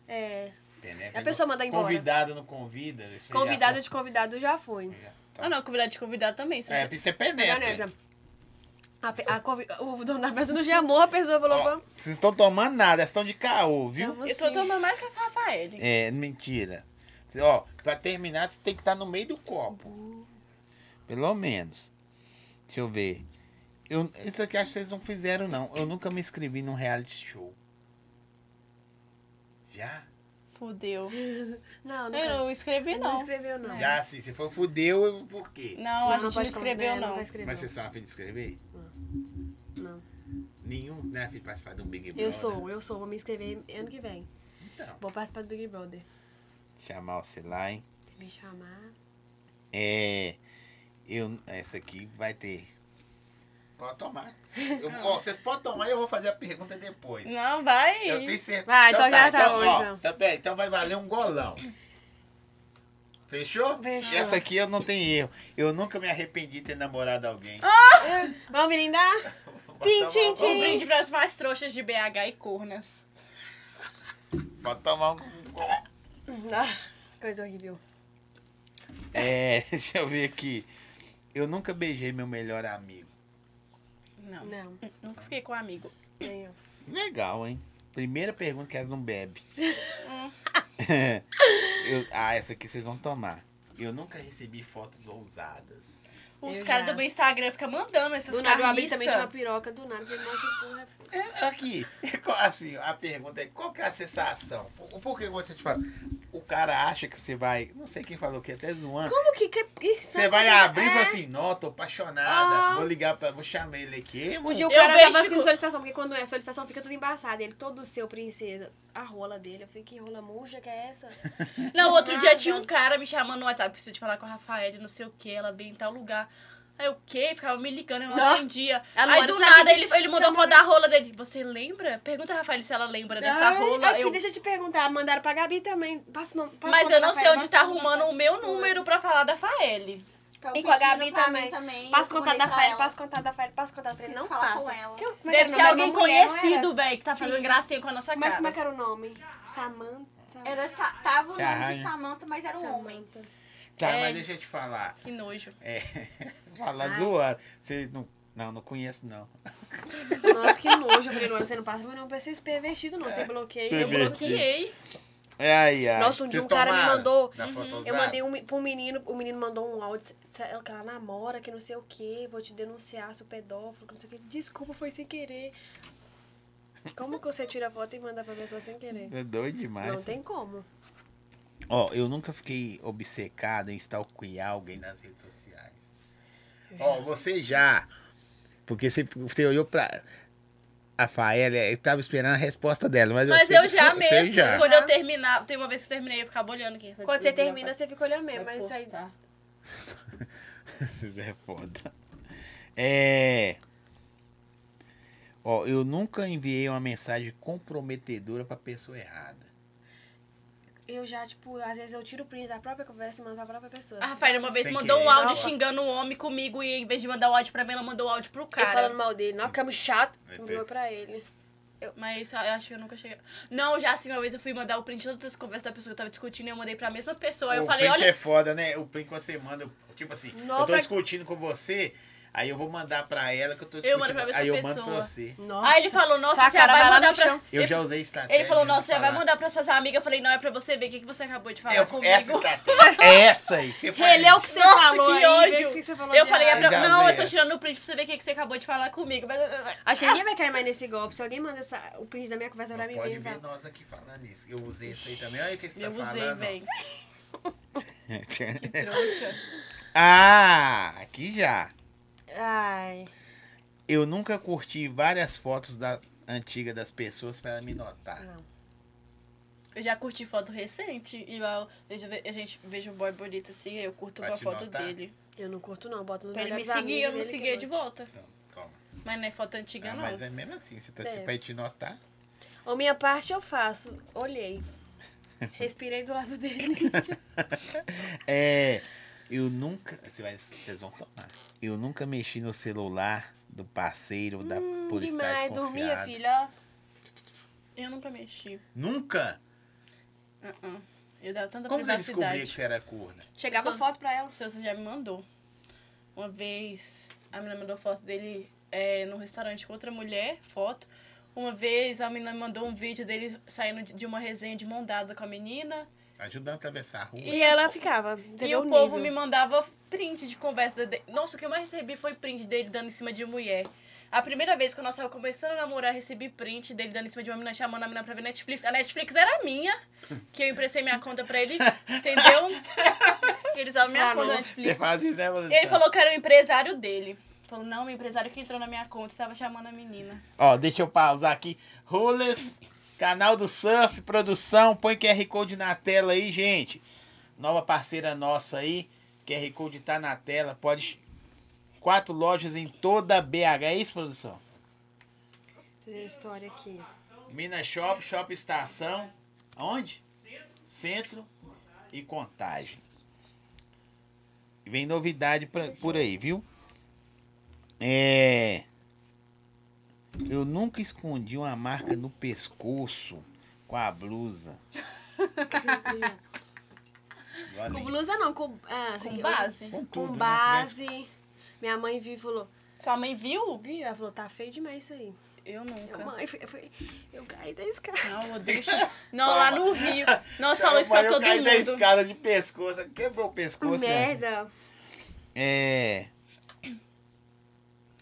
É, penetra é a pessoa igual- manda embora. Convidado não convida. esse já convidado foi- de convidado já fui. já- Ah, não, convidado de convidado também. se Tá. É, você- porque você Agora, penetra. né, a pe- a convi- O dono da peça não chamou a pessoa, falou, Ó, vamos. Vocês estão tomando nada, vocês estão de caô, viu? vamos Eu tô sim. tomando mais que a Rafael. É, mentira. Cê- Ó, pra terminar, você tem que estar no meio do copo. Pelo menos. Deixa eu ver. Eu, isso aqui acho que vocês não fizeram, não. Eu nunca me inscrevi num reality show. Já? Fudeu. Não, Eu não. não escrevi, Não não. escreveu, não. Já, sim. Se for fudeu, eu- por quê? Não, a não gente não pode escreveu, escrever, não. vai escrever, Mas vocês são afim de escrever? não. Nenhum, né, filho, participar de um Big Brother? Eu sou, eu sou. Vou me inscrever ano que vem. Então, Vou participar do Big Brother. chamar você lá, hein? Se me chamar. É. Eu, essa aqui vai ter. Pode tomar. Eu- ó, vocês podem tomar e eu vou fazer a pergunta depois. Não, vai. Eu tenho certeza. Vai, então já tá bom, ó, então. Tá bem, então vai valer um golão. Fechou? Fechou. Essa aqui eu não tenho erro. Eu nunca me arrependi de ter namorado alguém. Vamos, brindar? Pode Ah, tchim, tomar um- Um brinde pras mais trouxas de BH e cornas. Pode tomar um. Ah, coisa horrível. É, deixa eu ver aqui. Eu nunca beijei meu melhor amigo. Não. Não, Nunca fiquei com um amigo. nem eu. Legal, hein? Primeira pergunta que elas não bebem. Eu- ah, essa aqui vocês vão tomar. Eu nunca recebi fotos ousadas. Os Eu caras já. do meu Instagram ficam mandando essas Do nada eu abri também tinha uma carniças. piroca, do nada. Falei, nossa, que porra. É, aqui, qual- assim, a pergunta é qual que é a sensação? Por, por que eu vou te falar? O cara acha que você vai. Não sei quem falou que até zoando. Como que que isso? Você vai É. abrir e fala assim, não, tô apaixonada. Ah. Vou ligar pra. Vou chamar ele aqui. Um dia o Eu cara vejo tava assim que- solicitação, porque quando é solicitação fica tudo embaçado. Ele todo seu, princesa. A rola dele. Eu falei, que rola murcha que é essa? Não, outro dia Nada. tinha um cara me chamando no WhatsApp, preciso te falar com a Rafael, não sei o que, ela vem em tal lugar. Aí o quê? Ficava me ligando, eu não, Não. atendia. Ela Aí não do sabe que nada ele, ele mandou chamou foto da rola dele. Você lembra? Pergunta a Rafael se ela lembra dessa Ai, rola. Ah, Aqui, Eu- deixa eu te perguntar. Mandaram pra Gabi também. Passa o nome. passa o Mas nome eu da não sei Rafaela, onde tá passa o nome da arrumando o meu Rafaela. número pra falar da Rafael. Tava E com a pedindo Gabi Tipo, pra mim também. também. Passa o eu contato mandei da pra Rafael, ela. passa o contato da Rafael, passa o contato da Rafael. Não Preciso falar passa. com ela. Que- como é que era Deve o ser nome? alguém Alguma mulher, não era? conhecido, velho, que tá fazendo gracinha com a nossa Mas cara. como é que era o nome? Samantha. Era, Sa- tava o nome Caralho. de Samantha, mas era um homem. Samantha. Tá, É. mas deixa eu te falar. Que nojo. É, fala Ah. zoando. Você não. Não, não conheço, não. Nossa, que nojo. Eu falei, Luana, você não passa meu nome pra esses pervertidos, é não. Você bloqueia. Eu Pervertido. bloqueei. Bloqueei. É aí, aí. Nossa, um dia Vocês um cara me tomaram mandou- da foto Eu ousada? mandei um, pro menino, o menino mandou um áudio, disse, "Ela- que ela namora, que não sei o que, vou te denunciar, sou pedófilo, que não sei o que. Desculpa, foi sem querer. Como que você tira a foto e manda pra pessoa sem querer? É doido demais. Não tem como. Ó, eu nunca fiquei obcecado em stalkear alguém nas redes sociais. Ó, você já. Porque você, você olhou pra. A Faela, eu tava esperando a resposta dela, mas, Mas sei eu que já você mesmo, já. quando eu terminar, tem uma vez que eu terminei, eu ficava olhando aqui. Quando você termina, você fica olhando mesmo, mas aí. postar. Isso é foda. É. Ó, eu nunca enviei uma mensagem comprometedora pra pessoa errada. Eu já, tipo, às vezes eu tiro o print da própria conversa e mando pra própria pessoa. A assim. Rafaela uma vez Sem mandou um querer. áudio Não. xingando o homem comigo e em vez de mandar o áudio pra mim, ela mandou o áudio pro Eu cara. falando mal dele, não, ficamos chato. É Enviou isso. pra ele. Mas eu acho que eu nunca cheguei. Não, já assim, uma vez eu fui mandar o print de outras conversas da pessoa que eu tava discutindo e eu mandei pra mesma pessoa. Aí eu o falei, print olha. é foda, né? O print que você manda, eu- tipo assim, Não, eu tô pra- discutindo com você, aí eu vou mandar pra ela que eu tô discutindo. Eu mando pra mesma aí eu mando pessoa. pra você. Nossa. Aí ele falou, nossa, Sua já cara vai, vai lá mandar no pra. chão. Eu ele, já usei estratégia. ele falou, de nossa, já vai falar assim." mandar pra suas amigas. Eu falei, não, é pra você ver o que, que você acabou de falar Eu- "É comigo. essa estratégia. É Essa aí. Você faz Releu o que isso. você Nossa, falou é que aí, vê ódio. o que você falou Eu de falei, é errado. pra... Já não, vi eu tô essa. tirando o print pra você ver o que, que você acabou de falar comigo. Mas- Tá Acho que ninguém vai cair mais nesse golpe. Se alguém manda essa- o print da minha conversa pra Não mim, pode vem, ver vai. nós aqui falando isso. Eu usei isso aí também. Olha o que você Eu tá usei, falando. velho. ó. Que trouxa. ah, aqui já. Ai. Eu nunca curti várias fotos da antiga das pessoas pra me notar. Não. Eu já curti foto recente, igual vejo- a gente veja um boy bonito assim, eu curto Pra uma te foto notar. dele. Eu não curto, não. Boto nos Pra ele me melhores seguir, eu amigos, não ele seguia que de curte. volta. Então, toma. Mas não é foto antiga, Ah, não. mas é mesmo assim. Você tá É. se pra te notar. A minha parte eu faço. Olhei. Respirei do lado dele. É, eu nunca. Você vai, vocês vão tomar. Eu nunca mexi no celular do parceiro da por estar Demais. desconfiado. Dormia, filha. Eu nunca mexi. Nunca? Uh-uh. Eu dava tanta Como você descobriu que privacidade. você era corna? Chegava Só- foto pra ela. O Celso já me mandou. Uma vez, a menina mandou foto dele é, no restaurante com outra mulher, foto. Uma vez, a menina me mandou um vídeo dele saindo de- de uma resenha de mão dada com a menina. Ajudando a atravessar a rua. E ela ficava. E o povo me mandava print de conversa dele. Nossa, o que eu mais recebi foi print dele dando em cima de mulher. A primeira vez que nós tava começando a namorar, recebi print dele dando em cima de uma menina, chamando a menina pra ver Netflix. A Netflix era minha, que eu emprestei minha conta pra ele, entendeu? Que Eles usavam minha Ah, conta não. da Você Netflix. faz isso, né, Valentina? Ele falou que era o empresário dele. Falou, não, o empresário que entrou na minha conta estava chamando a menina. Ó, deixa eu pausar aqui. Rules, canal do Surf, produção. Põe QR Code na tela aí, gente. Nova parceira nossa aí. QR Code tá na tela. Pode. Quatro lojas em toda BH. É isso, produção? Fazendo história aqui. Minas Shop, Shop Estação. Aonde? Centro e Contagem. E Vem novidade pra- por aí, viu? É. Eu nunca escondi uma marca no pescoço com a blusa. Olha Com aí. blusa não, com. Ah, sei Com que- base. Com Com tudo, né? base. Minha mãe viu e falou. Sua mãe viu? Viu? Ela falou, tá feio demais isso aí. Eu Eu, nunca. mãe, eu, fui- eu, fui- eu caí da escada. Não, eu odeio. chute. Não, lá no Rio. Nós falamos isso Mas pra eu todo caí da mundo. escada de pescoço. Quebrou o pescoço. né? Merda. É.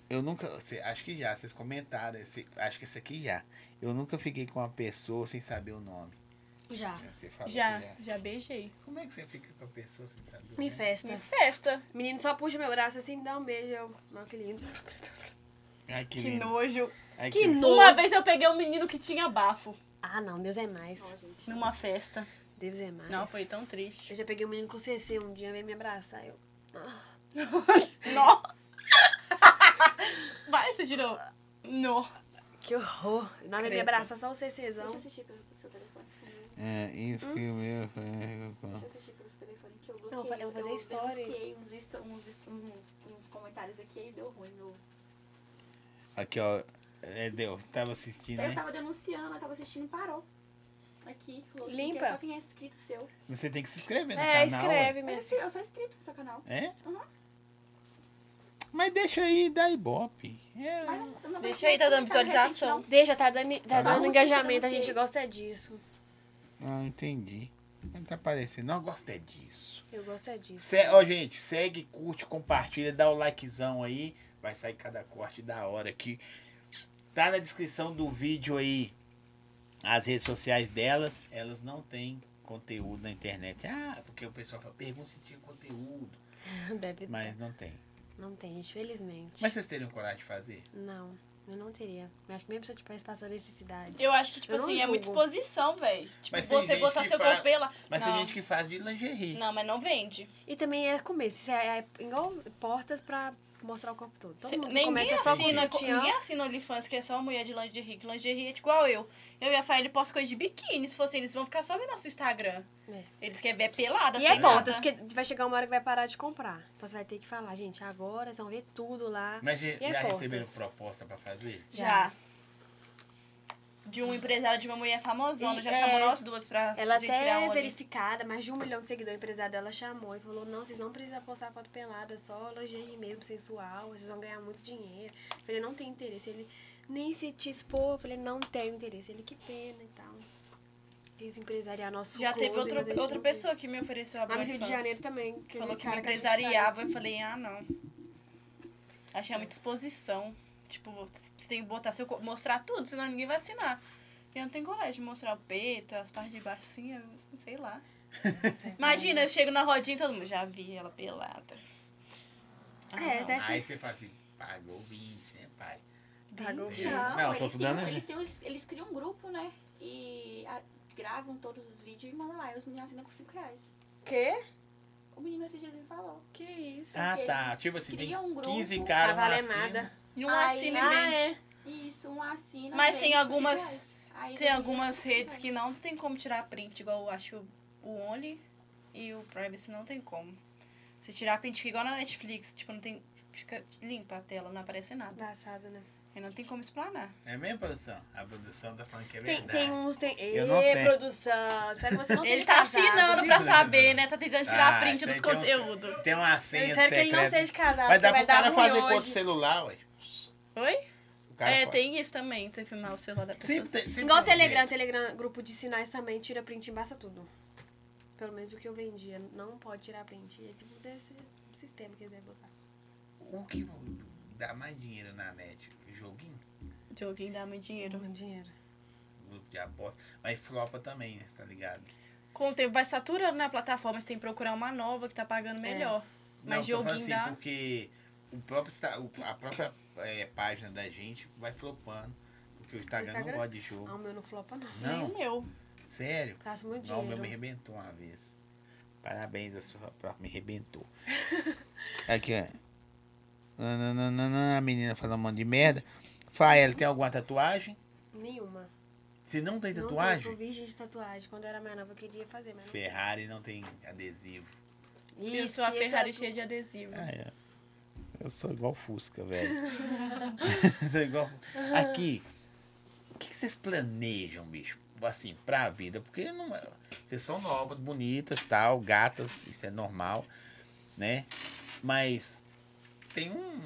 Eu nunca. cê- acho que já, vocês comentaram. esse- acho que esse aqui já. Eu nunca fiquei com uma pessoa sem saber o nome. Ah, Já. Já, Você falou Já, que já. já beijei. Como é que você fica com a pessoa sem saber o Me nome? festa. Em festa. Menino só puxa meu braço assim, me dá um beijo. Eu, não, que lindo. Ai, que, Que lindo. nojo. Ai, que lindo. Nojo. Uma vez eu peguei um menino que tinha bafo Ah, não, Deus é mais. numa festa. Deus é mais. Não, foi tão Eu triste. já peguei um menino com CC um dia, veio me abraçar. Eu. ah, Nó. Vai, você tirou. Nó. que horror. Na hora de me Credo. abraçar, só o Deixa eu CCzão. assistir pelo seu telefone. É, isso que o meu. Deixa eu assistir pelo seu telefone que eu bloqueei. Eu vou- eu vou fazer story. denunciei uns, insta- uns, insta- uns, uns comentários aqui e deu ruim. meu. Aqui, ó. É, deu. Tava assistindo, Eu né? tava denunciando, eu tava assistindo parou. Aqui. falou assim, Limpa. que é só quem é inscrito seu. Você tem que se inscrever no É, canal. escreve, Eu, minha sou- eu sou inscrito no seu canal. ué. É? Uhum. Mas deixa aí, dá ibope. É. Mas eu não vou Deixa deixar aí, tá esse dando comentário visualização. recente, Deixa, tá dando, tá Só dando um engajamento, tipo a de gente você. gosta disso. Ah, entendi. Não tá aparecendo. Não, eu gosto é disso. Eu gosto é disso. Se- Ó, gente, segue, curte, compartilha, dá o likezão aí. Vai sair cada corte da hora aqui. Tá na descrição do vídeo aí as redes sociais delas. Elas não têm conteúdo na internet. Ah, porque o pessoal fala, pergunta se tinha conteúdo. Deve Mas não tem. Não tem, gente, felizmente. Mas vocês teriam coragem de fazer? Não, eu não teria. Eu acho que mesmo se eu tivesse passando necessidade. Eu acho que, tipo Eu não assim, é muita julgo. exposição, velho. Tipo, Mas tem você gente botar que seu faz- corpo pela. Mas não. tem gente que faz de lingerie. Não, mas não vende. E também é começo. Isso é, é igual portas pra mostrar o corpo todo. Todo Cê- mundo que ninguém, começa só com assina, sutiã. ninguém assina OnlyFans, que é só mulher de lingerie. Que lingerie é igual eu. Eu e a Faia, ele posta coisa de biquíni. Se fosse eles, vão ficar só vendo nosso Instagram. É. Eles querem ver pelada, E é sem portas, nada. porque vai chegar uma hora que vai parar de comprar. Então você vai ter que falar, gente, agora vocês vão ver tudo lá. Mas já, E é já portas. receberam proposta pra fazer? Já. De um empresário de uma mulher famosona. E, já é, chamou nós duas pra Ela gente até virar é um Only. verificada, mais de um milhão de seguidores, a empresária dela chamou e falou, não, vocês não precisam postar foto pelada, só lingerie mesmo, sensual, vocês vão ganhar muito dinheiro. Eu falei, não tem interesse. Ele, nem se te expor. Eu falei, não tenho interesse. Ele, que pena e tal. Quis empresariar nosso Já teve close, outra, mas a gente outra não fez. pessoa que me ofereceu a Lá Ah, no Rio de OnlyFans. Janeiro também. aquele Falou que me cara a gente empresariava. Eu falei, ah, não. Achei muita exposição. Tipo, você tem que botar seu, co- mostrar tudo, senão ninguém vai assinar. E eu não tenho coragem de mostrar o peito, as partes de baixo, assim, eu não sei lá. saiu. Imagina, eu chego na rodinha e todo mundo já vi ela pelada. Ah, É, não. até assim. Aí você fala assim, pagou 20, né, pai? Pagou um Vinte. bem. Não, Não, eu tô eles, dando têm, a- eles, têm, eles, eles criam um grupo, né? E a- gravam todos os vídeos e mandam lá. E os meninos assinam por 5 reais. Quê? O menino esse dia ele me falou. Que isso? Ah, Porque tá. eles Tipo assim, tem criam um grupo, 15 caras Cavalo na é cena. nada. E um Ai, assina e Ah, vende. é. Isso, um assina. Mas vende tem por algumas- 5 reais. Aí Tem vende algumas por 5 redes que reais. não tem como tirar print, igual eu acho o Only e o Privacy não tem como. Você tirar print fica igual na Netflix, tipo, não tem. Fica limpa a tela, não aparece nada. Engraçado, né? E não tem como explanar. É mesmo, produção? A produção tá falando que é Tem, verdade. tem um- uns, tem... Eu não Ê, tenho. produção, espero que você não seja Ele tá casado, assinando viu? pra saber, né? Tá tentando tirar Ah, print tem- dos tem uns- conteúdos. Tem uma Eu senha espero que ele não secreta. seja casado, Vai porque dar pro vai dar cara ruim fazer com hoje. outro celular, ué. Oi? O cara É, pode. tem isso também, você filmar o celular da pessoa. Sempre, tem- sempre Igual o tem um Telegram, jeito. Telegram, grupo de sinais também, tira print e embaça tudo. Pelo menos o que eu vendia, não pode tirar print. É tipo desse sistema que eles devem botar. O que dá mais dinheiro na net? Joguinho? Joguinho dá muito dinheiro. Meu dinheiro. Grupo de aposta. Mas flopa também, né? Você tá ligado? Com o tempo vai saturando na plataforma, você tem que procurar uma nova que tá pagando melhor. Não, Mas tô falando joguinho assim, dá. porque o próprio, Insta- o- a própria eh, página da gente vai flopando. Porque o Instagram, Instagram? não gosta de jogo. Ah, o meu não flopa, não. Nem Não, o meu. sério. Gasto muito Não, o meu dinheiro. me arrebentou uma vez. Parabéns, a sua pra- me arrebentou. Aqui, ó. Nananana, a menina falando um monte de merda. Fael, tem alguma tatuagem? Nenhuma. Se não tem Não tatuagem, né? tenho, sou virgem de tatuagem. Quando eu era mais nova, eu queria fazer, mas não. Ferrari não tem adesivo. Isso, a queria Ferrari tatu- cheia de adesivo. Ah, é. Eu sou igual Fusca, velho. sou igual. Aqui, o que que vocês planejam, bicho? Assim, pra vida, porque não é- vocês são novas, bonitas, tal, gatas, isso é normal, né? Mas tem um,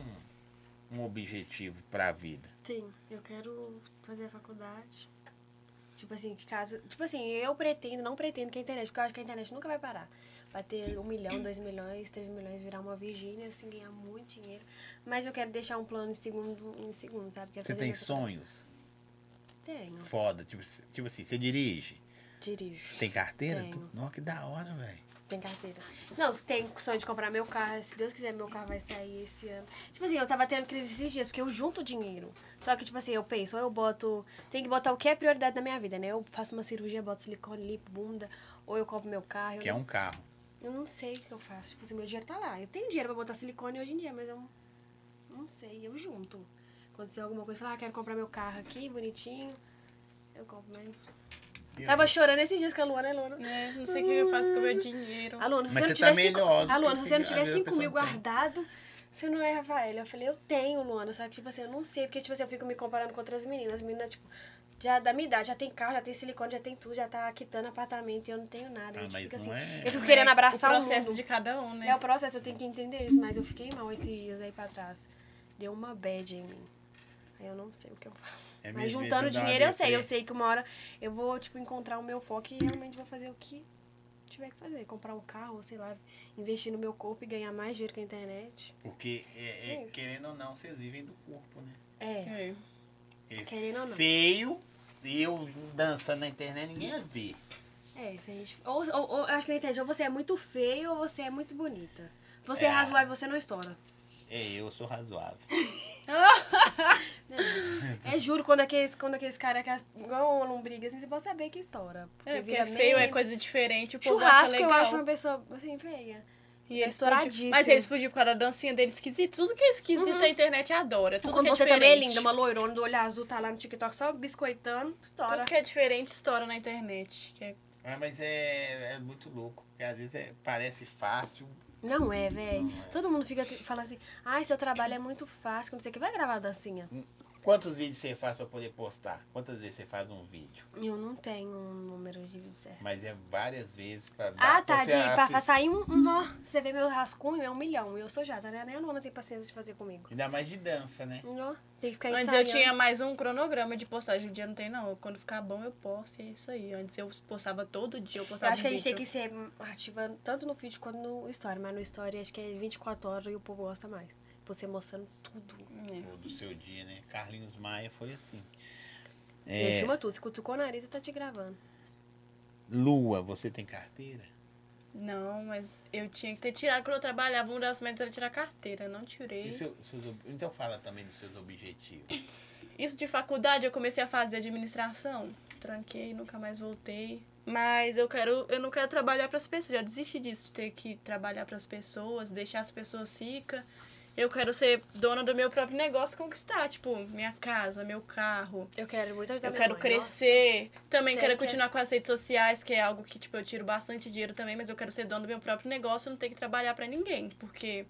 um objetivo pra vida. Sim, eu quero fazer a faculdade. Tipo assim, de caso. Tipo assim, eu pretendo, não pretendo que a internet, porque eu acho que a internet nunca vai parar. Vai ter um milhão, dois milhões, três milhões, virar uma Virgínia, assim, ganhar muito dinheiro. Mas eu quero deixar um plano em segundo, em segundo, sabe? Quero Você fazer tem minha sonhos? faculdade. Tenho. Foda, tipo, se- tipo assim, você dirige? Dirijo. Tem carteira? Tenho. Tu- Nossa, que da hora, velho. Tem carteira. Não, tem sonho de comprar meu carro. Se Deus quiser, meu carro vai sair esse ano. Tipo assim, eu tava tendo crise esses dias, porque eu junto dinheiro. Só que, tipo assim, eu penso, ou eu boto. Tem que botar o que é prioridade na minha vida, né? Eu faço uma cirurgia, boto silicone, lipo, bunda, ou eu compro meu carro. eu Que é não- um carro. Eu não sei o que eu faço. Tipo assim, meu dinheiro tá lá. Eu tenho dinheiro pra botar silicone hoje em dia, mas eu não- não sei. Eu junto. Aconteceu alguma coisa, falar, ah, quero comprar meu carro aqui, bonitinho. Eu compro, mas. Tava chorando esses dias com a Luana, né, Luana? É, não sei o que eu faço com o meu dinheiro. Aluno, se Mas você não você tá tiver cinco, melhor do que Aluno, se tem- você não às tiver vezes a pessoa 5 mil não tem. guardado, você não é Rafael. Eu falei, eu tenho, Luana. Só que, tipo assim, eu não sei, porque, tipo assim, eu fico me comparando com outras meninas. As meninas, tipo, já da minha idade, já tem carro, já tem silicone, já tem tudo, já tá quitando apartamento e eu não tenho nada. Ah, eu, tipo, mas fico não assim, é- eu fico querendo É, abraçar o o, processo mundo. de cada um, né? É o processo, eu tenho que entender isso, mas eu fiquei mal esses dias aí pra trás. Deu uma bad em mim. Aí eu não sei o que eu faço. É mas mesmo, juntando mesmo dá uma dinheiro, eu sei. deprê. Eu sei que uma hora eu vou, tipo, encontrar o meu foco e realmente vou fazer o que tiver que fazer. Comprar um carro, sei lá, investir no meu corpo e ganhar mais dinheiro que a internet. Porque, é- é, Isso. querendo ou não, vocês vivem do corpo, né? É. É. É Querendo ou Ah, não. Feio, e eu dançando na internet, ninguém ia ver. É, se a gente... Ou, ou, ou- eu acho que na internet, ou você é muito feio ou você é muito bonita. Você é, É. razoável, você não estoura. É, eu sou razoável. É juro, quando aqueles, quando aqueles caras que as- igual uma lombriga, assim, você pode saber que estoura. É, porque vira é feio, é meio- coisa diferente, o povo acha Churrasco, legal. eu acho uma pessoa, assim, feia. E eles estouradíssimo. podiam- Mas eles podiam por causa da dancinha dele esquisita. Tudo que é esquisito, a internet adora. Tudo Uhum. quando que é você diferente. também é linda, uma loirona do olho azul, tá lá no TikTok só biscoitando, estoura. Tudo que é diferente estoura na internet. que é- Ah, mas é, é muito louco. Porque às vezes é- parece fácil. Não é, velho. Todo mundo fica fala assim, ai, seu trabalho é muito fácil, não sei o que. Vai gravar a dancinha? Quantos vídeos você faz pra poder postar? Quantas vezes você faz um vídeo? Eu não tenho um número de vídeo certo. Mas é várias vezes pra dar Ah, tá. você De, pra, pra assist- sair um, um nó. Você vê meu rascunho, é um milhão. E eu sou jata, né? Nem a nona tem paciência de fazer comigo. Ainda mais de dança, né? Um nó. Tem que ficar Antes eu ensaiando. tinha mais um cronograma de postagem. O dia não tem, não. Quando ficar bom, eu posto. E é isso aí. Antes eu postava todo dia. Eu Eu postava acho que a gente tem vídeo. que ser ativando tanto no feed quanto no story. Mas no story acho que é 24 horas e o povo gosta mais. Você mostrando tudo. É. Ou do seu dia, né? Carlinhos Maia foi assim. Ele É, filma tudo. Se cutucou o nariz, ele tá te gravando. Lua, você tem carteira? Não, mas eu tinha que ter tirado. Quando eu trabalhava, uma das metas era tirar carteira. Não tirei. E Isso... seu- seus ob- então fala também dos seus objetivos. de faculdade, eu comecei a fazer administração. Tranquei, nunca mais voltei. Mas eu quero, eu não quero trabalhar pras pessoas. Já desisti disso, de ter que trabalhar pras pessoas, deixar as pessoas ricas. Eu quero ser dona do meu próprio negócio, e conquistar, tipo, minha casa, meu carro. Eu quero muito ajudar Eu minha quero mãe, crescer. Também Tem quero que- continuar com as redes sociais, que é algo que, tipo, eu tiro bastante dinheiro também, mas eu quero ser dono do meu próprio negócio e não ter que trabalhar pra ninguém. Porque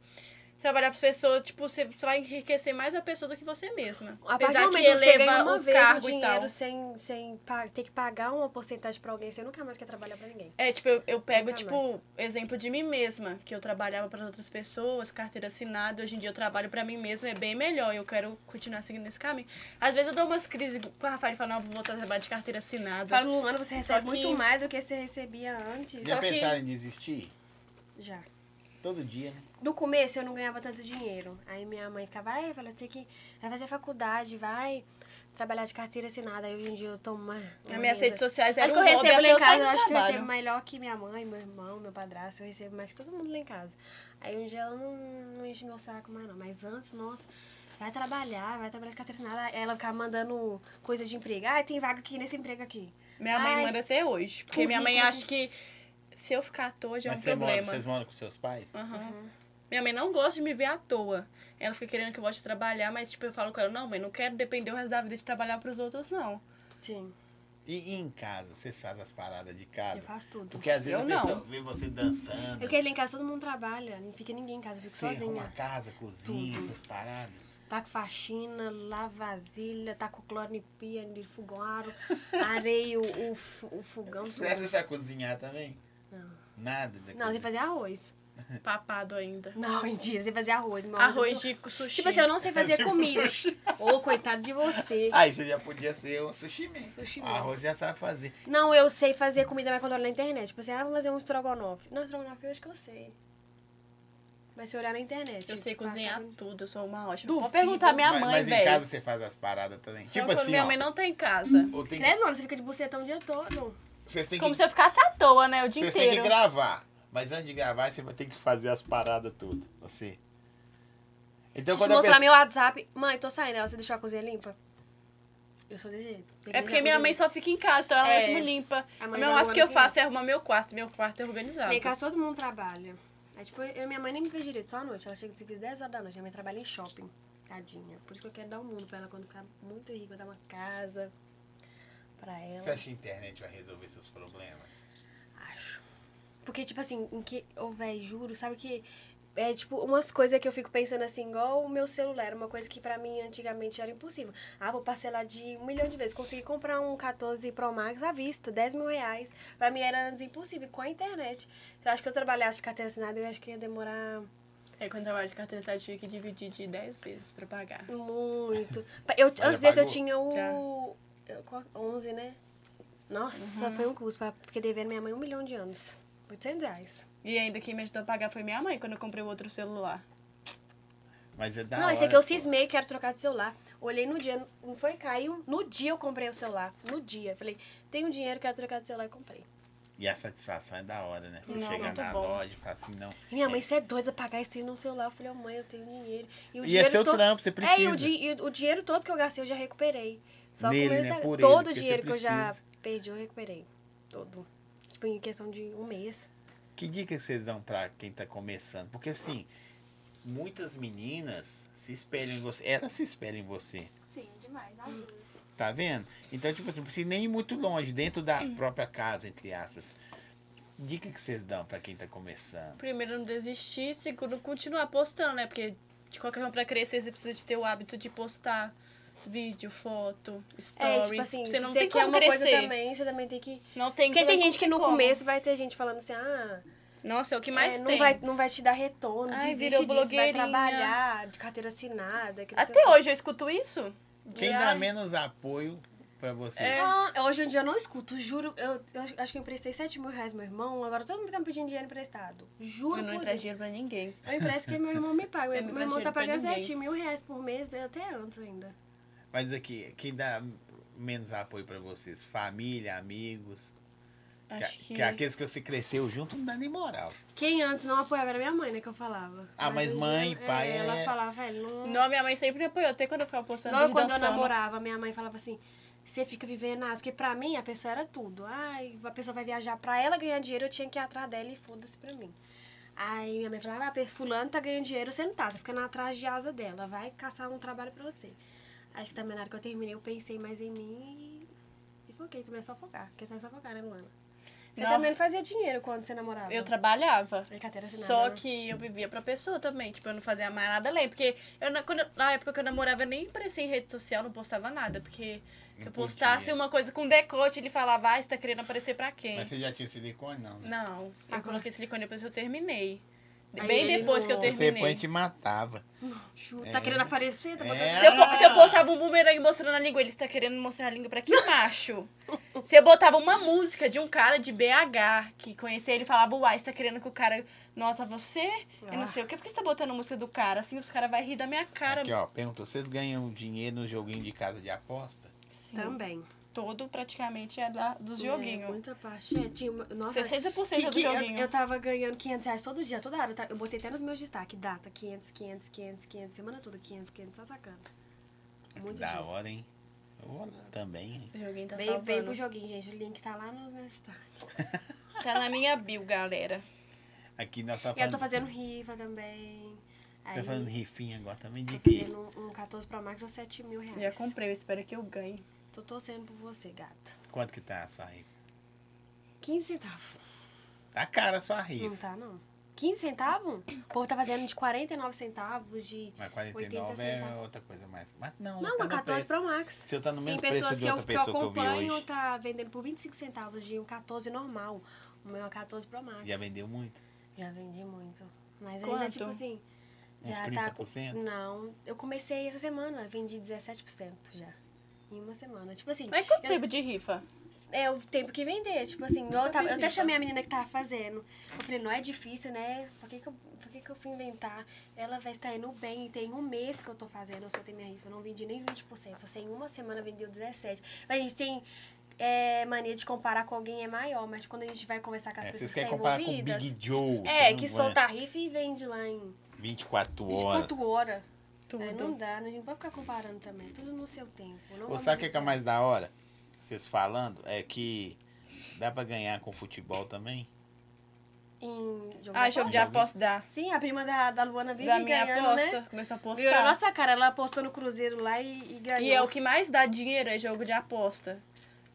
trabalhar pras pessoas, tipo, você você vai enriquecer mais a pessoa do que você mesma. A partir do momento que você ganha uma vez o dinheiro sem, sem pa- ter que pagar uma porcentagem pra alguém, você nunca mais quer trabalhar pra ninguém. É, tipo, eu, eu pego, Nunca tipo, exemplo de mim mesma, que eu trabalhava para outras pessoas, carteira assinada, hoje em dia eu trabalho para mim mesma, é bem melhor, eu quero continuar seguindo esse caminho. Às vezes eu dou umas crises com o Rafael e falo, não, vou voltar a trabalhar de carteira assinada. Fala, Luana, você recebe que- muito mais do que você recebia antes. Já Só que- pensaram em desistir? Já. Todo dia, né? No começo eu não ganhava tanto dinheiro. Aí minha mãe ficava, vai, vai ter que vai fazer faculdade, vai trabalhar de carteira assinada. Aí hoje em dia eu tô uma. Nas minhas redes sociais era Acho um que eu hobby recebo lá até em eu sair casa, eu do acho que eu recebo trabalho. melhor que minha mãe, meu irmão, meu padrasto, eu recebo mais que todo mundo lá em casa. Aí um dia ela não, não enche meu saco mais não, mas antes, nossa, vai trabalhar, vai trabalhar de carteira assinada. Ela ficava mandando coisa de emprego, ah, tem vaga aqui nesse emprego aqui. Minha mãe Ai, manda até hoje. Porque minha mãe currículo. acha que se eu ficar à toa já é um Mas você mora- problema. vocês moram com seus pais? Aham. Minha mãe não gosta de me ver à toa. Ela fica querendo que eu goste de trabalhar, mas tipo, eu falo com ela, não, mãe, não quero depender o resto da vida de trabalhar pros outros, não. Sim, E, e em casa? Vocês fazem as paradas de eu casa? faço tudo. Porque às vezes Eu a não. pessoa vê você dançando. Eu quero ir lá em casa, todo mundo trabalha, não fica ninguém em casa, eu fico Você arruma a sozinha. casa, cozinha, Tudo. essas paradas. Taco faxina, lava vasilha, taco cloro em pia, de fogoaro, areio, o, f- o fogão. tudo. Você você sabe cozinhar também? Não. Nada da Não, cozinha. sem fazer arroz. É. Papado ainda. Não, mentira, sem fazer arroz. meu Arroz é de sushi. Tipo assim, eu não sei fazer Tipo comida. Ô, coitado de você. Aí você Ah, já podia ser um sushi man. Sushi man. Arroz já sabe fazer. Não, eu sei fazer comida, mas quando eu olho na internet. Tipo assim, ah, vou fazer um estrogonofe. Não, estrogonofe eu acho que eu sei. Mas se olhar na internet. Eu sei tipo, ah, cozinhar tá- tudo, eu sou uma ótima. Duvido. Vou perguntar à minha mas, mãe, mas em casa velho. você faz as paradas também. Só tipo quando assim, minha ó, Hum, mãe não tá em casa. ou tem que- Né, mano? Você fica de buceta o dia todo. vocês têm que, Como se eu ficasse à toa, né? O dia vocês têm que inteiro. gravar. Mas antes de gravar, você vai ter que fazer as paradas todas. Você. Então Deixa eu quando a mostrar pessoa... meu WhatsApp. Mãe, tô saindo. Ela, você deixou a cozinha limpa? Eu sou desse jeito. Tem que É deixar porque a minha cozinha mãe só fica em casa, então ela É. mesma limpa. A A mãe minha vai acho que eu arrumando tudo. faço é arrumar meu quarto. Meu quarto é organizado. Vem cá, todo mundo trabalha. Aí, tipo, eu, minha mãe nem me vê direito, só à noite. Ela chega de serviço 10 horas da noite. Minha mãe trabalha em shopping. Tadinha. Por isso que eu quero dar o mundo pra ela quando ficar muito rica, eu dar uma casa pra ela. Você acha que a internet vai resolver seus problemas? Acho. Porque, tipo assim, em que. Ô, véi, juro, sabe que. É tipo umas coisas que eu fico pensando assim, igual o meu celular, uma coisa que pra mim antigamente era impossível. Ah, vou parcelar de um milhão de vezes. Consegui comprar um 14 Pro Max à vista, 10 mil reais. Pra mim era antes impossível, com a internet. Eu acho que eu trabalhasse de carteira assinada, eu acho que ia demorar É, quando eu trabalho de carteira, eu tive que dividir de 10 vezes pra pagar. Muito. Pa- Eu, já antes desse eu pagou? tinha Já. o. eu- qual- 11, né? Nossa, foi um curso. Pra, fiquei devendo minha mãe um milhão de anos. 800 reais. E ainda quem me ajudou a pagar foi minha mãe quando eu comprei o outro celular. Mas é da não, hora, esse aqui eu pô. cismei, quero trocar de celular. Olhei no dia, não foi? Caiu. No dia eu comprei o celular. No dia. Falei, tenho dinheiro, quero trocar de celular e comprei. E a satisfação é da hora, né? Você Não, chega muito na bom. loja e fala assim, não. E Minha mãe, você é doida pagar isso aí no celular. Eu falei, ô, mãe, eu tenho dinheiro. E o E é seu todo- trampo, você É, e o, precisa. di- e o dinheiro todo que eu gastei, eu já recuperei. Só Nele, com o meu né? Instagram. Por ele, Todo porque o você dinheiro que eu já precisa. perdi, eu recuperei. Todo. Tipo, em questão de um mês. Que dica vocês dão pra quem tá começando? Porque assim, muitas meninas se espelham em você. Elas se espelham em você. Sim, demais, Hum. nas duas. Tá vendo? Então, tipo assim, não precisa nem ir muito longe, dentro da própria casa, entre aspas. Dica que vocês dão pra quem tá começando. Primeiro, não desistir. Segundo, continuar postando, né? Porque de qualquer forma, pra crescer, você precisa de ter o hábito de postar vídeo, foto, É, stories. tipo assim, você não se tem quer como uma crescer. coisa também, você também tem que... Não tem Porque tem como- gente que no como. começo vai ter gente falando assim, ah, Nossa, é o que mais é, não, tem. vai, não vai te dar retorno, Ai, desiste virou disso, vai blogueirinha. trabalhar, de carteira assinada. que não sei o Até quê. hoje eu escuto isso. Quem Ai. dá menos apoio pra vocês? né? Ah, hoje em dia eu não escuto, juro. Eu, eu acho- acho que eu emprestei 7 mil reais meu irmão, agora todo mundo fica me pedindo dinheiro emprestado. Juro Eu por não Deus. empresto dinheiro pra ninguém. Eu empresto que meu irmão me paga. Eu não Meu, meu irmão empresto dinheiro pra tá pagando ninguém. 7 mil reais por mês, até antes ainda. Mas aqui, quem dá menos apoio pra vocês? Família, amigos? Acho que, que. que aqueles que você cresceu junto não dá nem moral. Quem antes não apoiava era minha mãe, né, que eu falava. Ah, mas hoje mãe, ela- pai, é, Ela é- falava, velho, não... Não, minha mãe sempre apoiou, até quando eu ficava postando Igual vídeo quando eu dançando. namorava, minha mãe falava assim, você fica vivendo nada. Porque pra mim, a pessoa era tudo. Ai, a pessoa vai viajar pra ela ganhar dinheiro, eu tinha que ir atrás dela e foda-se pra mim. Aí minha mãe falava, ah, pe- fulano tá ganhando dinheiro, você não tá, tá ficando atrás de asa dela. Vai caçar um trabalho pra você. Acho que também na hora que eu terminei, eu pensei mais em mim e... E foquei também, é só focar. Porque é só focar, né, Luana? Você Não. também não fazia dinheiro quando você namorava. Eu trabalhava. É carteira assinada, Só né? que eu vivia pra pessoa também. Tipo, eu não fazia mais nada além. Porque eu, na- quando eu- na época que eu namorava, eu nem aparecia em rede social, não postava nada. Porque se eu postasse podia. uma coisa com decote, ele falava, ah, você tá querendo aparecer pra É. quem? Mas você já tinha silicone, não, né? Não, eu Agora- coloquei silicone depois que eu terminei. Ah, Aí Bem ele depois que eu não- Você põe terminei. te matava. Ju, Tá querendo aparecer? Tá botando... É. Se eu, po- se eu postava um bumerangue mostrando a língua, ele tá querendo mostrar a língua pra que macho? Se eu botava uma música de um cara de BH que conhecia ele falava, uai, você tá querendo que o cara nota você? E Ah. não sei o que, por que você tá botando música do cara? Assim os caras vão rir da minha cara. Aqui, ó, perguntou, vocês ganham dinheiro no joguinho de casa de aposta? Sim, Também. todo praticamente é da, dos É, joguinhos. muita parte. É, tinha uma- nossa, 60% que, do que eu, joguinho. eu tava ganhando 500 reais todo dia, toda hora. tá? Eu botei até nos meus destaques. Data, 500, 500, 500, 500. Semana toda, 500, 500. Só sacando. Que Muito da dinheiro. hora, hein? Eu vou lá também. hein? O joguinho tá Vem, vem salvando. pro joguinho, gente. O link tá lá nos meus destaques. Tá na minha bio, galera. Aqui nós tá E eu falando. tô fazendo rifa também. Aí, Tá fazendo rifinha agora também de tô quê? fazendo um, um 14 Pro Max ou 7 mil reais. Já comprei, eu espero que eu ganhe. Tô torcendo por você, gata. Quanto que tá a sua rifa? 15 centavos. Tá cara a sua Não rifa. tá, não. 15 centavos? O povo tá fazendo de 49 centavos, de Mas 80 49 é centavos. outra coisa mais. Mas não, Não, tá o no 14 preço. Pro Max. Se eu tá no um Tem mesmo preço pessoas de que eu, outra que eu pessoa que eu vi acompanho hoje. tá vendendo por 25 centavos de um 14 normal. O meu é 14 Pro Max. Já vendeu muito? Já vendi muito. Mas ainda, Quanto? tipo assim. Uns já Tá... 30%? Não, eu comecei essa semana, vendi 17% já. Em uma semana. Tipo assim. Mas quanto eu- tempo de rifa? É, o tempo que vender. Tipo assim, igual eu, Nunca tava- eu fiz até isso. chamei a menina que tava fazendo. Eu falei, não é difícil, né? Por que que eu, por que que eu fui inventar? Ela vai estar indo bem. Tem um mês que eu tô fazendo, eu soltei minha rifa. Eu não vendi nem 20%. Eu sei, em uma semana vendeu 17%. Mas a gente tem é, mania de comparar com alguém é maior. Mas quando a gente vai conversar com as É, pessoas vocês querem que estão comparar com o envolvidas... Big Joe. você É, não que aguenta. solta a rifa e vende lá em 24 horas. 24 horas. Aí não Tudo. dá, né? a gente não pode ficar comparando também. é Tudo no seu tempo. Não Ô, vamos sabe o que, que é esperar. mais da hora? Vocês falando, é que dá pra ganhar com futebol também. Em jogo de Ah, jogo de aposta? aposta dá. Sim, a prima da, da Luana vive Da minha ganhando, aposta. né? Começou a Viu na apostar. nossa cara, ela apostou no Cruzeiro lá e, e ganhou. E é o que mais dá dinheiro é jogo de aposta.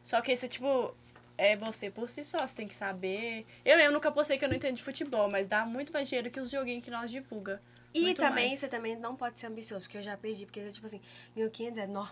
Só que esse, tipo, é você por si só, você tem que saber. Eu mesmo nunca postei que eu não entendo de futebol, mas dá muito mais dinheiro que os joguinhos que nós divulga. E Muito também, mais. você também não pode ser ambicioso, porque eu já perdi, porque você, tipo assim, ganhou 500 reais, nó,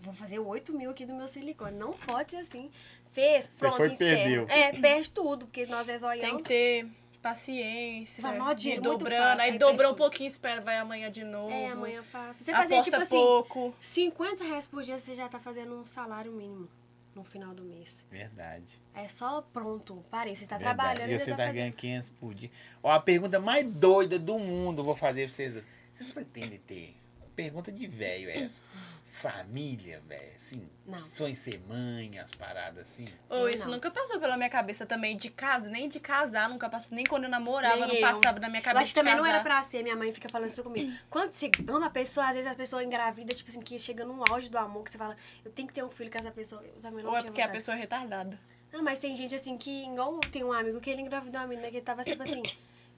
vou fazer 8 mil aqui do meu silicone. Não pode ser assim. Fez, pronto, foi e encerra. perdeu. É, perde tudo, porque nós é Tem resolvemos. que ter paciência. Você fala, "Nó, ir dinheiro muito dobrando. fácil", Aí aí dobrou perde um pouquinho, espera, vai amanhã de novo. É, amanhã eu faço. Você Aposta fazer, tipo assim, pouco. 50 reais por dia, você já tá fazendo um salário mínimo no final do mês. Verdade. É só pronto, parei, você tá verdade. trabalhando E já você tá tá fazendo. ganhando 500 por dia. Ó, a pergunta mais doida do mundo eu vou fazer pra vocês. Vocês pretendem ter pergunta de velho é essa. Família, velho, assim, Não. sonho em ser mãe, as paradas assim. Ou Eu isso não. nunca passou pela minha cabeça também de casa, nem de casar, nunca passou, nem quando eu namorava, Nem não eu. passava na minha Eu cabeça. acho que também de não casar. era pra ser, minha mãe fica falando isso comigo. Quando você ama a pessoa, às vezes a pessoa engravida, tipo assim, que chega num auge do amor, que você fala, eu tenho que ter um filho com essa pessoa. Eu também não Ou é tinha porque a vontade. pessoa é retardada. Não, mas tem gente assim que, igual tem um amigo que ele engravidou uma menina que ele tava tipo assim,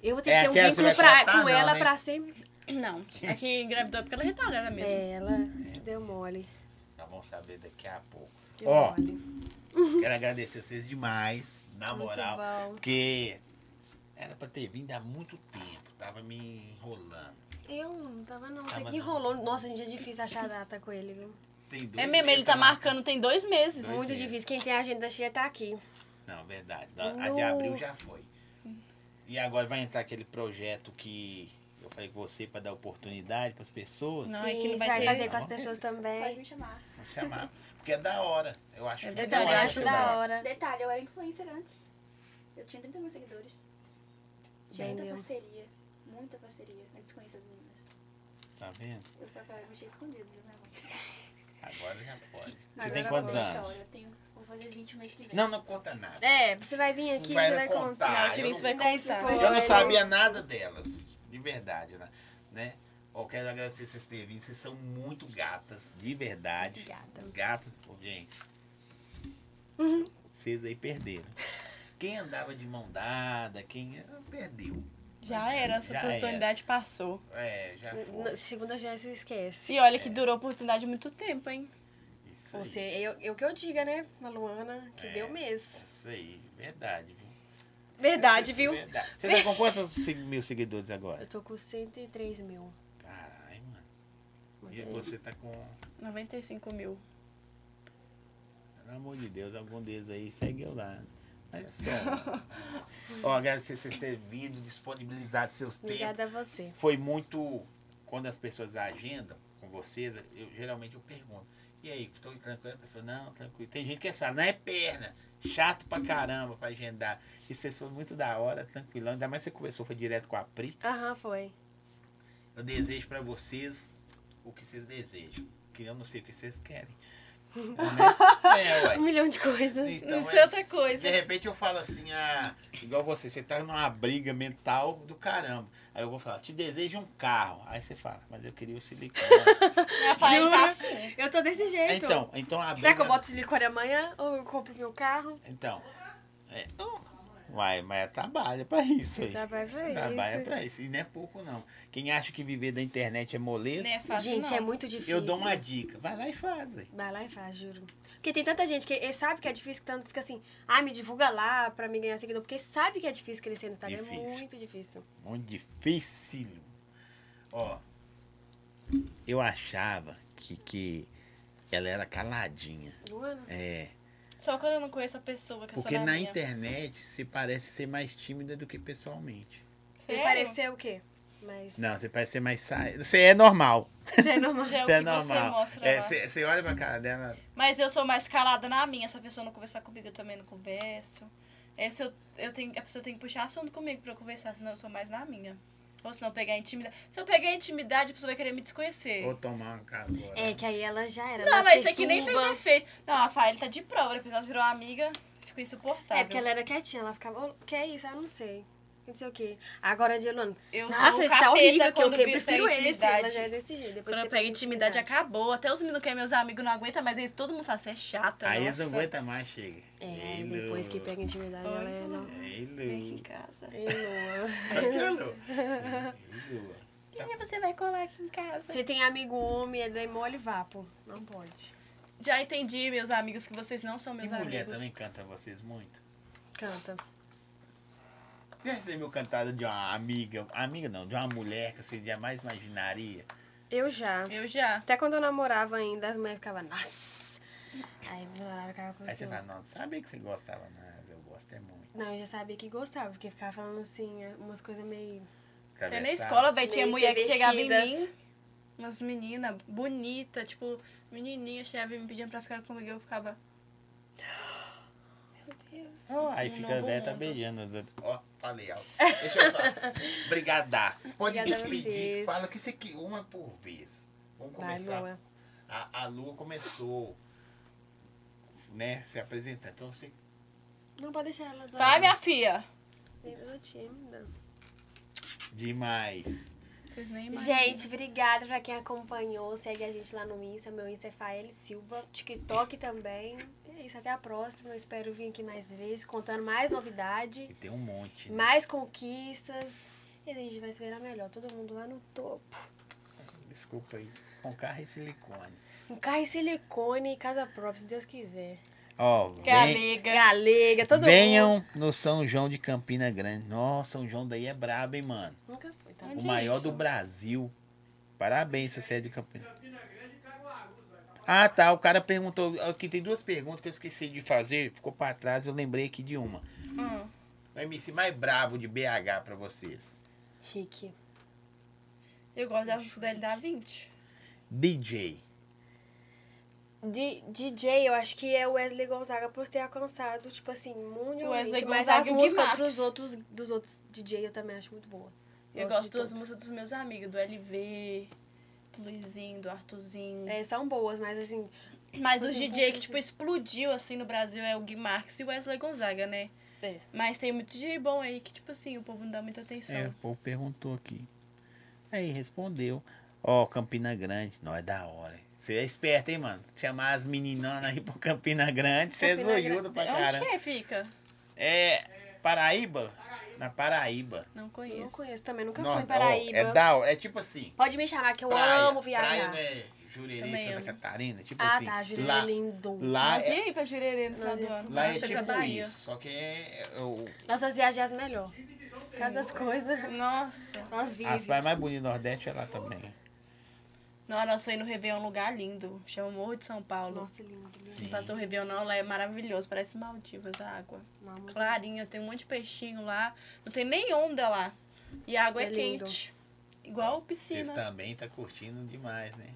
eu vou ter É, que ter um aquela você vínculo vai pra- soltar? com Não, ela né? pra sempre. Não. É que engravidou é porque ela é retardada mesmo. É, ela Uhum. deu mole. Nós vamos saber daqui a pouco. Deu Ó, mole. quero agradecer vocês demais, na Muito moral. bom. Porque era pra ter vindo há muito tempo, tava me enrolando. Eu não tava não, você Tava que Ah, não. enrolou. Nossa, gente, é difícil achar data com ele, viu? Tem dois É mesmo, ele meses tá pra marcar. marcando tem dois meses. Dois Muito meses. difícil. Quem tem a agenda cheia tá aqui. Não, verdade. A a de No- abril já foi. Hum. E agora vai entrar aquele projeto que eu falei com você para dar oportunidade para as pessoas. Não, Sim, é que não você vai vai ter- fazer com Não. as pessoas Pode também. me chamar. Vou chamar. Porque é da hora. Eu acho É que verdade, Então, Não, eu eu acho acho da É. hora. Detalhe, eu era influencer antes. Eu tinha 30 mil seguidores. Tinha muita Entendeu? parceria. Muita parceria. Eu desconheço as meninas. Tá vendo? Eu só que mexia escondido, viu, minha mãe? Agora já pode. Você Agora tem eu quantos vou- anos? Eu tenho, vou fazer 20 mês que vem. Não, não conta nada. É, você vai vir aqui, Vai você vai contar. contar. Não, a Ah, eu Cris não- vai Dez contar. segundos. Eu não Olha. sabia nada delas. De verdade, né? né? Ó, quero agradecer vocês terem vindo. Vocês são muito gatas, de verdade. Obrigada. Gatas, pô, gente. Uhum. Vocês aí perderam. Quem andava de mão dada, quem. eh, Perdeu. Já era, essa Já era. oportunidade passou. É, já Na foi. Segunda já se esquece. E olha que durou a oportunidade muito tempo, hein? Isso aí. Você, eu, eu que eu diga, né? A Luana, que É. deu mês. Isso aí, verdade, viu? Verdade, Isso, viu? Verdade. Você tá com quantos se- mil seguidores agora? Eu tô com 103 mil. Caralho, mano. é. E você tá com. 95 mil. Pelo amor de Deus, algum deles aí segue eu lá. Mas é só. Ó, agradecer vocês terem vindo, disponibilizado seus tempos. Obrigada a você. Foi muito. Quando as pessoas agendam com vocês, eu geralmente eu pergunto. E aí, estou tranquilo? A pessoa, não, tranquilo. Tem gente que fala, não é perna. Chato pra caramba pra agendar. E vocês foram muito da hora, tranquilão. Ainda mais que você conversou, foi direto com a Pri. Aham, foi. Eu desejo pra vocês o que vocês desejam. Que eu não sei o que vocês querem. né? É, Um ué. milhão de coisas. Então, é- Tanta coisa. de repente eu falo assim, ah, igual você, você tá numa briga mental do caramba. Aí eu vou falar, te desejo um carro. Aí você fala, mas eu queria o silicone. Rafael Jura? tá assim. Eu tô desse jeito. então, então a briga. Será que eu boto silicone amanhã ou eu compro meu carro? Então. É, Uai, mas trabalha pra isso aí. Trabalha pra isso. Trabalha pra isso. E não é pouco, não. Quem acha que viver da internet é moleza, Não é fácil, Gente, não. é muito difícil. eu dou uma dica. Vai lá e faz. aí. Vai lá e faz, juro. Porque tem tanta gente que eh, sabe que é difícil, que tanto fica assim, ah, me divulga lá pra me ganhar seguidor. Porque sabe que é difícil crescer no Instagram. Difícil. É muito difícil. Muito difícil. Ó, eu achava que, que ela era caladinha. Luana? É. Só quando eu não conheço a pessoa que eu Porque sou na minha. internet você parece ser mais tímida do que pessoalmente. Você Sério? pareceu o quê? Mas. Não, você parece ser mais sai. Você é normal. Isso é normal. Já é o Você que é você normal. mostra É, lá. Você você olha pra cara dela. Mas eu sou mais calada na minha. Se a pessoa não conversar comigo, eu também não converso. É, se eu, eu tenho, a pessoa tem que puxar assunto comigo pra eu conversar, senão eu sou mais na minha. Ou se não pegar intimidade. Se eu pegar intimidade, a pessoa vai querer me desconhecer. Ou tomar uma calor. É, que aí ela já era. Não, ela mas isso aqui nem fez perturba. efeito. Não, a Rafael tá de prova. Depois nós virou amiga, ficou insuportável. É, porque ela era quietinha, ela ficava, "Ô, que é isso? Ah, não sei. Não sei o quê. Agora, Dilano, Eu nossa, sou você o tá horrível, capeta que eu quando que- eu prefiro pego esse. Ela já é intimidade. desse jeito. Depois Quando você eu pego pega intimidade, acabou. Até os meninos que é meus amigos não aguentam, mas eles, todo mundo fala, você é chata, Aí eles nossa. não aguentam mais, chega. É, Ei, depois Lu. que pega intimidade, Oi, ela é... Lu. Não. Ei, Vem aqui em Lu. casa. Ei, É Lu. Ei, Lu. Ei, Lu. Quem você vai colar aqui em casa? Você tem amigo homem, é daí mole vapo. Não pode. Já entendi, meus amigos, que vocês não são E meus mulher amigos. também canta vocês muito. Canta. Já recebeu cantada de uma amiga, amiga não, de uma mulher que você jamais imaginaria? Eu já. Eu já. Até quando eu namorava ainda, as mulheres ficavam, nossa. Aí meu namorado ficava com Aí você ciúme. fala, não, não sabia que você gostava, mas eu gosto é muito. Não, eu já sabia que gostava, porque ficava falando assim, umas coisas meio. Até Atravessava. É na escola, velho, tinha Meio mulher que chegava em revestidas. mim. Umas meninas bonitas, tipo, menininha chegava e me pedindo pra ficar comigo. Eu ficava... Meu Deus. Ó, aí um fica novo até tá mundo. beijando as outras. Ó, falei alto. Deixa eu falar. Obrigada. Pode Obrigada a despedir. vocês. Fala o que você quer, uma por vez. Vamos Vai, começar. boa. a, a Lu começou, né, se apresentar. Então você Não pode deixar ela. Vai, minha filha. Eu tô é tímida. demais. Vocês nem Gente, obrigada pra quem acompanhou. Segue a gente lá no Insta. Meu Insta é Fael Silva. TikTok também. E É isso, até a próxima. Eu espero vir aqui mais vezes, contando mais novidade, E tem um monte. Né? mais conquistas. E a gente vai esperar melhor. Todo mundo lá no topo. Desculpa aí. Com carro e silicone. Um carro em silicone, casa própria, se Deus quiser. Ó, Que vem, amiga. Galega, todo mundo. venham no São João de Campina Grande. Nossa, São João daí é brabo, hein, mano. Nunca foi, tá? o maior do Brasil. Parabéns, você é de Campina. Ah, tá. O cara perguntou. Aqui tem duas perguntas que eu esqueci de fazer. Ficou pra trás, eu lembrei aqui de uma. Hum. O MC mais brabo de BH pra vocês. Rick. Eu gosto das músicas dele da 20. DJ. D- DJ, eu acho que é o Wesley Gonzaga por ter alcançado, tipo assim, mundialmente. Wesley mas Gonzaga as e o Gui músicas Max. dos outros, dos outros DJ eu também acho muito boa. Eu Gosto gosto de das todas. músicas dos meus amigos, do LV, do Luizinho, do Arthurzinho. É, são boas, mas assim, Mas Tipo os assim, DJ poucas, que, tipo, explodiu, assim, no Brasil é o Gui Marques e o Wesley Gonzaga, né? É. Mas tem muito DJ bom aí que, tipo assim, o povo não dá muita atenção. É, o povo perguntou aqui. Aí respondeu. Ó, Campina Grande, não é da hora. Você é esperto, hein, mano? Chamar as meninonas aí pro Campina Grande, você é Campina Grande. zoiudo pra Onde que caramba. é, fica? É Paraíba? Na Paraíba. Não eu conheço. não conheço também, nunca Nó- fui ó, em Paraíba. É da hora, é tipo assim. Pode me chamar que eu praia, amo viajar. Praia não é Jurerê, Também Santa amo. Catarina, tipo ah, assim. tá, Jurema é lá, lindo. lá Nós é, ia ir pra Jurerê no final Nós do ia. ano. lá é Nós ia pra tipo Bahia. isso, só que é, é o, Nossas viagens melhor. Cada das coisas, Nossa. nós as vivemos. praias mais bonitas do Nordeste é lá também. Não, nós fomos no Réveillon, um lugar lindo. Chama Morro de São Paulo. Nossa, lindo. né? Sim. Passou o Réveillon, não, lá é maravilhoso. Parece Maldivas a água. Não, muito- Clarinha, tem um monte de peixinho lá. Não tem nem onda lá. E a água é, É lindo. quente. Igual Vocês piscina. também tá curtindo demais, né?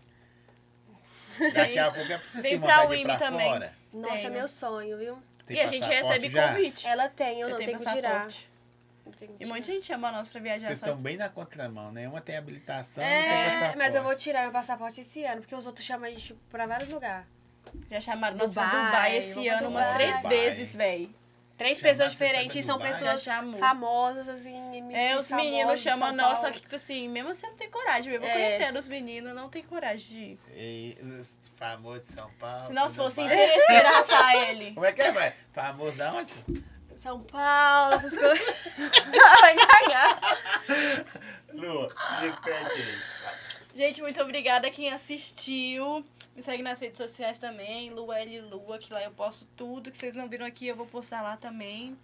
Daqui a pouco é pra vem vocês terem pra vontade de ir Uimbi pra também. fora. Nossa, Tenho. meu sonho, viu? Tem e a gente passaporte recebe já? convite. Ela tem, eu não Eu tenho tenho que tirar. passaporte. Eu tenho que E um monte tirar. de gente chama nós pra viajar. Vocês só. estão bem na contramão, né? Uma tem habilitação, outra É, passaporte. mas eu vou tirar meu passaporte esse ano, porque os outros chamam a gente tipo, pra vários lugares. Já chamaram nós pra Dubai, Dubai esse vamos pra ano umas Dubai. três Dubai. vezes, véi. Três Chamar pessoas você pra diferentes e são Dubai? Já pessoas chamou. famosas, assim, MCs É, os meninos famosos de chamam São nós, só Paulo. que, tipo assim, mesmo você não tem coragem, mesmo É. conhecendo os meninos, não tem coragem de ir. E os famosos de São Paulo. Se nós do fosse Ah, Dubai. interesseira, Rafael. Como é que é, vai? Famoso da onde? São Paulo, essas coisas. Vai cagar. Lu, repete aí. é Gente, muito obrigada a quem assistiu. Me segue nas redes sociais também, Luel Lua, que lá eu posto tudo que vocês não viram aqui, eu vou postar lá também.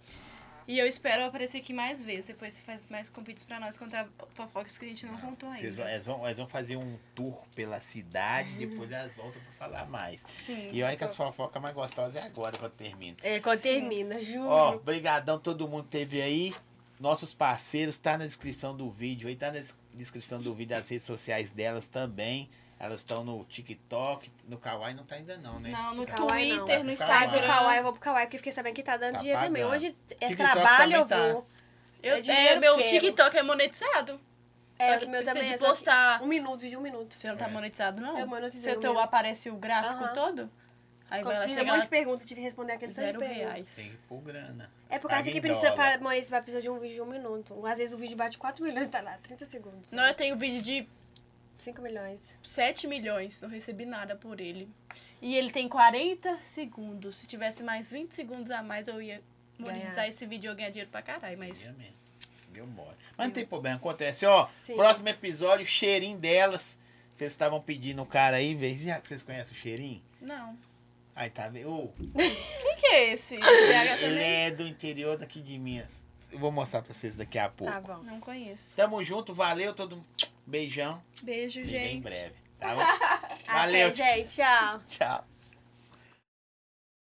E eu espero aparecer aqui mais vezes. Depois você faz mais convites pra nós contar fofocas que a gente não contou ainda. Vocês vão, elas, vão, elas vão fazer um tour pela cidade, depois elas voltam pra falar mais. Sim. E olha que as fofocas mais gostosas é agora quando termina. É, quando termina, juro. Ó, brigadão todo mundo que teve aí. Nossos parceiros, tá na descrição do vídeo aí, tá na des- descrição do vídeo as redes sociais delas também. Elas estão no TikTok, no Kawaii não tá ainda não, né? Não, no Kawaii não. Twitter, no Mas o Mas o Instagram. Kawaii, Tá, eu vou pro Kawaii, porque fiquei sabendo que tá dando Tá dia também. pagando. Hoje é TikTok trabalho, eu também tá. vou. Eu, É é, dinheiro meu quero. TikTok é monetizado. É, Só que o meu precisa também de é só que- postar. Um minuto, vídeo de um minuto. Você não tá É. monetizado, não? Eu monetizei Seu o teu meu. aparece o gráfico Aham. todo. Aí vai lá Quando fiz um chegar monte de lá, perguntas, tive que responder aqueles tanto de zero perguntas. reais. Tem que pôr grana. É por causa Paga em que precisa, dólar. pra, mas vai precisar de um vídeo de um minuto. Às vezes o vídeo bate 4 milhões, tá lá, 30 segundos. Não, é? eu tenho vídeo de 5 milhões. 7 milhões, não recebi nada por ele. E ele tem 40 segundos. Se tivesse mais 20 segundos a mais, eu ia monetizar Ganhar. esse vídeo e eu ganhar dinheiro pra caralho. Mas Ia mesmo. Deu mole. Mas não tem problema, acontece. Ó, Sim. próximo episódio, cheirinho delas. Vocês estavam pedindo o cara aí, vê. Já que vocês conhecem o cheirinho? não. Aí tá vendo. Ô, Quem que é esse? Ah, BH ele também? é do interior daqui de Minas. Eu vou mostrar pra vocês daqui a pouco. Tá bom. Não conheço. Tamo junto, valeu todo mundo. Beijão. Beijo, Se vê gente. Em breve. Tá bom? Valeu. Até, gente. Tchau. Tchau.